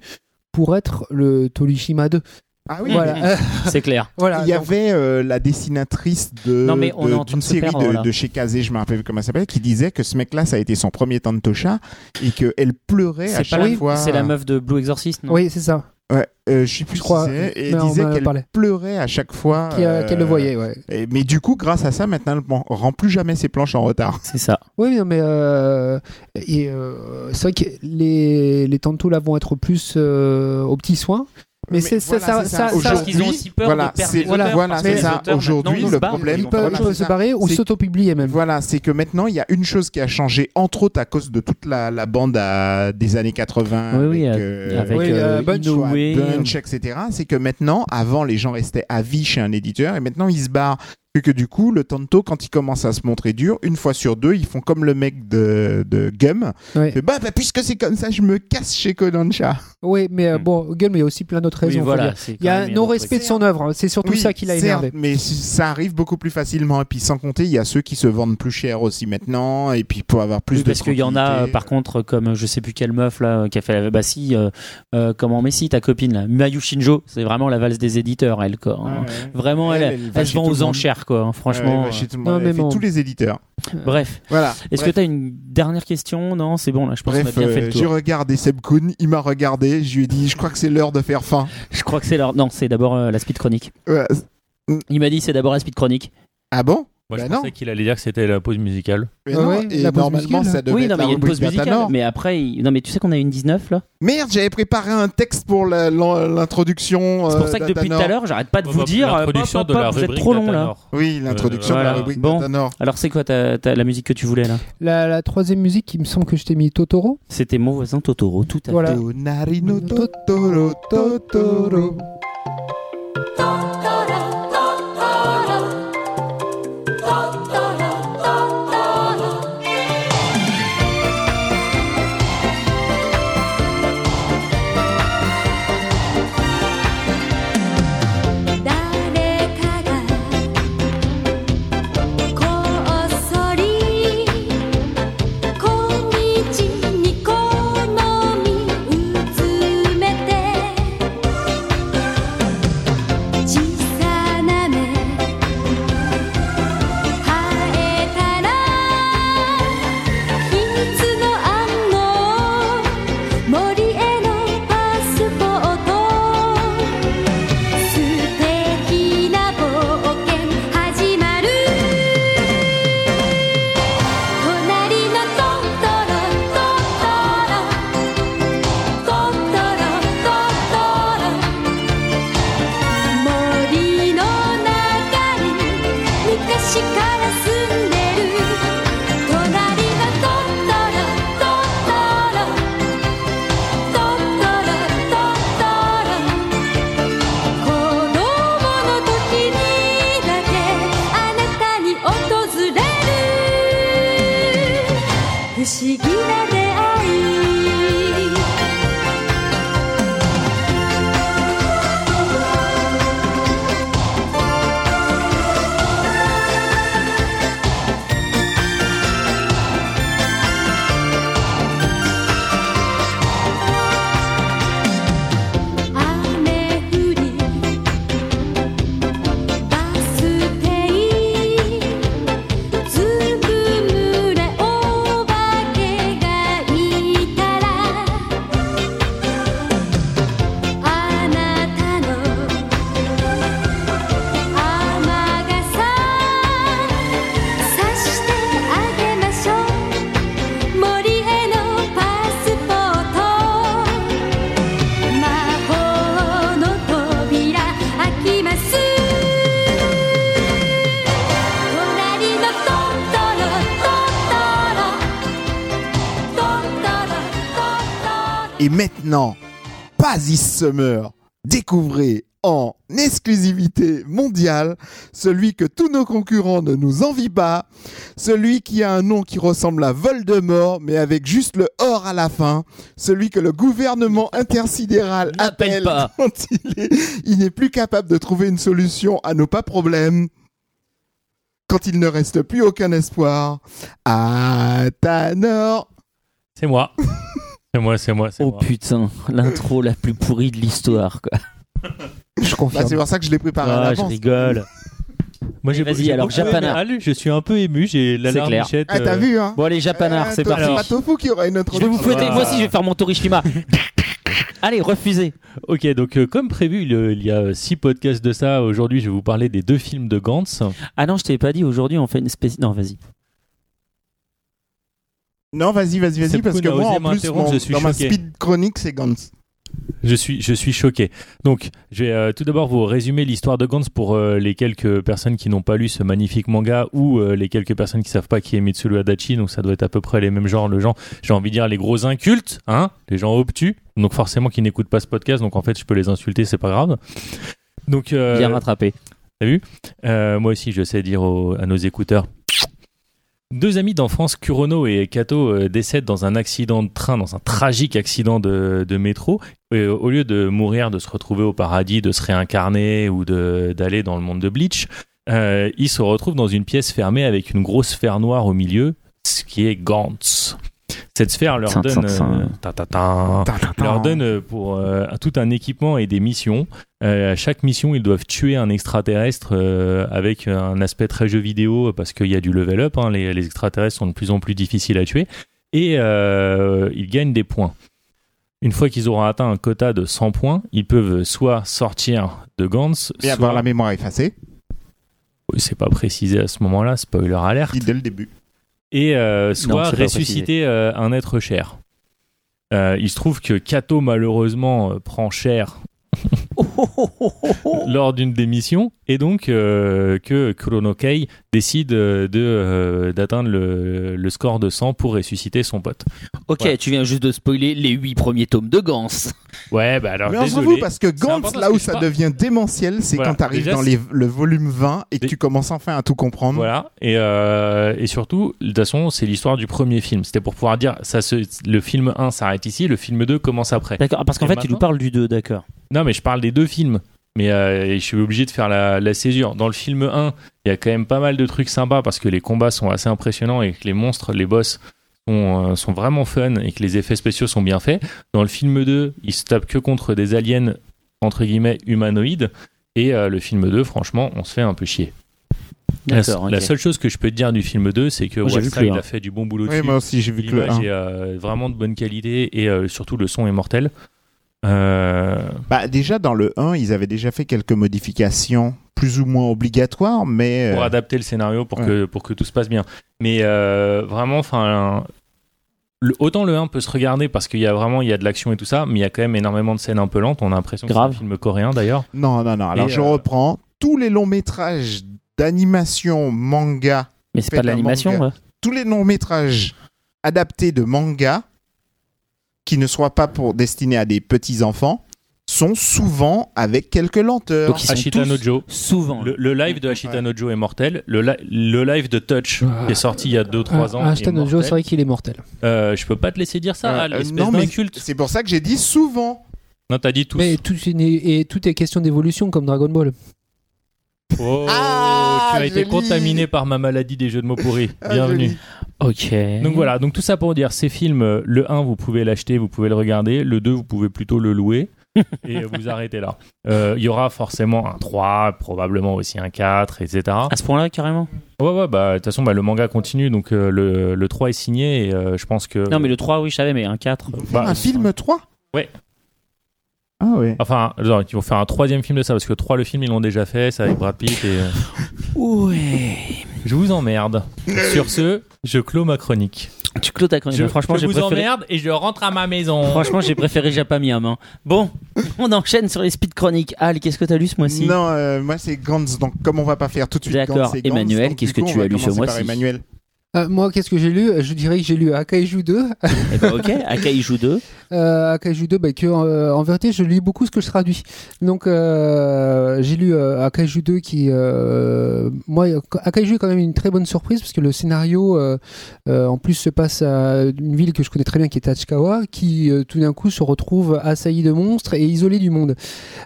pour être le Tolishima 2.
ah
voilà.
C'est clair.
voilà.
Il y
donc-
avait euh, la dessinatrice de
Non, mais on est en train
de-
de
d'une
se
série
perdre,
de,
là.
de chez Kazé, je me rappelle plus comment elle s'appelle, qui disait que ce mec-là, ça a été son premier Tantosha et qu'elle pleurait
C'est
à
pas
chaque
la,
fois.
c'est la meuf de Blue Exorcist. Non
Oui, c'est ça.
Ouais, euh, je sais plus
Je
qui
crois.
c'est, et
mais
elle
on
disait
en a
qu'elle euh,
parlé.
pleurait à chaque fois.
Qui, euh,
euh,
Qu'elle le voyait, ouais.
et- mais du coup, grâce à ça, maintenant, elle ne rend plus jamais ses planches en retard.
C'est ça.
Oui, non, mais euh, et, euh, c'est vrai que les, les tantos là vont être plus euh, aux petits soins. Mais, c'est ça,
voilà,
ça,
c'est
ça,
ça.
ça-
Parce
Aujourd'hui,
qu'ils ont aussi peur
voilà,
de perdre
c'est-
les
voilà,
auteurs,
voilà,
parce
c'est
que les
ça.
auteurs,
Aujourd'hui,
maintenant, ils
le
se barrent.
problème-
ils peuvent,
voilà,
ils
c'est
peuvent se
ça.
barrer ou
C'est-
s'autopublier même.
Voilà, c'est que maintenant, il y a une chose qui a changé, entre autres à cause de toute la, la bande à- des années 80.
Oui, oui,
avec,
avec
Oui,
euh,
euh, Bunch,
Inoue,
Soit Bunch, etc. C'est que maintenant, avant, les gens restaient à vie chez un éditeur et maintenant, ils se barrent. Que, que du coup, le tantôt, quand ils commencent à se montrer dur, une fois sur deux, ils font comme le mec de, de Gum.
Ouais.
Bah, bah, puisque c'est comme ça, je me casse chez Kodansha.
Oui, mais euh,
Hmm.
bon, Gun, mais il y a aussi plein d'autres
Oui,
raisons. faut
voilà,
dire.
c'est
Il y
quand
a
même
un
il y a d'autres
non-respect de
trucs.
son œuvre. hein. C'est surtout
Oui,
ça qui l'a
certes,
énervé.
Mais si- ça arrive beaucoup plus facilement. Et puis, sans compter, il y a ceux qui se vendent plus cher aussi maintenant. Et puis, pour avoir plus
Oui,
de.
parce qu'il y en a, euh,
tranquillité.
par contre, comme euh, je sais plus quelle meuf là, euh, qui a fait la. Bah si, euh, euh, comment, mais si, ta copine là, Mayu Shinjo, c'est vraiment la valse des éditeurs, elle, quoi. hein. Vraiment, elle,
Elle,
elle,
Ah elle va
se
chez
vend
tout
aux
le monde.
enchères. galère, quoi. hein, franchement.
Ouais, bah, chez tout le
Non,
monde, elle
mais
fait
bon.
tous les éditeurs.
Bref.
Voilà.
Est-ce que
Bref,
t'as une dernière question Non, c'est bon, là, je pense
Bref,
qu'on a bien fait
euh,
le
j'ai
tour.
regardé Seb Kuhn, il m'a regardé, je lui ai dit, je crois que c'est l'heure de faire fin.
Je crois que c'est l'heure. Non, c'est d'abord euh, la speed chronique.
Ouais.
Il m'a dit c'est d'abord la speed chronique.
Ah bon
Moi, je
Bah
pensais
non.
qu'il allait dire que c'était la pause musicale.
Mais
Ah
non,
ouais,
et
la pause
normalement,
musicale, là.
ça devait
oui,
être
non, mais
la
il y a une
rubrique
pause musicale.
Batanor.
Mais après, il- non, mais tu sais qu'on a une 19 là.
Merde, j'avais préparé un texte pour la- l'en- l'introduction.
C'est
euh,
pour ça que depuis tout
d'Atanor.
à l'heure, j'arrête pas de
Hop,
vous
hop,
dire. euh,
Bah, l'introduction
pop,
de
pop,
la
pop, vous êtes
rubrique
trop long là.
d'Atanor.
Oui, l'introduction
Euh,
de la
voilà.
rubrique
Bon.
d'Atanor.
Alors c'est quoi ta, ta- la musique que tu voulais là
La, la troisième musique, il me semble que je t'ai mis Totoro.
C'était mon voisin Totoro, tout à fait.
Voilà.
Tonari no Totoro, Totoro.
「だれかがこっそり」「こんにちにこのみうつめて」「小さなめ生えたら」「秘密の暗号」「森へのパスポート」「すてきな冒険はじまる」「となりのトトロトトロ」「トトロトトロ」「森の中に昔から住んでる」「となりのトトロトトロ」「トトロトトロ」「子供の時にだけあなたに訪れる」「不思議な出会い」「雨降り」「バス停」「ずくむれおばけがいたら」「あなたの雨がさ」「さしてあげましょう」「森へのパスポート」「魔法の扉開きます」「隣のトントロトントロ」「トントロトントロ」
Et maintenant, pas this summer. Découvrez en exclusivité mondiale celui que tous nos concurrents ne nous envient pas, celui qui a un nom qui ressemble à Voldemort mais avec juste le or à la fin, celui que le gouvernement intersidéral
N'appelle
appelle
pas.
quand il est- il n'est plus capable de trouver une solution à nos pas problèmes. Quand il ne reste plus aucun espoir, Ah, à Tanor.
C'est moi. c'est moi, c'est moi, c'est
Oh
moi.
putain, l'intro la plus pourrie de l'histoire quoi.
Je
Bah,
confirme.
c'est pour ça que je l'ai préparé à
Ah, je
l'avance.
rigole.
Moi, j'ai
Vas-y,
j'ai
alors,
beaucoup aimé
Japana.
Al, Je suis un peu ému, j'ai la
C'est
larme
clair.
michette,
Ah, t'as
euh,
vu, hein
Bon allez, Japanard,
Euh,
c'est
toi,
parti.
Alors,
pas Tofu qui aura une
Je vais
introduction.
vous fouetter,
Ah.
moi aussi je vais faire mon Torishima. allez, refusez.
Ok, donc euh, comme prévu, il, euh, il y a euh, six podcasts de ça. Aujourd'hui, je vais vous parler des deux films de Gantz.
Ah non, je t'avais pas dit aujourd'hui on fait une spéciale. Non, vas-y.
Non, vas-y, vas-y,
C'est
vas-y, parce
beaucoup
que
n'a
moi,
osé
en plus,
m'interrompre,
mon-
je suis
dans ma
choqué.
speed chronique, c'est Gantz.
Je suis, je suis choqué. Donc, je vais euh, tout d'abord vous résumer l'histoire de Gantz pour euh, les quelques personnes qui n'ont pas lu ce magnifique manga ou euh, les quelques personnes qui savent pas qui est Mitsuru Adachi. Donc, ça doit être à peu près les mêmes genres. Le genre, j'ai envie de dire les gros incultes, hein, les gens obtus. Donc, forcément, qui n'écoutent pas ce podcast. Donc, en fait, je peux les insulter, c'est pas grave. Donc, euh,
Bien rattrapé.
euh, moi aussi, je sais dire aux- à nos écouteurs. Deux amis d'enfance, Kurono et Kato, euh, décèdent dans un accident de train, dans un tragique accident de, de métro. Et euh, au lieu de mourir, de se retrouver au paradis, de se réincarner ou de- d'aller dans le monde de Bleach, euh, ils se retrouvent dans une pièce fermée avec une grosse sphère noire au milieu, ce qui est Gantz. cette sphère leur
Tin, tin,
donne,
tin.
euh, ta, ta, ta, leur donne euh, pour euh, tout un équipement et des missions. Euh, à chaque mission, ils doivent tuer un extraterrestre euh, avec un aspect très jeu vidéo parce qu'il y a du level up. hein. les, les extraterrestres sont de plus en plus difficiles à tuer et euh, ils gagnent des points. Une fois qu'ils auront atteint un quota de 100 points, ils peuvent soit sortir de Gantz,
Et
soit...
avoir la mémoire effacée,
c'est pas précisé à ce moment-là, spoiler alerte
dit dès le début.
et euh, soit
c'est pas
ressusciter euh, un être cher. Euh, il se trouve que Kato malheureusement euh, prend cher lors d'une démission et donc euh, que Kuronokei décide euh, de euh, d'atteindre le, le score de 100 pour ressusciter son pote.
Ok,
Ouais.
tu viens juste de spoiler les 8 premiers tomes de Gans.
Ouais, bah alors
Mais
désolé.
entre vous, parce que
important
Gantz,
parce
là
que
où
je
ça
par-
devient démentiel, c'est
Voilà.
quand t'arrives
Déjà,
dans les- le volume 20 et que
Dé-
tu commences enfin à tout comprendre.
Voilà, et, euh, et surtout, de toute façon, c'est l'histoire du premier film. C'était pour pouvoir dire, ça se, le film 1 s'arrête ici, le film 2 commence après.
D'accord, ah, parce qu'en
Et
fait, tu
maintenant
nous parles du 2, d'accord.
Non, mais je parle des deux films. Mais euh, je suis obligé de faire la, la césure. Dans le film 1, il y a quand même pas mal de trucs sympas parce que les combats sont assez impressionnants et que les monstres, les boss, sont, euh, sont vraiment fun et que les effets spéciaux sont bien faits. Dans le film 2, ils se tapent que contre des aliens, entre guillemets, humanoïdes. Et euh, le film 2, franchement, on se fait un peu chier. La,
D'accord,
la
ok.
seule chose que je peux te dire du film 2, c'est que
Moi, j'ai vu
Wall
que
Side
le un.
a fait du bon boulot
Oui,
dessus.
moi aussi, j'ai vu que le
L'image
1.
est euh, vraiment de bonne qualité et euh, surtout le son est mortel. Euh,
Bah, déjà, dans le 1, ils avaient déjà fait quelques modifications plus ou moins obligatoires, mais.
pour
euh,
adapter le scénario pour
ouais.
que pour que tout se passe bien. Mais euh, vraiment, enfin, le- autant le 1 peut se regarder parce qu'il y a vraiment il y a de l'action et tout ça, mais il y a quand même énormément de scènes un peu lentes. On a l'impression que c'est un
Grave.
film coréen d'ailleurs.
Non, non, non. Ah, Alors,
Et,
je
euh,
reprends. Tous les longs métrages d'animation, manga,
Mais c'est pas de
fait un
l'animation,
manga.
ouais.
tous les longs métrages adaptés de manga qui ne soient pas pour destinés à des petits enfants sont souvent avec quelques lenteurs.
Donc ils sont
Ashita
tous
Nojo.
souvent.
Le, le live de Ashita Nojo est mortel. Le, li- le live de Touch
Ah.
qui est sorti il y a 2-3 ans.
Ah,
est
Ashton Ojo,
mortel.
c'est vrai qu'il est mortel.
Euh, je peux pas te laisser dire ça,
Euh,
Al,
euh,
espèce
non, mais-
Ah, d'inculte.
C'est pour ça que j'ai dit souvent.
Non, t'as dit tous.
Mais tout, est- et tout est question d'évolution, comme Dragon Ball.
Oh,
Ah,
tu as été
joli.
contaminé par ma maladie des jeux de mots pourris.
Ah,
Bienvenue.
joli.
Ok.
Donc voilà, donc tout ça pour dire, ces films, euh, le 1, vous pouvez l'acheter, vous pouvez le regarder, le 2, vous pouvez plutôt le louer, et vous arrêtez là. Euh, Il y aura forcément un 3, probablement aussi un 4, etc.
À ce point-là, carrément
Ouais, ouais, bah de toute façon, bah, le manga continue, donc euh, le, le 3 est signé, et euh, je pense que...
Non, mais le 3, oui, je savais, mais un 4.
bah,
un film 3
Ouais.
Ah ouais.
Enfin, genre, ils vont faire un troisième film de ça, parce que 3, le film, ils l'ont déjà fait, ça avec Brad Pitt, et... euh,
Ouais.
je vous emmerde. Sur ce, je clôt ma chronique.
Tu clôt ta chronique.
Je,
Franchement,
je
j'ai
vous
préféré.
emmerde, et je rentre à ma maison.
Franchement, j'ai préféré Japamiam. Hein. Bon, on enchaîne sur les speed chroniques. Al, qu'est-ce que t'as lu ce mois-ci
Non, euh, moi c'est Gantz, donc comme on va pas faire tout de suite.
D'accord.
Gantz, c'est Gantz,
Emmanuel,
donc,
qu'est-ce que
du coup,
tu
on va
as lu ce
commencer
mois-ci
par Emmanuel.
Euh, moi, qu'est-ce que j'ai lu Je dirais que j'ai lu Akaiju 2.
Eh ben, ok, Akaiju 2.
euh, à Kaiju 2, bah, que, euh, en vérité, je lis beaucoup ce que je traduis. Donc, euh, j'ai lu euh, Akaiju 2 qui. euh, moi, Akaiju est quand même une très bonne surprise parce que le scénario, euh, euh, en plus, se passe à une ville que je connais très bien qui est Tachikawa, qui euh, tout d'un coup se retrouve assaillie de monstres et isolée du monde.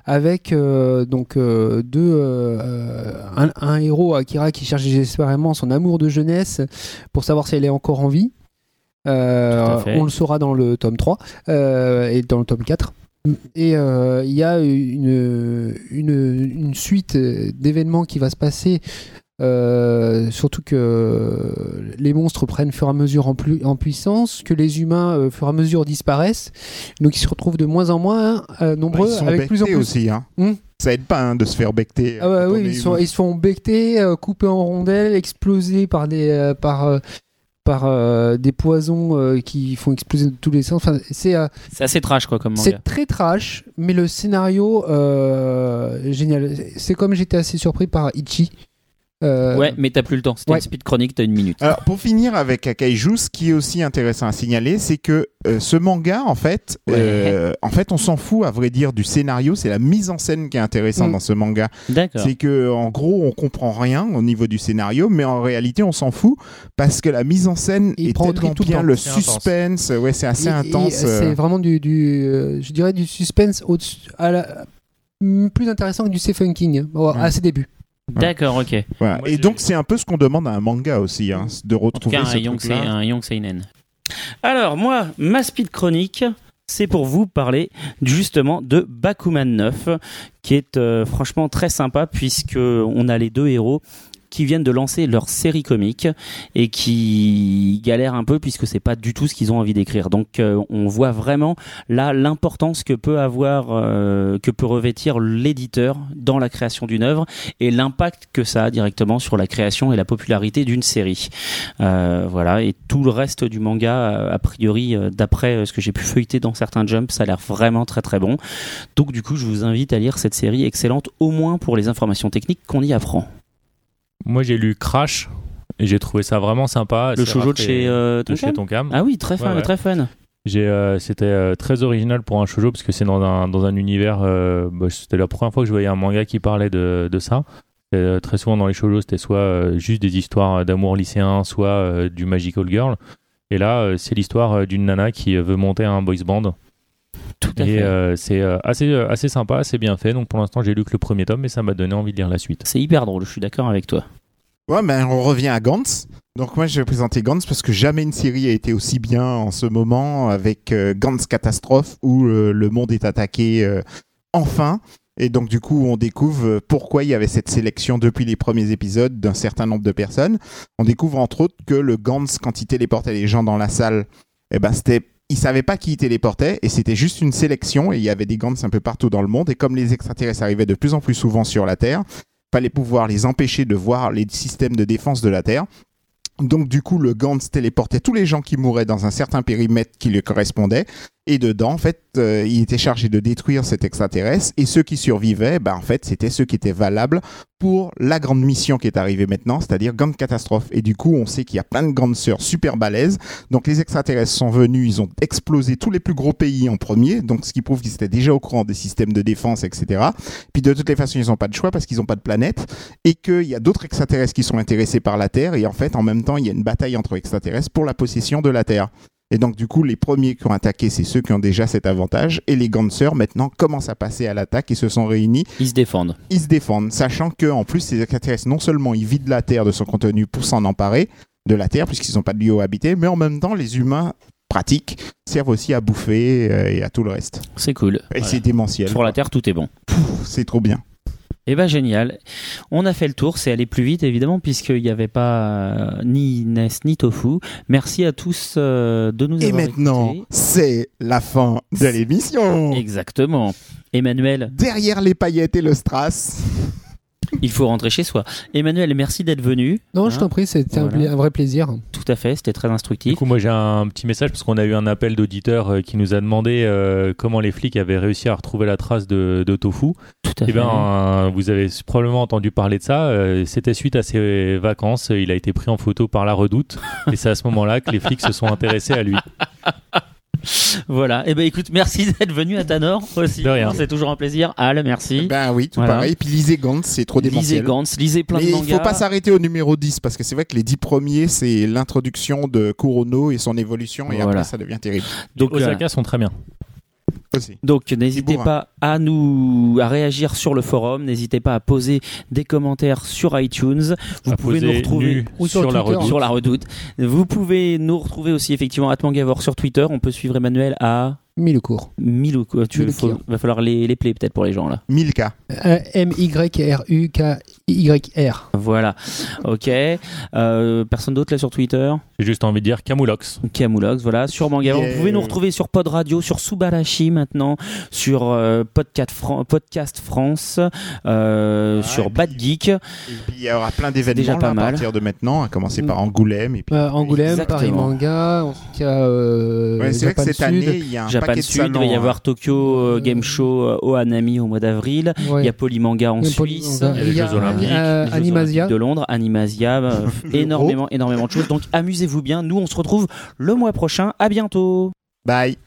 Avec euh, donc euh, deux. euh, un, un héros, Akira, qui cherche désespérément son amour de jeunesse pour savoir si elle est encore en vie. Euh,
Tout à fait.
on le saura dans le tome 3 euh, et dans le tome 4. Et euh, il y a une, une, une suite euh, d'événements qui va se passer. euh, surtout que les monstres prennent fur et à mesure en, plus, en puissance, que les humains euh, fur et à mesure disparaissent, donc ils se retrouvent de moins en moins euh, nombreux,
Bah, ils sont
avec plus en
bectés
plus.
aussi. Hein.
Hmm.
Ça aide pas hein, de se faire becter.
Ah bah
quand
oui,
on est
ils, sont,
humain.
ils se font becter, euh, couper en rondelles, exploser par des, euh, par, euh, par euh, des poisons euh, qui font exploser de tous les sens. Enfin, c'est euh,
C'est assez trash, quoi, comme manga.
c'est très trash, mais le scénario euh, génial. C'est comme j'étais assez surpris par Ichi. Euh,
Ouais, mais t'as plus le temps. C'était
ouais.
une speed chronique, t'as une minute.
Alors, pour finir avec Akaiju, ce qui est aussi intéressant à signaler, c'est que euh, ce manga, en fait,
Ouais.
euh, en fait, on s'en fout à vrai dire du scénario. C'est la mise en scène qui est intéressante
Mm.
dans ce manga.
D'accord.
C'est que, en gros, on comprend rien au niveau du scénario, mais en réalité, on s'en fout parce que la mise en scène
Il
est
prend
tellement
tout le
bien
temps.
le
C'est intense.
suspense. Ouais, c'est assez
Et- et
intense.
C'est
euh.
vraiment du, du euh, je dirais, du suspense au à la- m- plus intéressant que du Stephen King hein, à ses débuts.
D'accord, ok.
Voilà.
Moi,
Et
j'ai-
donc, c'est un peu ce qu'on demande à un manga aussi, hein, de
En tout
retrouver
cas, un
ce
Young,
truc-là.
un Young Seinen. Alors, moi, ma speed chronique, c'est pour vous parler justement de Bakuman 9, qui est euh, franchement très sympa, puisque on a les deux héros qui viennent de lancer leur série comique et qui galèrent un peu puisque c'est pas du tout ce qu'ils ont envie d'écrire. Donc euh, on voit vraiment là l'importance que peut avoir euh, que peut revêtir l'éditeur dans la création d'une œuvre et l'impact que ça a directement sur la création et la popularité d'une série. Euh, voilà, et tout le reste du manga, euh, a priori, euh, d'après euh, ce que j'ai pu feuilleter dans certains jumps, ça a l'air vraiment très très bon. Donc du coup, je vous invite à lire cette série excellente, au moins pour les informations techniques qu'on y apprend.
Moi, j'ai lu Crash et j'ai trouvé ça vraiment sympa.
Le
C'est
shoujo de
rare
chez, euh,
de chez
Tonkam
Tonkam.
Ah oui, très fun,
Ouais, ouais.
très fun.
J'ai, euh, c'était euh, très original pour un shoujo parce que c'est dans un, dans un univers. euh, bah, c'était la première fois que je voyais un manga qui parlait de, de ça. Et, euh, très souvent dans les shoujo, c'était soit euh, juste des histoires d'amour lycéen, soit euh, du magical girl. Et là, euh, c'est l'histoire euh, d'une nana qui euh, veut monter un boys band.
Tout à
Et
fait.
euh, c'est euh, assez, euh, assez sympa, assez bien fait. Donc pour l'instant, j'ai lu que le premier tome, mais ça m'a donné envie de lire la suite.
C'est hyper drôle, je suis d'accord avec toi.
Ouais, ben on revient à Gantz. Donc moi je vais présenter Gantz parce que jamais une série a été aussi bien en ce moment avec euh, Gantz Catastrophe où euh, le monde est attaqué euh, enfin. Et donc du coup on découvre euh, pourquoi il y avait cette sélection depuis les premiers épisodes d'un certain nombre de personnes. On découvre entre autres que le Gantz quand il téléportait les gens dans la salle, eh ben c'était il savait pas qui il téléportait et c'était juste une sélection et il y avait des Gantz un peu partout dans le monde et comme les extraterrestres arrivaient de plus en plus souvent sur la Terre, fallait pouvoir les empêcher de voir les systèmes de défense de la Terre. Donc du coup, le Gantz téléportait tous les gens qui mouraient dans un certain périmètre qui lui correspondait. Et dedans, en fait, euh, il était chargé de détruire cet extraterrestre. Et ceux qui survivaient, bah, en fait, c'était ceux qui étaient valables pour la grande mission qui est arrivée maintenant, c'est-à-dire Gantz Catastrophe. Et du coup, on sait qu'il y a plein de Gantz sœurs super balèzes. Donc les extraterrestres sont venus, ils ont explosé tous les plus gros pays en premier. Donc ce qui prouve qu'ils étaient déjà au courant des systèmes de défense, etc. Puis de toutes les façons, ils n'ont pas de choix parce qu'ils n'ont pas de planète et qu'il y a d'autres extraterrestres qui sont intéressés par la Terre. Et en fait, en même temps, il y a une bataille entre extraterrestres pour la possession de la Terre. Et donc, du coup, les premiers qui ont attaqué, c'est ceux qui ont déjà cet avantage. Et les Gansers, maintenant, commencent à passer à l'attaque. Ils se sont réunis
Ils se défendent.
ils se défendent, sachant que en plus ces extraterrestres non seulement ils vident la Terre de son contenu pour s'en emparer de la Terre puisqu'ils n'ont pas de lieu où habiter, mais en même temps les humains pratiques servent aussi à bouffer euh, et à tout le reste.
C'est cool.
Et
Voilà.
c'est démentiel,
Sur la Terre, tout est bon.
c'est trop bien.
Eh ben génial. On a fait le tour, c'est allé plus vite évidemment puisqu'il n'y avait pas euh, ni Inès ni Tofu. Merci à tous euh, de nous
Et
avoir
maintenant,
écoutés.
c'est la fin de l'émission.
Exactement. Emmanuel,
Derrière les paillettes et le strass.
il faut rentrer chez soi. Emmanuel, merci d'être venu.
Non,
Hein,
je t'en prie, c'était un
Voilà.
pla- un vrai plaisir.
Tout à fait, c'était très
Du
instructif.
coup, moi j'ai un petit message parce qu'on a eu un appel d'auditeur euh, qui nous a demandé euh, comment les flics avaient réussi à retrouver la trace de, de Tofu.
Tout à
Eh
fait.
bien, euh, vous avez probablement entendu parler de ça. euh, C'était suite à ses vacances. Il a été pris en photo par la redoute. et c'est à ce moment-là que les flics se sont intéressés à lui.
Voilà. Eh ben écoute, merci d'être venu à Tanor aussi.
De rien.
C'est toujours un plaisir. Al, merci.
Ben oui, tout
Voilà.
pareil. Puis lisez Gantz, c'est trop
lisez
démentiel.
Gantz, lisez plein
Mais
de
il
mangas.
faut pas s'arrêter au numéro 10 parce que c'est vrai que les 10 premiers, c'est l'introduction de Kurono et son évolution et
Voilà.
après ça devient terrible.
Donc, euh,
Osaka sont très bien.
Aussi.
Donc n'hésitez
bourrin.
pas à nous à réagir sur le forum, n'hésitez pas à poser des commentaires sur iTunes. Vous
À
pouvez nous
poser
retrouver
nu
Ou sur
sur, la
Twitter.
redoute.
sur la redoute. Vous pouvez nous retrouver aussi effectivement à Tmangavor sur Twitter. On peut suivre Emmanuel à
Mis le cours.
1000 ou quoi. Tu
Mille
faut-
kilos.
va falloir les, les play peut-être pour les gens là.
Milka.
Euh, M-Y-R-U-K-Y-R.
Voilà. Ok. Euh, personne d'autre là sur Twitter.
J'ai juste envie de dire Camoulox.
Camoulox, voilà, sur Manga.
Yeah.
Vous pouvez nous retrouver sur Pod Radio, sur Subarashi maintenant, sur euh, Podcast, Fran- Podcast France, euh,
Ah,
sur
et puis-
Bad Geek.
Et puis il y aura plein d'événements
Déjà pas
là, à
mal. Mm.
partir de maintenant, à commencer par Angoulême. Et puis...
Euh, Angoulême,
Exactement.
Paris Manga, ensuite il y a euh,
Ouais, c'est vrai que
Japan
cette
Sud.
année, il y a un
Japan
paquet de
Sud, il
salons.
va y
hein.
avoir Tokyo euh, Game Show euh, au Hanami au mois d'avril.
Ouais.
Il y a Polymanga en
Il y a Poly-
Suisse.
Manga.
il y a les Jeux Olympiques,
euh,
Les Jeux
Animasia.
Olympiques de Londres, Animasia, euh, énormément, énormément de choses. Donc amusez-vous bien. Nous, on se retrouve le mois prochain. À bientôt.
Bye.